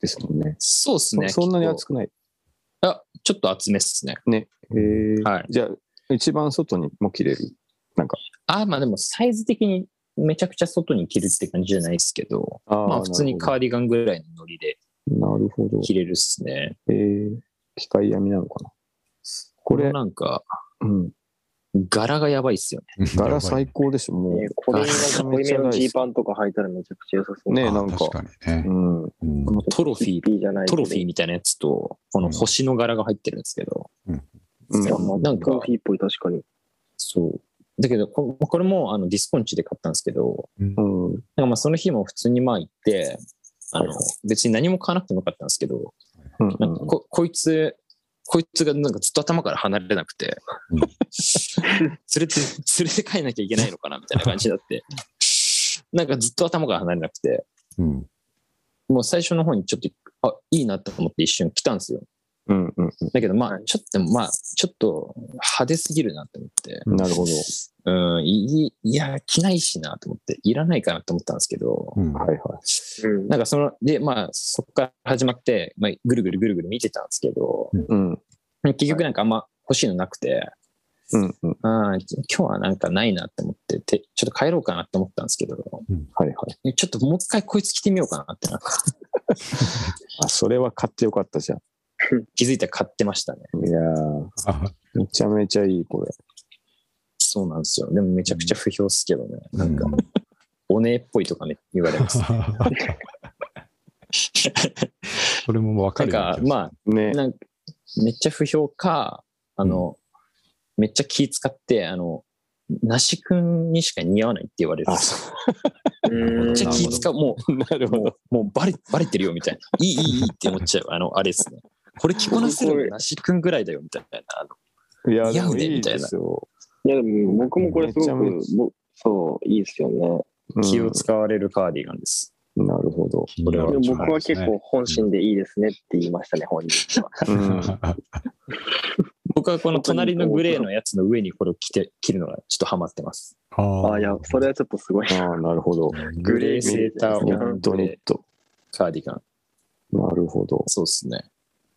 Speaker 3: ですもんね。
Speaker 2: そうですね。
Speaker 3: そそんなに
Speaker 2: 結構
Speaker 3: 厚くない。
Speaker 2: あ、ちょっと厚めっすね。
Speaker 3: ね。えー
Speaker 2: はい。
Speaker 3: じゃあ、一番外にも切れる。
Speaker 2: あ、まあでもサイズ的にめちゃくちゃ外に着るって感じじゃないですけど、
Speaker 3: あー
Speaker 2: まあ普通にカーディガンぐらいのノリで
Speaker 3: なるほど。
Speaker 2: 着れるっすね。
Speaker 3: えー、機械闇なのかな。こ
Speaker 2: これ
Speaker 3: れ、
Speaker 2: なんか、
Speaker 3: うん、
Speaker 2: 柄がやばいっすよね。
Speaker 1: うん
Speaker 3: 柄
Speaker 1: やばい
Speaker 3: 最高でしょ、も
Speaker 4: ねこれが濃いめのジーパンとか履いたらめちゃくちゃ良さそう。
Speaker 3: ね
Speaker 1: あ
Speaker 3: なんか
Speaker 1: 確かに
Speaker 3: う。
Speaker 1: ね。
Speaker 3: うん。
Speaker 1: うん
Speaker 2: このトロフィー、
Speaker 4: ーじゃないけ
Speaker 2: ト
Speaker 4: ど
Speaker 2: ロフィーみたいなやつと、この星の柄が入ってるんですけど、
Speaker 3: うん
Speaker 4: いやまあ
Speaker 2: なんか
Speaker 4: トロフィーっぽい、確かに。
Speaker 2: そう。だけど、ここれもあのディスコンチで買ったんですけど、
Speaker 3: うん。
Speaker 2: なんかまあその日も普通にまあ行って、あの別に何も買わなくてもよかったんですけど、
Speaker 3: うんう
Speaker 2: なんか
Speaker 3: ん
Speaker 2: ここいつ、こいつがなんかずっと頭から離れなくて、
Speaker 1: うん
Speaker 2: 連れて、連れて帰んなきゃいけないのかなみたいな感じになって、なんかずっと頭から離れなくて、
Speaker 1: うん。
Speaker 2: もう最初の方にちょっと、あ、いいなと思って一瞬来たんですよ。
Speaker 3: うんうん
Speaker 2: だけどま
Speaker 4: は
Speaker 2: あ
Speaker 4: い
Speaker 2: ちょっと、まあちょっと派手すぎるなと思って、
Speaker 3: うん。なるほど。
Speaker 2: うん、いいいや、着ないしなと思って、いらないかなと思ったんですけど、
Speaker 1: うん。
Speaker 3: はいは
Speaker 4: うん
Speaker 2: なんかその、で、まあそこから始まって、まあ、ぐるぐるぐるぐる見てたんですけど、
Speaker 3: い。うん。
Speaker 2: 結局なんかあんま欲しいのなくて、
Speaker 3: うんうん。
Speaker 2: うん、今日はなんかないなと思ってて、ちょっと帰ろうかなと思ったんですけど、
Speaker 3: はいはい。
Speaker 2: ちょっともう一回こいつ着てみようかなってなんか
Speaker 3: あ、それは買ってよかったじゃん。
Speaker 2: 気づいたら買ってましたね。
Speaker 3: いやー、
Speaker 1: あ
Speaker 3: めちゃめちゃいい、これ。
Speaker 2: そうなんですよ。でもめちゃくちゃ不評っすけどね。
Speaker 1: うん
Speaker 2: なんか、おねえっぽいとかね、言われます。
Speaker 1: それもわか
Speaker 2: なん
Speaker 1: る
Speaker 2: か、まあ、
Speaker 3: ね。
Speaker 2: なんかめっちゃ不評か、あの、めっちゃ気使って、あの、梨くんにしか似合わないって言われる。
Speaker 3: あ、
Speaker 2: め
Speaker 3: そ
Speaker 4: うん
Speaker 2: っ
Speaker 1: じ
Speaker 2: ち
Speaker 1: ゃ
Speaker 2: ゃ
Speaker 1: あ
Speaker 2: 気使う、も
Speaker 3: う。なる
Speaker 2: う、
Speaker 3: ほ
Speaker 2: も
Speaker 3: ど。
Speaker 2: う、もうバレ、バレてるよみたいな。いい、いい、いいって思っちゃう。あの、あれですね。これ着こなせるの梨くんぐらいだよみたいな。あの
Speaker 3: いや、
Speaker 2: 似
Speaker 3: で
Speaker 2: 合う
Speaker 3: も
Speaker 2: ね
Speaker 3: いい
Speaker 2: みたいな
Speaker 3: ですよ。
Speaker 4: いや、でも僕もこれすご
Speaker 3: めちゃめ
Speaker 4: く、ぼそう、いいですよね。
Speaker 3: うん
Speaker 2: 気を使われるカーディガンです。
Speaker 3: なるほど。
Speaker 1: これ
Speaker 4: で
Speaker 1: は
Speaker 4: も僕は結構本心でいいですねって言いましたね、本人は。
Speaker 3: うん。
Speaker 2: 僕はこの隣のグレーのやつの上にこれを着て、着るのがちょっとハマってます。
Speaker 1: あ
Speaker 4: あ、いや、それはちょっとすごい。
Speaker 3: ああ、なる ほど。
Speaker 2: グレーセーター、
Speaker 4: い
Speaker 2: オ
Speaker 4: や
Speaker 2: ーン
Speaker 3: ド
Speaker 2: ド
Speaker 3: ニ
Speaker 2: レ
Speaker 3: ット。
Speaker 2: ー、カーディガン。
Speaker 3: なるほど。
Speaker 2: そうですね。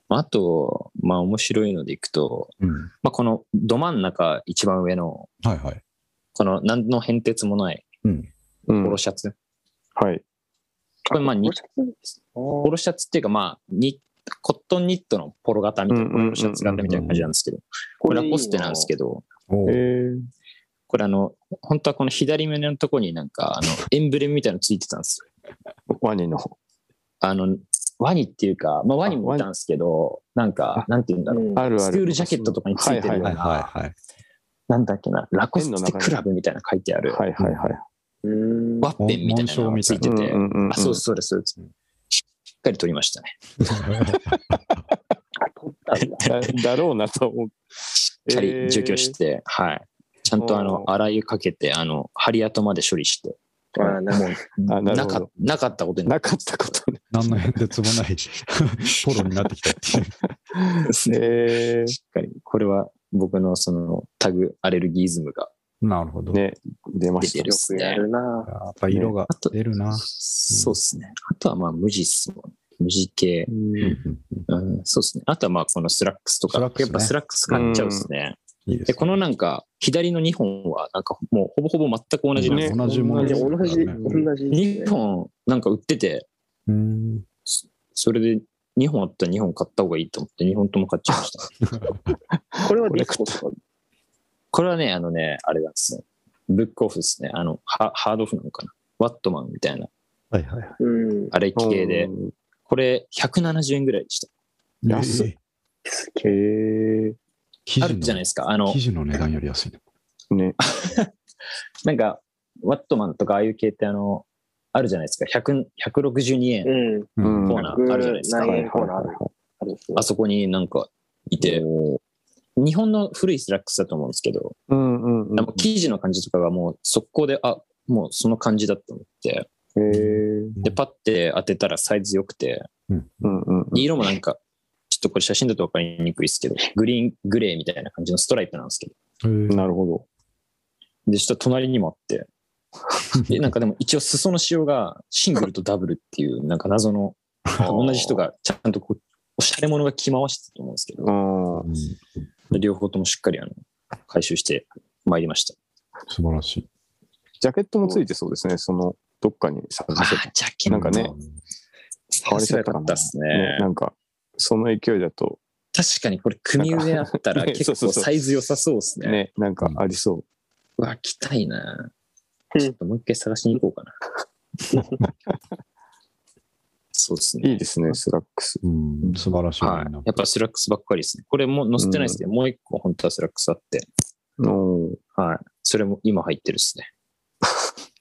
Speaker 2: まああと、まあ面白いのでいくと、
Speaker 1: うん
Speaker 2: まあこのど真ん中一番上の、
Speaker 1: はいはい。
Speaker 2: この何の変哲もない
Speaker 1: うん。
Speaker 3: うん
Speaker 2: ポロ。シャツ。
Speaker 3: はい。
Speaker 2: これまあニ
Speaker 4: もしかしたら
Speaker 2: ポロシャツっていうかまあニコットンニットのポロ型みたい
Speaker 3: うん
Speaker 2: な、
Speaker 3: うんうん
Speaker 2: ポ
Speaker 3: うん
Speaker 2: ロシャツ型みたいな感じなんですけど、
Speaker 4: こ
Speaker 2: こ
Speaker 4: れ
Speaker 2: れラコステなんですけど、
Speaker 1: お
Speaker 3: え
Speaker 1: ー
Speaker 3: ー、
Speaker 2: これあの、本当はこの左目のとこになんかあのエンブレムみたいなのついてたんですよ。
Speaker 3: ワニの。
Speaker 2: あの、ワニっていうか、まあワニもいたんですけど、なんか、なんて言うんだろう。
Speaker 4: うん
Speaker 3: あるある。
Speaker 2: スクールジャケットとかについてるよう
Speaker 1: はい
Speaker 2: な、
Speaker 1: はいはい。
Speaker 2: なんだっけな、ラコステクラブみたいなの書いてある、
Speaker 3: はいはいはい。
Speaker 4: うん
Speaker 2: ワッペンみたいなのがついて
Speaker 3: うん
Speaker 2: て
Speaker 3: う、んうん
Speaker 2: あ、そうですそうです、そうです。しっかり取りましたね。
Speaker 4: 取ったんだ。
Speaker 3: だだろうなと思う。
Speaker 2: しっかり除去して、はい。ちゃんとあの
Speaker 3: お、ー
Speaker 2: 洗い湯かけて、あの、針跡まで処理して、
Speaker 4: あーなるほど
Speaker 3: あなる
Speaker 2: な
Speaker 3: ほ
Speaker 2: か
Speaker 3: ど
Speaker 2: なかったことにな
Speaker 3: なかったことね。
Speaker 1: 何の変哲もないポロになってきたっていう。
Speaker 2: るんです ね。
Speaker 3: え
Speaker 2: しっかり。これは僕のそのタグアレルギーズムが
Speaker 1: なるほど。
Speaker 3: ー、ね、出ました
Speaker 2: 出て。る
Speaker 4: よくやるな。
Speaker 1: やっぱ色が出るな。
Speaker 2: そうですね。あとはまあ無地っすもん。無地系。
Speaker 1: うんうん
Speaker 2: うん、そうですね。あとはまあこのスラックスとか。
Speaker 1: スラックスね
Speaker 2: やっぱスラックス買っちゃうっすね。
Speaker 1: いいです
Speaker 2: で、
Speaker 1: ね。
Speaker 2: このなんか、左の2本はなんかもうほぼほぼ全く同じなんですよ
Speaker 3: ね
Speaker 1: 同じもの
Speaker 4: 同じ、
Speaker 1: です
Speaker 4: 同じ、
Speaker 1: ね
Speaker 4: 同じ。
Speaker 2: 2本なんか売ってて、
Speaker 1: うん
Speaker 2: それで2本あったら2本買った方がいいと思って2本とも買っちゃいました。
Speaker 4: これはディスコとか。
Speaker 2: これはね、あのね、あれなんですね。ブックオフですね。あの、ハハードオフなのかな。ワットマンみたいな、
Speaker 1: はいはいはい。
Speaker 4: うん。
Speaker 2: あれ系で
Speaker 3: う、ん
Speaker 2: これ170円ぐらいでした。
Speaker 3: 安っ
Speaker 1: ええ
Speaker 4: す
Speaker 3: へえ。
Speaker 1: 生
Speaker 2: あ
Speaker 1: 地
Speaker 2: るじゃな
Speaker 1: の
Speaker 2: いですか。あの
Speaker 1: 生、地の値段より安いね。
Speaker 3: ね。
Speaker 2: なんか、ワットマンとかああいう系ってあの、あるじゃないですか。100 162円。
Speaker 4: げえうん。
Speaker 1: う
Speaker 3: うん
Speaker 2: コーナーあるじゃないですか。
Speaker 4: 100何円コーナーある。あれですね
Speaker 2: あそこになんかいて、日本の古いスラックスだと思うんですけど、
Speaker 3: うんうんうん。
Speaker 2: でも生地の感じとかがもう速攻で、あもうその感じだと思って、
Speaker 3: へえ。
Speaker 2: で、パッて当てたらサイズ良くて、
Speaker 3: うんうんうん。
Speaker 2: で色もなんか、ちょっとこれ写真だと分かりにくいですけど、グリーン、グレーみたいな感じのストライプなんですけど、
Speaker 1: へえ
Speaker 3: なるほど。
Speaker 2: で、下隣にもあって、で、なんかでも一応裾の仕様がシングルとダブルっていう、なんか謎の、同じ人がちゃんとこう、おしゃれ者が着回してたと思うんですけど、
Speaker 3: うん。
Speaker 1: うん素
Speaker 2: で両方ともしっかりあの回収してまいりました。
Speaker 1: 晴らしい。
Speaker 3: ジャケットもついてそうですね。その、どっかにさ
Speaker 2: あ
Speaker 3: せて。
Speaker 2: ー、ジャケット
Speaker 3: なんかね、
Speaker 2: 触りたかったっすね
Speaker 3: ねなんか、その勢いだと、
Speaker 2: 確かにこれ、組上あった
Speaker 3: な
Speaker 2: ら
Speaker 3: んかね
Speaker 2: 結
Speaker 3: そうそ
Speaker 2: 構
Speaker 3: うそう
Speaker 2: サイズ良さそうですね。
Speaker 3: ね、なんかありそう。
Speaker 2: うわ、着たいな。
Speaker 4: うん
Speaker 2: ちょっともう一回探しに行こうかな。そうですね。
Speaker 3: いいですね、スラックス。
Speaker 1: うん、素晴らしい
Speaker 2: は
Speaker 1: ライン
Speaker 2: い
Speaker 1: ナッ、プ。
Speaker 2: やっぱスラックスばっかりですね。これも載せてないですけど、もう一個本当はスラックスあって、
Speaker 3: おー
Speaker 2: はい。それも今入ってるですね。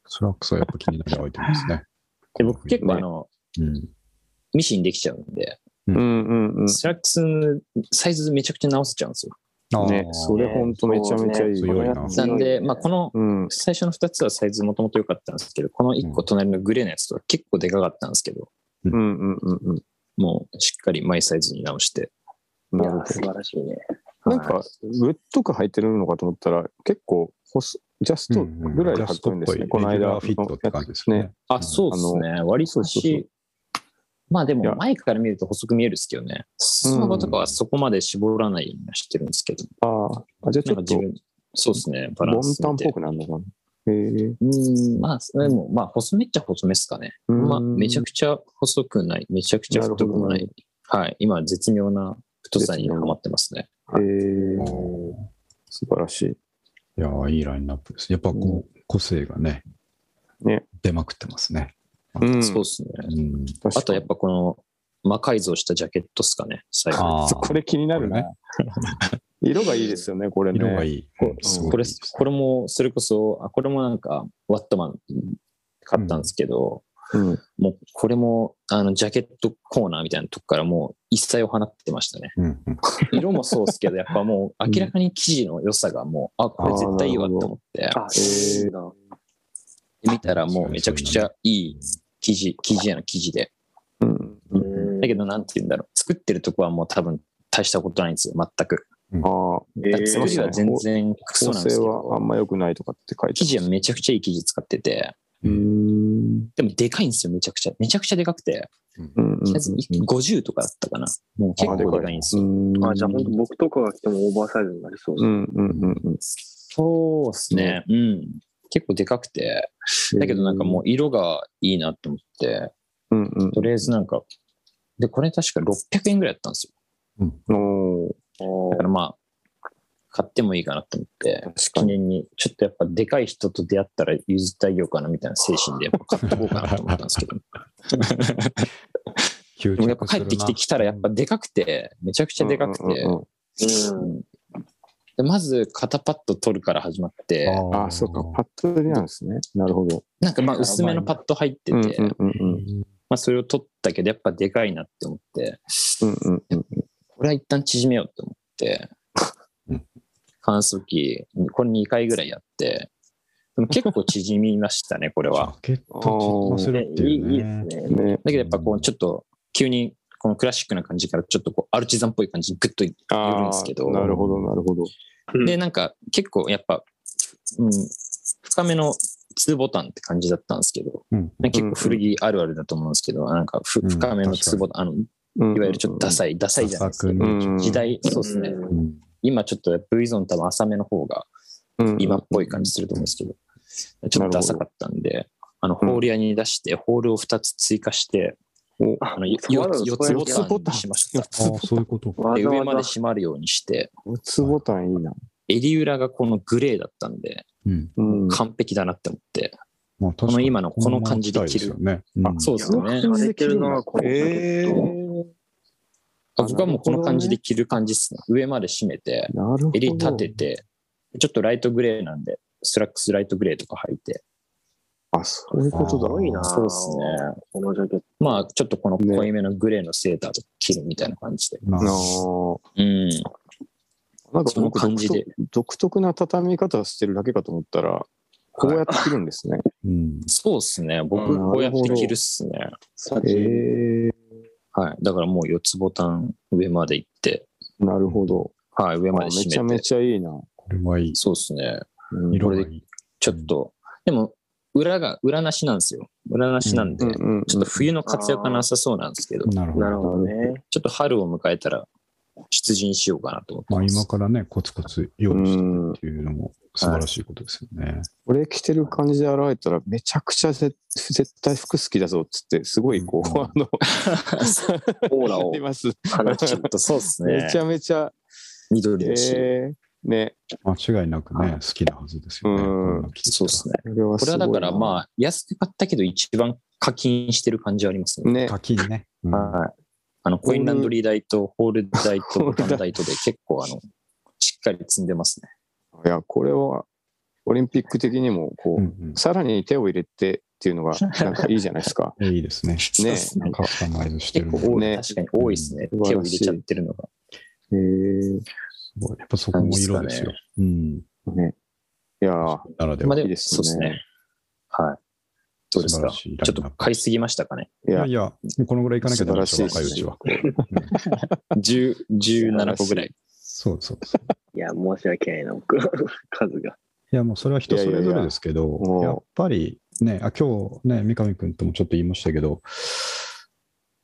Speaker 1: スラックスはやっぱ気になるアイテムですね。
Speaker 2: で僕結構
Speaker 3: ね
Speaker 2: あの、
Speaker 1: うん。
Speaker 2: ミシンできちゃうんで、
Speaker 3: うんうんうん。
Speaker 2: スラックスサイズめちゃくちゃ直せちゃうんですよ。
Speaker 1: あー
Speaker 3: ね、それほんとめちゃめちゃいい。
Speaker 1: そうね強いな
Speaker 2: なんで、まあ、こ
Speaker 4: の、
Speaker 2: の
Speaker 3: うん。
Speaker 2: 最初の2つはサイズもともと良かったんですけど、この1個隣のグレーのやつとか結構でかかったんですけど、
Speaker 3: うんうんうんうん。
Speaker 2: もうしっかりマイサイズに直して。
Speaker 4: い
Speaker 3: な
Speaker 4: や
Speaker 3: るほ
Speaker 4: 素晴らしいね。
Speaker 3: ど。なんか、ウェットく履いてるのかと思ったら、結構細、ジャストぐらいで履くんですね。この
Speaker 1: レギュ
Speaker 3: 間
Speaker 1: ラ
Speaker 3: の
Speaker 1: ーフィットって感じですね。
Speaker 2: あ、そうですね。割
Speaker 3: そう
Speaker 2: と
Speaker 3: そうそう
Speaker 2: し、まあで
Speaker 3: いや
Speaker 2: も前から見ると細く見えるですけどね、スマホとかはそこまで絞らないようにはしてるんですけど、
Speaker 3: あーあ、じゃあち
Speaker 2: なん
Speaker 3: ょっ
Speaker 2: か自
Speaker 3: と、
Speaker 2: 分、そうですね、バラ
Speaker 3: ボ
Speaker 2: ン
Speaker 3: ン
Speaker 2: ス
Speaker 3: タン
Speaker 2: 見
Speaker 3: ってぽくなるのかな。へえ。
Speaker 2: うん、まあ、でも、まあ、細めっちゃ細めですかね。
Speaker 3: うん
Speaker 2: まあ、めちゃくちゃ細くない、めちゃくちゃ太くも
Speaker 3: な
Speaker 2: な
Speaker 3: る
Speaker 2: い。はい、今、絶妙な太さにはまってますね。
Speaker 3: へえ。
Speaker 1: おー
Speaker 3: 素晴らしい。
Speaker 1: いやー、いいラインナップです。やっぱこう、個性がね、
Speaker 3: ね
Speaker 1: 出まくってますね。
Speaker 3: うん。
Speaker 2: そうですね。
Speaker 1: うん。
Speaker 2: あとやっぱこの魔改造したジャケットっすかね、最後。
Speaker 1: あー
Speaker 3: これ気になるね
Speaker 1: こ。
Speaker 3: 色がいいですよね、これね。
Speaker 1: 色がい
Speaker 3: い。
Speaker 1: い。
Speaker 2: こ
Speaker 1: すご
Speaker 2: こ
Speaker 1: くい
Speaker 2: れ
Speaker 1: いです
Speaker 2: これも、それこそ、あこれもなんか、ワットマン買ったんですけど、
Speaker 3: うん。
Speaker 2: もうこれもあのジャケットコーナーみたいなとこからもう一切を放って ましたね。
Speaker 1: うんうん
Speaker 2: 色もそうですけど、やっぱもう明らかに生地の良さがもう、あ、これ絶対いいわと思って、
Speaker 4: あ、そうなんだ。
Speaker 2: 見たらもうめちゃくちゃいい生地、生地やな生地で。
Speaker 3: うん。
Speaker 4: うん
Speaker 2: だけど、なんて言うんだろう。作ってるとこはもう多分大したことないんですよ、全く。
Speaker 3: ああ、
Speaker 4: え
Speaker 2: だから
Speaker 4: ー
Speaker 2: 作りは全然クソ
Speaker 3: 構
Speaker 2: なんです
Speaker 3: 成
Speaker 2: け
Speaker 3: はあ
Speaker 2: ど
Speaker 3: ん、ま良くないとかって書いて
Speaker 2: 生地はめちゃくちゃいい生地使ってて、
Speaker 3: うーん。
Speaker 2: でもでかいんですよ、めちゃくちゃ。めちゃくちゃでかくて、
Speaker 3: うんうん
Speaker 2: サイズ50とかだったかな。もう結構でかいんですよ。
Speaker 3: うん。
Speaker 4: あ、じゃあ本当僕とかが来てもオーバーサイズになりそう
Speaker 3: う
Speaker 4: で
Speaker 3: んうんうんうん。
Speaker 2: そうですね。うん。結構でかくて、だけどなんかもう色がいいなと思って、
Speaker 3: うんうん
Speaker 2: とりあえずなんか、で、これ確か600円ぐらいだったんですよ。
Speaker 3: おー
Speaker 4: す。
Speaker 2: だからまあ、買ってもいいかなと思って、記念に、ちょっとやっぱでかい人と出会ったら譲ってあげようかなみたいな精神でやっぱ買っとこうかなと思ったんです けど、
Speaker 1: 吸
Speaker 2: でもやっ
Speaker 1: 着
Speaker 2: ぱ
Speaker 1: す
Speaker 2: 帰
Speaker 1: る
Speaker 2: っ
Speaker 1: な
Speaker 2: てきてきたらやっぱでかくて、めちゃくちゃでかくて、
Speaker 3: うんうん
Speaker 4: うん
Speaker 2: うんでまず肩パッド取るから始まって、
Speaker 3: うんああ、そうか、パッドでなんですね。なるほど。
Speaker 2: なんかまあ薄めのパッド入って
Speaker 3: うん
Speaker 2: て、
Speaker 3: うんうんうん
Speaker 2: まあそれを取ったけどやっぱでかいなって思って、
Speaker 3: うんうんうん。
Speaker 2: これは一旦縮めようって思って
Speaker 1: うん、
Speaker 2: 乾燥機、これ2回ぐらいやって、でも結構縮みましたね、これ
Speaker 1: ジ
Speaker 2: は。
Speaker 1: ャケットを着こなせるって
Speaker 4: い
Speaker 1: い
Speaker 4: いいうい
Speaker 1: ね。
Speaker 4: ですね。
Speaker 3: ね。
Speaker 2: だけどやっぱこうちょっと急にこのクラシックな感じからちょっとこうアルチザンっぽい感じにグッといるん
Speaker 3: あ
Speaker 2: ですけど
Speaker 3: あ、なるほど、なるほど。
Speaker 4: うん
Speaker 2: でなんか結構やっぱ、うん、深めの2ボタンって感じだったんですけど、
Speaker 1: うん
Speaker 2: なんか結構古着あるあるだと思うんですけど、なんかふ
Speaker 1: うん
Speaker 2: 深めの2ボタン、あのい
Speaker 3: い
Speaker 2: わゆるちょっとダサい、ダサいじゃないですか
Speaker 1: ダサくね
Speaker 3: うん
Speaker 2: 時代、そうですね。
Speaker 4: ん
Speaker 1: うん
Speaker 2: 今ちょっと V ゾーン多分浅めの方が今っぽい感じすると思うんですけど、ちょっとダサかったんで、あの、
Speaker 3: うん
Speaker 2: ホール屋に出して、ホールを2つ追加して、
Speaker 3: お
Speaker 2: あの、
Speaker 4: そうなん
Speaker 2: 4
Speaker 4: です
Speaker 2: つ
Speaker 4: そういう
Speaker 2: ボ
Speaker 4: やつ
Speaker 2: タンにしました。
Speaker 1: ああ、そういうことか。
Speaker 4: わ
Speaker 2: で
Speaker 4: ざ
Speaker 2: 上まで
Speaker 4: わざ
Speaker 2: 閉まるようにして、
Speaker 3: うつボタンいいな。
Speaker 2: 襟裏がこのグレーだったんで、
Speaker 1: うん。
Speaker 3: うん。
Speaker 2: 完璧だなって思って、
Speaker 1: まあ、こ
Speaker 2: この今のこの感じで着る
Speaker 1: よね。うん
Speaker 3: あ
Speaker 2: そうですよね。
Speaker 4: れてるな、このジャケ
Speaker 3: え
Speaker 4: ット。
Speaker 3: ー、
Speaker 2: あ僕はもうこの感じで着る感じですね。上まで締めて、
Speaker 3: なるほど。
Speaker 2: 襟立てて、ちょっとライトグレーなんで、スラックスライトグレーとか履いて。
Speaker 3: あ、そういうこと
Speaker 4: す
Speaker 3: だ。
Speaker 4: ごいな。
Speaker 2: そうですね。
Speaker 4: このジャケット。
Speaker 2: まあ、ちょっとこの濃いめのグレーのセーターとか着るみたいな感じで。
Speaker 1: まあ
Speaker 3: なあ
Speaker 2: うん。
Speaker 3: なんか
Speaker 2: その
Speaker 3: 僕
Speaker 2: 感じで。
Speaker 3: 独特な畳み方してるだけかと思ったら、こうやって着るんですね。
Speaker 1: うん
Speaker 2: そうですね。僕、
Speaker 3: うん
Speaker 2: こうやって着るっすね。
Speaker 4: サ
Speaker 3: え
Speaker 4: チ
Speaker 3: え
Speaker 2: はい。だからもう4つボタン上まで行って、
Speaker 3: ー、なるほど。
Speaker 2: はい、上
Speaker 3: あ
Speaker 2: まで
Speaker 3: め
Speaker 2: 締め
Speaker 3: ち
Speaker 2: て。
Speaker 3: ゃめちゃいいな。
Speaker 1: これはいい。
Speaker 2: そうですね。
Speaker 3: うん
Speaker 1: 色がいい。
Speaker 2: ちょっと、でも、裏が、裏なしなんですよ。裏なしなんで、
Speaker 3: うんうん、
Speaker 2: ちょっと冬の活躍はなさそうなんですけど、
Speaker 1: なるほ
Speaker 4: な
Speaker 1: ど
Speaker 4: る。ほどね。
Speaker 2: ちょっと春を迎えたら出陣しようかなと思って
Speaker 1: まあ、
Speaker 2: ます。
Speaker 1: 今からね、コツコツ用意してるっていうのも素晴らしいことですよね。
Speaker 3: これ着てる感じで現れたら、めちゃくちゃぜ絶対服好きだぞっつって、すごいこう、
Speaker 1: うん
Speaker 3: あの、
Speaker 4: オーラ
Speaker 3: あ
Speaker 4: を
Speaker 3: ります。
Speaker 4: 放
Speaker 2: ちょっとそうですね。
Speaker 3: めちゃめちゃ、え
Speaker 2: 緑だし、
Speaker 3: ー、ね、
Speaker 1: 間違いなくね、好きなはずですよね。
Speaker 3: うん
Speaker 1: こんな季節
Speaker 2: そうですね。
Speaker 3: これは
Speaker 2: これはだから
Speaker 3: あ、
Speaker 2: まあ、安く買ったけど一番課金してる感じはありますね。
Speaker 3: ね、
Speaker 1: 課金ね。うん
Speaker 2: はい。あの、コインランドリー代とホール代とボタン代とで結構あの、しっかり積んでますね。
Speaker 3: いや、これは、オリンピック的にも、こ
Speaker 1: う
Speaker 3: う、
Speaker 1: んうん
Speaker 3: さらに手を入れてっていうのが、なんかいいじゃないで すか。
Speaker 1: えいいですね。
Speaker 2: そうっす
Speaker 1: カスタマイズしてる
Speaker 2: 結
Speaker 1: の
Speaker 2: 構
Speaker 1: も
Speaker 2: 多い、
Speaker 3: ね
Speaker 2: 確かに多いですね、
Speaker 3: うん
Speaker 2: 手を入れちゃってるのが。
Speaker 3: へえ
Speaker 1: すごい。やっぱそこも色ですよ。うん。
Speaker 3: ね。いやー
Speaker 1: ならで
Speaker 2: ま
Speaker 1: は。
Speaker 2: あで
Speaker 3: いい
Speaker 2: も、
Speaker 3: です
Speaker 2: そ
Speaker 3: ね
Speaker 2: うですね。はい。どうですか
Speaker 1: 素
Speaker 2: ち
Speaker 1: 晴らしい
Speaker 2: ょ
Speaker 1: ラインナップ
Speaker 2: っと買いすぎましたかね。
Speaker 3: い
Speaker 1: いや
Speaker 3: や
Speaker 1: い、や、もうこのぐらいいかなきゃダメでしょ、
Speaker 3: 素晴
Speaker 1: 若いう
Speaker 3: らしい
Speaker 1: ちは。
Speaker 2: 10 17個ぐ らい。
Speaker 1: そうそうそう。
Speaker 4: いや、申し訳ないな、僕 数が。
Speaker 1: いや、もうそれは人それぞれですけど、
Speaker 3: やいやもう
Speaker 1: やっぱりね、あ今日ね、三上君ともちょっと言いましたけど、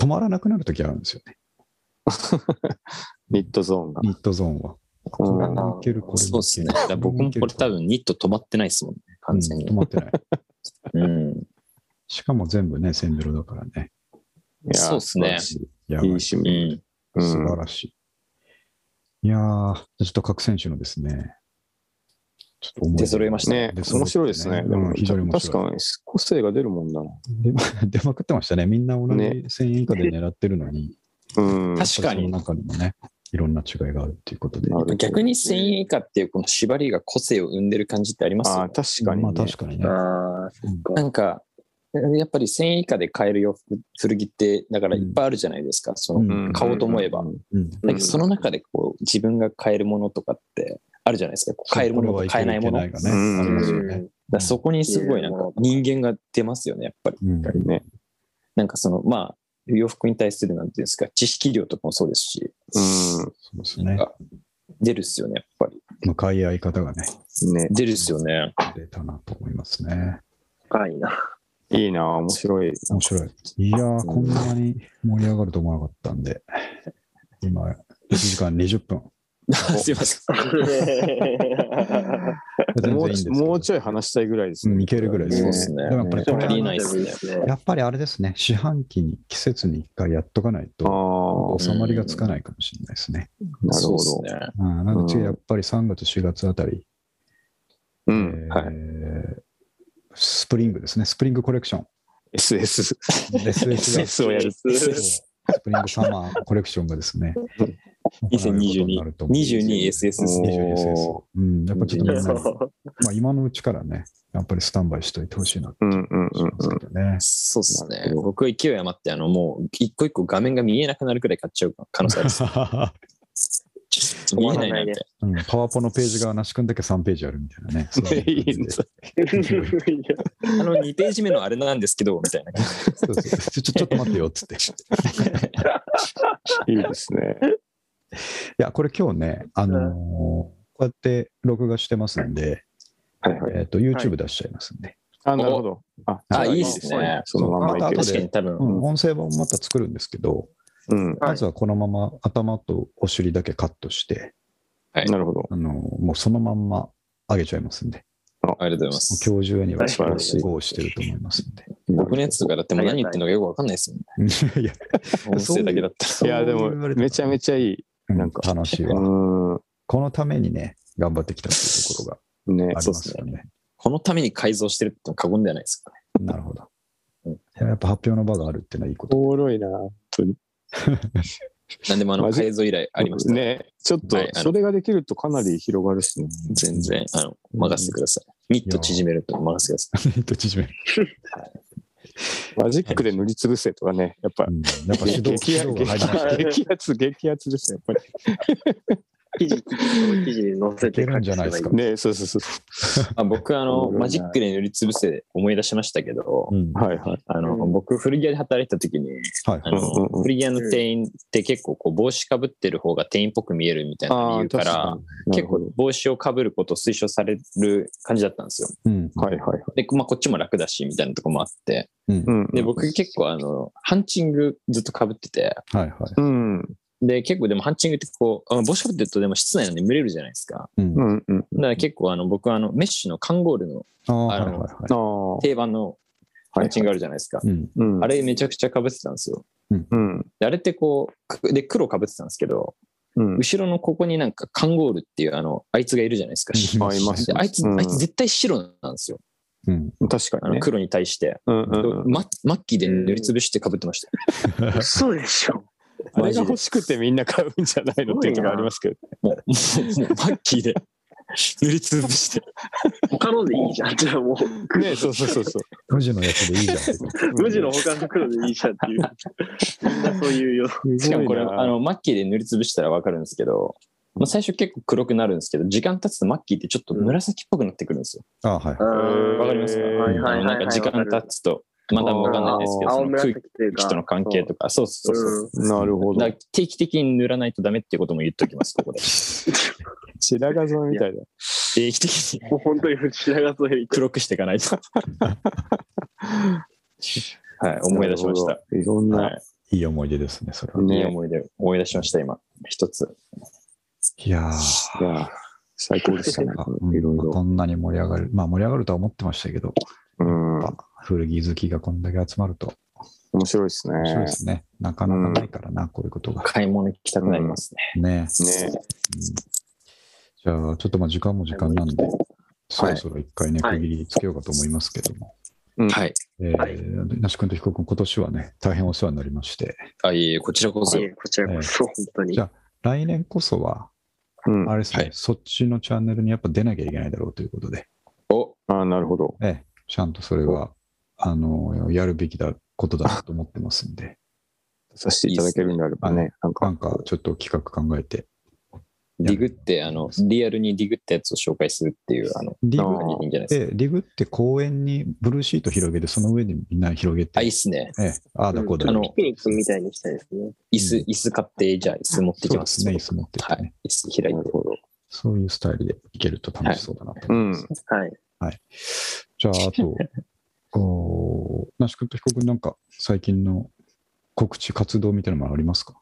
Speaker 1: 止まらなくなるときあるんですよね、
Speaker 3: ミッドゾーンが。
Speaker 1: ニットゾーンは。これもいける、これもいける。
Speaker 2: そうですね。だから僕もこれ多分ニット止まってないですもんね、
Speaker 1: うん、
Speaker 2: 完全に
Speaker 1: 止。まってない。
Speaker 2: うん。
Speaker 1: しかも全部ね、センベロだからね。
Speaker 3: いや
Speaker 2: そうっすね
Speaker 1: やば
Speaker 3: い
Speaker 1: い。
Speaker 3: い趣
Speaker 2: う
Speaker 3: 味。
Speaker 2: ん。
Speaker 3: うん
Speaker 1: 素晴らしい。いやー、ちょっと各選手のですね、ちょっと思い
Speaker 2: 出揃えました
Speaker 3: ね、面白いですね。で
Speaker 1: う
Speaker 3: も
Speaker 1: ん、非常に面
Speaker 3: 確
Speaker 1: 白い。
Speaker 3: かに個性が出るもんだな。
Speaker 1: 出ま 出まくってましたね。みんな同じ
Speaker 3: ね
Speaker 1: 1000円以下で狙ってるのに、
Speaker 3: うん。
Speaker 2: 確か
Speaker 1: そ
Speaker 2: に
Speaker 1: の中にもね、いろんな違いがあるっていうことで。
Speaker 3: なるほど
Speaker 2: 逆に1000円以下っていうこの縛りが個性を生んでる感じってあります
Speaker 3: あ
Speaker 2: よ
Speaker 3: あ、
Speaker 2: ね。
Speaker 3: 確かに、ね。
Speaker 1: まあ確かにね。
Speaker 4: ああ、そっか。
Speaker 2: なんか、やっぱり1000円以下で買える洋服、古着って、だからいっぱいあるじゃないですか。その、
Speaker 1: うん
Speaker 2: 買おうと思えば。
Speaker 1: うん
Speaker 2: だけどその中でこう、自分が買えるものとかってあるじゃないですか。こう買えるものと買えないもの。
Speaker 1: そ
Speaker 2: だ
Speaker 1: う
Speaker 2: か
Speaker 1: これはいけるいけないがね、あり
Speaker 4: う
Speaker 1: ますよね
Speaker 4: ん。
Speaker 2: らそこにすごいなんか人間が出ますよね、やっぱり。
Speaker 1: うん
Speaker 3: にね。
Speaker 2: なんかその、まあ、洋服に対するなんていうんですか、知識量とかもそうですし、
Speaker 3: う
Speaker 1: そうです
Speaker 2: なん
Speaker 1: ね。
Speaker 2: か出るっすよね、やっぱり。
Speaker 1: 向かい合い方がね、
Speaker 3: ん。ね。
Speaker 2: 出るっすよ ね。
Speaker 1: 出たなと思いますね。
Speaker 4: 深い な。
Speaker 3: いいな、面白い。
Speaker 1: 面白い。いやー、こんなに盛り上がると思わなかったんで、今、1時間20分。
Speaker 2: すいません。
Speaker 1: 全然い
Speaker 3: も
Speaker 1: いんですけ
Speaker 3: う
Speaker 1: ど
Speaker 3: もうちょい話したいぐらいです
Speaker 1: う
Speaker 3: ね。
Speaker 1: んいけるぐらいです
Speaker 2: そう
Speaker 1: ね。
Speaker 2: ですね
Speaker 1: でもやっぱりこれ
Speaker 2: 足り
Speaker 1: は
Speaker 2: ないっすね。
Speaker 1: やっぱりあれですね、四半期に、季節に一回やっとかない
Speaker 3: ああ、
Speaker 1: と、収まりがつかないかもしれないですね。
Speaker 3: なるほ
Speaker 2: そ
Speaker 3: ど
Speaker 2: う。ですね。
Speaker 1: うんなので、
Speaker 3: うん
Speaker 1: やっぱり3月、4月あたり、
Speaker 3: うん。
Speaker 1: えー
Speaker 3: はい。
Speaker 1: スプリングですね、スプリングコレク ション。
Speaker 3: SS。
Speaker 1: SS が
Speaker 3: SS をやる。
Speaker 1: スプリングサマーコレクションがです ね、
Speaker 2: 2022 22SS
Speaker 3: お
Speaker 1: 22SS。
Speaker 3: ー
Speaker 1: うん、やっぱちょっとみんな、
Speaker 4: そう
Speaker 1: まあ、今のうちからね、やっぱりスタンバイしておいてほしいなと
Speaker 3: うんうんうん
Speaker 1: 思います
Speaker 3: う
Speaker 1: けどね。
Speaker 2: そうで
Speaker 3: な
Speaker 2: すね
Speaker 3: る。ほど
Speaker 2: 僕は勢い余って、あの、もう、一個一個画面が見えなくなるくらい買っちゃう可能性あ ります。ちょっと見えないなんて。
Speaker 1: うんパワポのページが那須君だけ3ページあるみたいなね。そうい
Speaker 3: ん。
Speaker 1: う感じ
Speaker 3: いいん
Speaker 1: で
Speaker 3: だ。
Speaker 2: あの、2ページ目のあれなんですけど、みたいな。
Speaker 1: そうそうちょちょちょっと待ってよっつって。い
Speaker 3: いいですね。
Speaker 1: や、これ今日ね、あのーこうやって録画してますんで、
Speaker 3: はいはい。
Speaker 1: えっと YouTube 出しちゃいますんで、
Speaker 3: あ、なるほど。あ、
Speaker 2: あ、
Speaker 3: じゃ
Speaker 2: いいですね。
Speaker 3: そのまんまいける
Speaker 1: そ
Speaker 2: 確かに多分、
Speaker 1: うん音声版もまた作るんですけど、
Speaker 3: うん。
Speaker 4: はい
Speaker 1: まずはこのまま頭とお尻だけカットして、
Speaker 2: はい
Speaker 3: なるほど。
Speaker 1: あのーもうそのまんま上げちゃいますんで、
Speaker 2: ありがとうございます。
Speaker 1: 今日中には
Speaker 4: 素晴
Speaker 3: らしい
Speaker 1: 合してると思います んで。
Speaker 2: 僕のやつとかだってもう何言ってんのかよくわかんないですもんね。
Speaker 1: いや、
Speaker 2: 音声だけだったら。
Speaker 3: いや、でも、めちゃめちゃいい。
Speaker 1: うん
Speaker 3: なんか
Speaker 1: 楽しいうわ。
Speaker 3: ん。
Speaker 1: このためにね、頑張ってきたっていうところが
Speaker 3: ね
Speaker 1: ありま。すよね。
Speaker 2: このために改造してるっても過言ではないですか
Speaker 1: なるほど。いややっぱ発表の場があるってのはいいこと
Speaker 3: お。もろいな、本当に。
Speaker 2: なんでもあの
Speaker 3: マジ
Speaker 2: 改造以来ありました、
Speaker 3: ね。ちょっと
Speaker 2: はいあ、の
Speaker 3: それができるとかなり広がるっすね。
Speaker 2: 全然あの任せてください。ニット縮めると任せ てくださ
Speaker 1: えっ と縮める
Speaker 3: マジックで塗りつぶせとかね、やっぱ
Speaker 1: う。んやっぱ指導
Speaker 3: 激
Speaker 1: 指導が入りました。
Speaker 3: 激
Speaker 4: た
Speaker 3: 圧、激圧ですね、やっぱ
Speaker 4: 記事、記事、記事に載せて
Speaker 1: いけるんじゃないですか
Speaker 3: り。ね、そうそうそう。
Speaker 2: い。あ僕あ
Speaker 3: う
Speaker 2: の
Speaker 3: ん
Speaker 2: マジックで塗りつぶせで思い出しましたけど、
Speaker 1: うんは
Speaker 3: はいはい。
Speaker 2: あの
Speaker 4: うん
Speaker 2: 僕古着屋で働いてた時に
Speaker 1: い
Speaker 2: あ
Speaker 1: はい。
Speaker 3: うんうんうん
Speaker 2: の古着屋の店員って結構こう帽子かぶってる方が店員っぽく見えるみたいな理由から結構帽子をかぶることを推奨される感じだったんですよ。
Speaker 1: うん
Speaker 3: 構。はいはいはい。
Speaker 2: で、まあ、こっちも楽だしみたいなとこもあって
Speaker 1: うん
Speaker 3: うん。
Speaker 2: で、僕結構あのハンチングずっとかぶってて
Speaker 1: はいはい。
Speaker 3: うん。
Speaker 2: で結構でもハンチングってこうあの帽子かぶってるとでも室内なんで蒸れるじゃないですか。
Speaker 1: うん
Speaker 3: うんうん。
Speaker 2: だから結構あの僕はあのメッシュのカンゴールの
Speaker 1: ああ、は
Speaker 2: あ
Speaker 1: い
Speaker 2: の
Speaker 1: はいは
Speaker 3: ああ。
Speaker 2: 定番の
Speaker 3: は
Speaker 2: ハ
Speaker 3: い
Speaker 2: ンチングあるじゃないですか。
Speaker 1: い。うん
Speaker 3: うん
Speaker 2: あれめちゃくちゃ被ってたんですよ。
Speaker 3: うん。
Speaker 2: であれってこうく、で、黒被ってたんですけど、
Speaker 3: うん。
Speaker 2: 後ろのここになんかカンゴールっていうあの、あいつがいるじゃないですか。
Speaker 1: うん
Speaker 3: あいます
Speaker 2: であいつ、
Speaker 3: うん
Speaker 2: あいつ絶対白なんですよ。
Speaker 1: うん。
Speaker 3: 確か
Speaker 2: あ
Speaker 3: に
Speaker 2: の
Speaker 3: ね。
Speaker 2: 黒に対して。
Speaker 3: うんう
Speaker 2: マ
Speaker 3: んうん。
Speaker 2: マッキーで塗りつぶして被ってました。
Speaker 4: 嘘でしょ。
Speaker 3: あれが欲しくてみんな買うんじゃないのっていうのがありますけど。
Speaker 2: もう、もうもうマッキーで塗りつぶして。
Speaker 4: 他のでいいじゃん。じゃあもう、
Speaker 3: ね、そうそうそうそう。
Speaker 1: 無地のやつでいいじゃん。
Speaker 4: 無地の他の黒でいいじゃんっていう。みんなそういうよ。
Speaker 2: しかもこれ、
Speaker 3: すごいな
Speaker 2: あの、マッキーで塗りつぶしたらわかるんですけど、まあ、最初結構黒くなるんですけど、時間経つとマッキーってちょっと紫っぽくなってくるんですよ。
Speaker 1: ああ、はい。
Speaker 4: うん
Speaker 2: わかりますか、
Speaker 4: はいはいはいはい
Speaker 2: なんか時間経つと、まだわかんないですけど、
Speaker 4: 青
Speaker 2: その空
Speaker 4: 紫
Speaker 2: 気
Speaker 4: というか。
Speaker 2: との関係とか、そうそうそうそう。
Speaker 4: うん
Speaker 3: なるほ
Speaker 2: だ
Speaker 3: ど。
Speaker 2: から定期的に塗らないとダメっていうことも言っときます、ここで。
Speaker 3: 白髪染めみたいだ。
Speaker 2: 定期的に
Speaker 4: もう本当に白髪そういう。
Speaker 2: 黒くしていかないと。はい、思い出しまし
Speaker 3: な
Speaker 2: た
Speaker 3: る。ほど。いろん
Speaker 2: は
Speaker 3: な。
Speaker 2: い、
Speaker 1: いい思い出ですね、それは。
Speaker 2: いい
Speaker 3: ね。
Speaker 2: 思い出、思い出しました、今。一つ。
Speaker 1: いや
Speaker 3: いや、最高でしたね
Speaker 1: ー。うん
Speaker 3: いろいろ。
Speaker 1: こんなに盛り上がる。まあ盛り上がるとは思ってましたけど、
Speaker 3: うん。
Speaker 1: やっぱ古着好きがこんだけ集まると
Speaker 3: 面白いですね。
Speaker 1: 面白いですね。なかなかないからな、こういうことが。
Speaker 2: 買い物行きたくなりますね。
Speaker 1: ね。
Speaker 3: ね。
Speaker 1: じゃあ、ちょっとまあ時間も時間なんで、そろそろ一回ね、
Speaker 4: はい
Speaker 1: 区切りつけようかと思いますけども。
Speaker 3: うん
Speaker 2: はい。
Speaker 1: えー、那須君と彦君、今年はね、大変お世話になりまして、
Speaker 2: あ、いえいえ、こちらこそ。
Speaker 4: いえこちらこそ、本当に。
Speaker 1: じゃ来年こそは、
Speaker 3: うん。
Speaker 1: あ
Speaker 3: あ
Speaker 1: れですね、
Speaker 2: はい
Speaker 1: そっちのチャンネルにやっぱ出なきゃいけないだろうということで、
Speaker 2: お、
Speaker 3: あ、なるほど。
Speaker 1: ええ、ちゃんとそれは、あの、やるべきだことだなと思ってますんで、
Speaker 3: させていただけるんであればね。なん
Speaker 1: な
Speaker 3: か、
Speaker 1: んかちょっと企画考えて、
Speaker 2: ディグって、あの、リアルにディグったやつを紹介するっていう、あの、
Speaker 1: リ
Speaker 3: あ
Speaker 1: ブ
Speaker 3: ー
Speaker 2: いいんじゃないですか。
Speaker 1: でリブって公園にブルーシート広げて、その上にみんな広げて、
Speaker 2: あ、いいっすね。
Speaker 1: ええ、ああだこうだ、
Speaker 2: あの
Speaker 4: ピクニックみたいにしたいですね。
Speaker 2: 椅子、椅子買って、じゃあ椅子持ってき
Speaker 1: そうで
Speaker 2: ます。
Speaker 1: すね、椅子持ってき
Speaker 2: は
Speaker 1: てね
Speaker 2: い。椅子開い
Speaker 3: な
Speaker 2: て
Speaker 3: る。ほど。
Speaker 1: そういうスタイルでいけると楽しそうだなと思います。
Speaker 4: はい。
Speaker 1: じゃあ、あ と、おー那須君と彦君なんか最近の告知活動みたいなのもありますか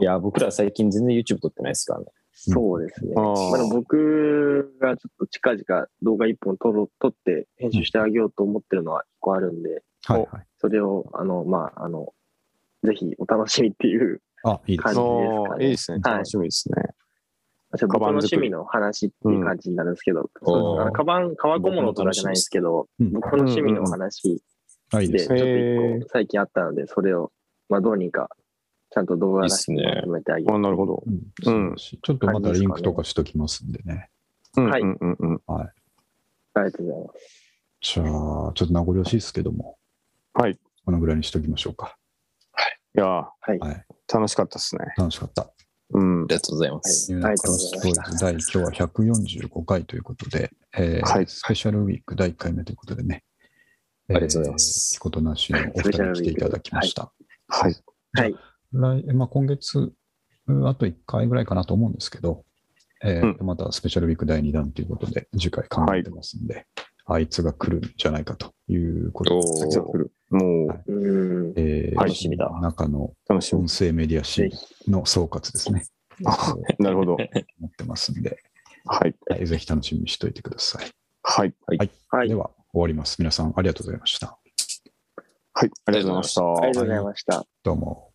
Speaker 2: いや、僕ら最近全然 YouTube 撮ってないですからね。
Speaker 4: そうですね。
Speaker 3: あ
Speaker 4: まあ、で
Speaker 3: ー
Speaker 4: も僕がちょっと近々動画一本撮ろう撮って編集してあげようと思ってるのは一個あるんで、
Speaker 1: はいはい。
Speaker 4: それを、あの、まあ、あの、ぜひお楽しみって いう、
Speaker 1: あ、いいです
Speaker 4: 感
Speaker 1: ね。
Speaker 3: ああ、いいですね。
Speaker 4: はい
Speaker 3: 楽しみですね。
Speaker 4: ちょっと僕の趣味の話っていう感じになるんですけど、そうですあのカバン、革小物とかじゃないんですけど、
Speaker 1: うん
Speaker 4: 僕の趣味のお話
Speaker 1: あ、いいで
Speaker 4: で、
Speaker 1: す
Speaker 4: ちょ
Speaker 1: ね。
Speaker 4: っと
Speaker 3: へ
Speaker 4: 一
Speaker 3: ー
Speaker 4: 個最近あったので、それを、まあ、どうにか、ちゃんと動画出して
Speaker 2: いいっすね
Speaker 4: まとめてあげる。
Speaker 3: あなるほど。
Speaker 1: うん素晴らしいちょっとまたリンクとかしときますんでね。
Speaker 3: うん
Speaker 4: はい
Speaker 3: うんうんうん。
Speaker 4: ありがとうございます。
Speaker 1: じゃあ、ちょっと名残惜しいですけども、
Speaker 3: はい。
Speaker 1: このぐらいにしときましょうか。
Speaker 3: いや
Speaker 4: はい。
Speaker 1: はい。
Speaker 3: ー、楽しかったですね。
Speaker 1: 楽しかった。
Speaker 3: うん
Speaker 2: あ。りがとうございます。
Speaker 1: ニュー
Speaker 4: あ
Speaker 1: ナ
Speaker 4: り
Speaker 1: ッ
Speaker 4: が
Speaker 1: ク
Speaker 4: とう
Speaker 1: ロス
Speaker 4: ござい
Speaker 1: トー
Speaker 4: ま
Speaker 1: リーズ第今
Speaker 4: し
Speaker 1: 日は145回ということで、えー
Speaker 3: はい
Speaker 1: スペシャルウィーク第1回目ということでね。
Speaker 2: ありがとうございます
Speaker 1: えー。ことなしのお二人に来ていただきました。
Speaker 3: はい。
Speaker 4: はい。
Speaker 1: 来まあ、今月、うんあと1回ぐらいかなと思うんですけど、えーまたスペシャルウィーク第2弾ということで、次回考えてますんで、あいつが来るんじゃないかということ
Speaker 2: おー
Speaker 1: で
Speaker 3: じゃあ来るもう、
Speaker 4: うん。
Speaker 1: えー
Speaker 3: 楽
Speaker 2: しみだ
Speaker 1: 中の
Speaker 3: 楽しみ
Speaker 1: 音。 声メディア誌の総括ですね。
Speaker 3: あ
Speaker 1: そう
Speaker 3: なるほど。
Speaker 1: 思ってますんで、
Speaker 3: はい。
Speaker 1: はいぜひ楽しみにしておいてください。
Speaker 3: はい。
Speaker 4: はい
Speaker 1: で。は、終わります。皆さん、ありがとうございました。
Speaker 3: はい。ありがとうございました。
Speaker 4: ありがとうございました。
Speaker 1: どうも。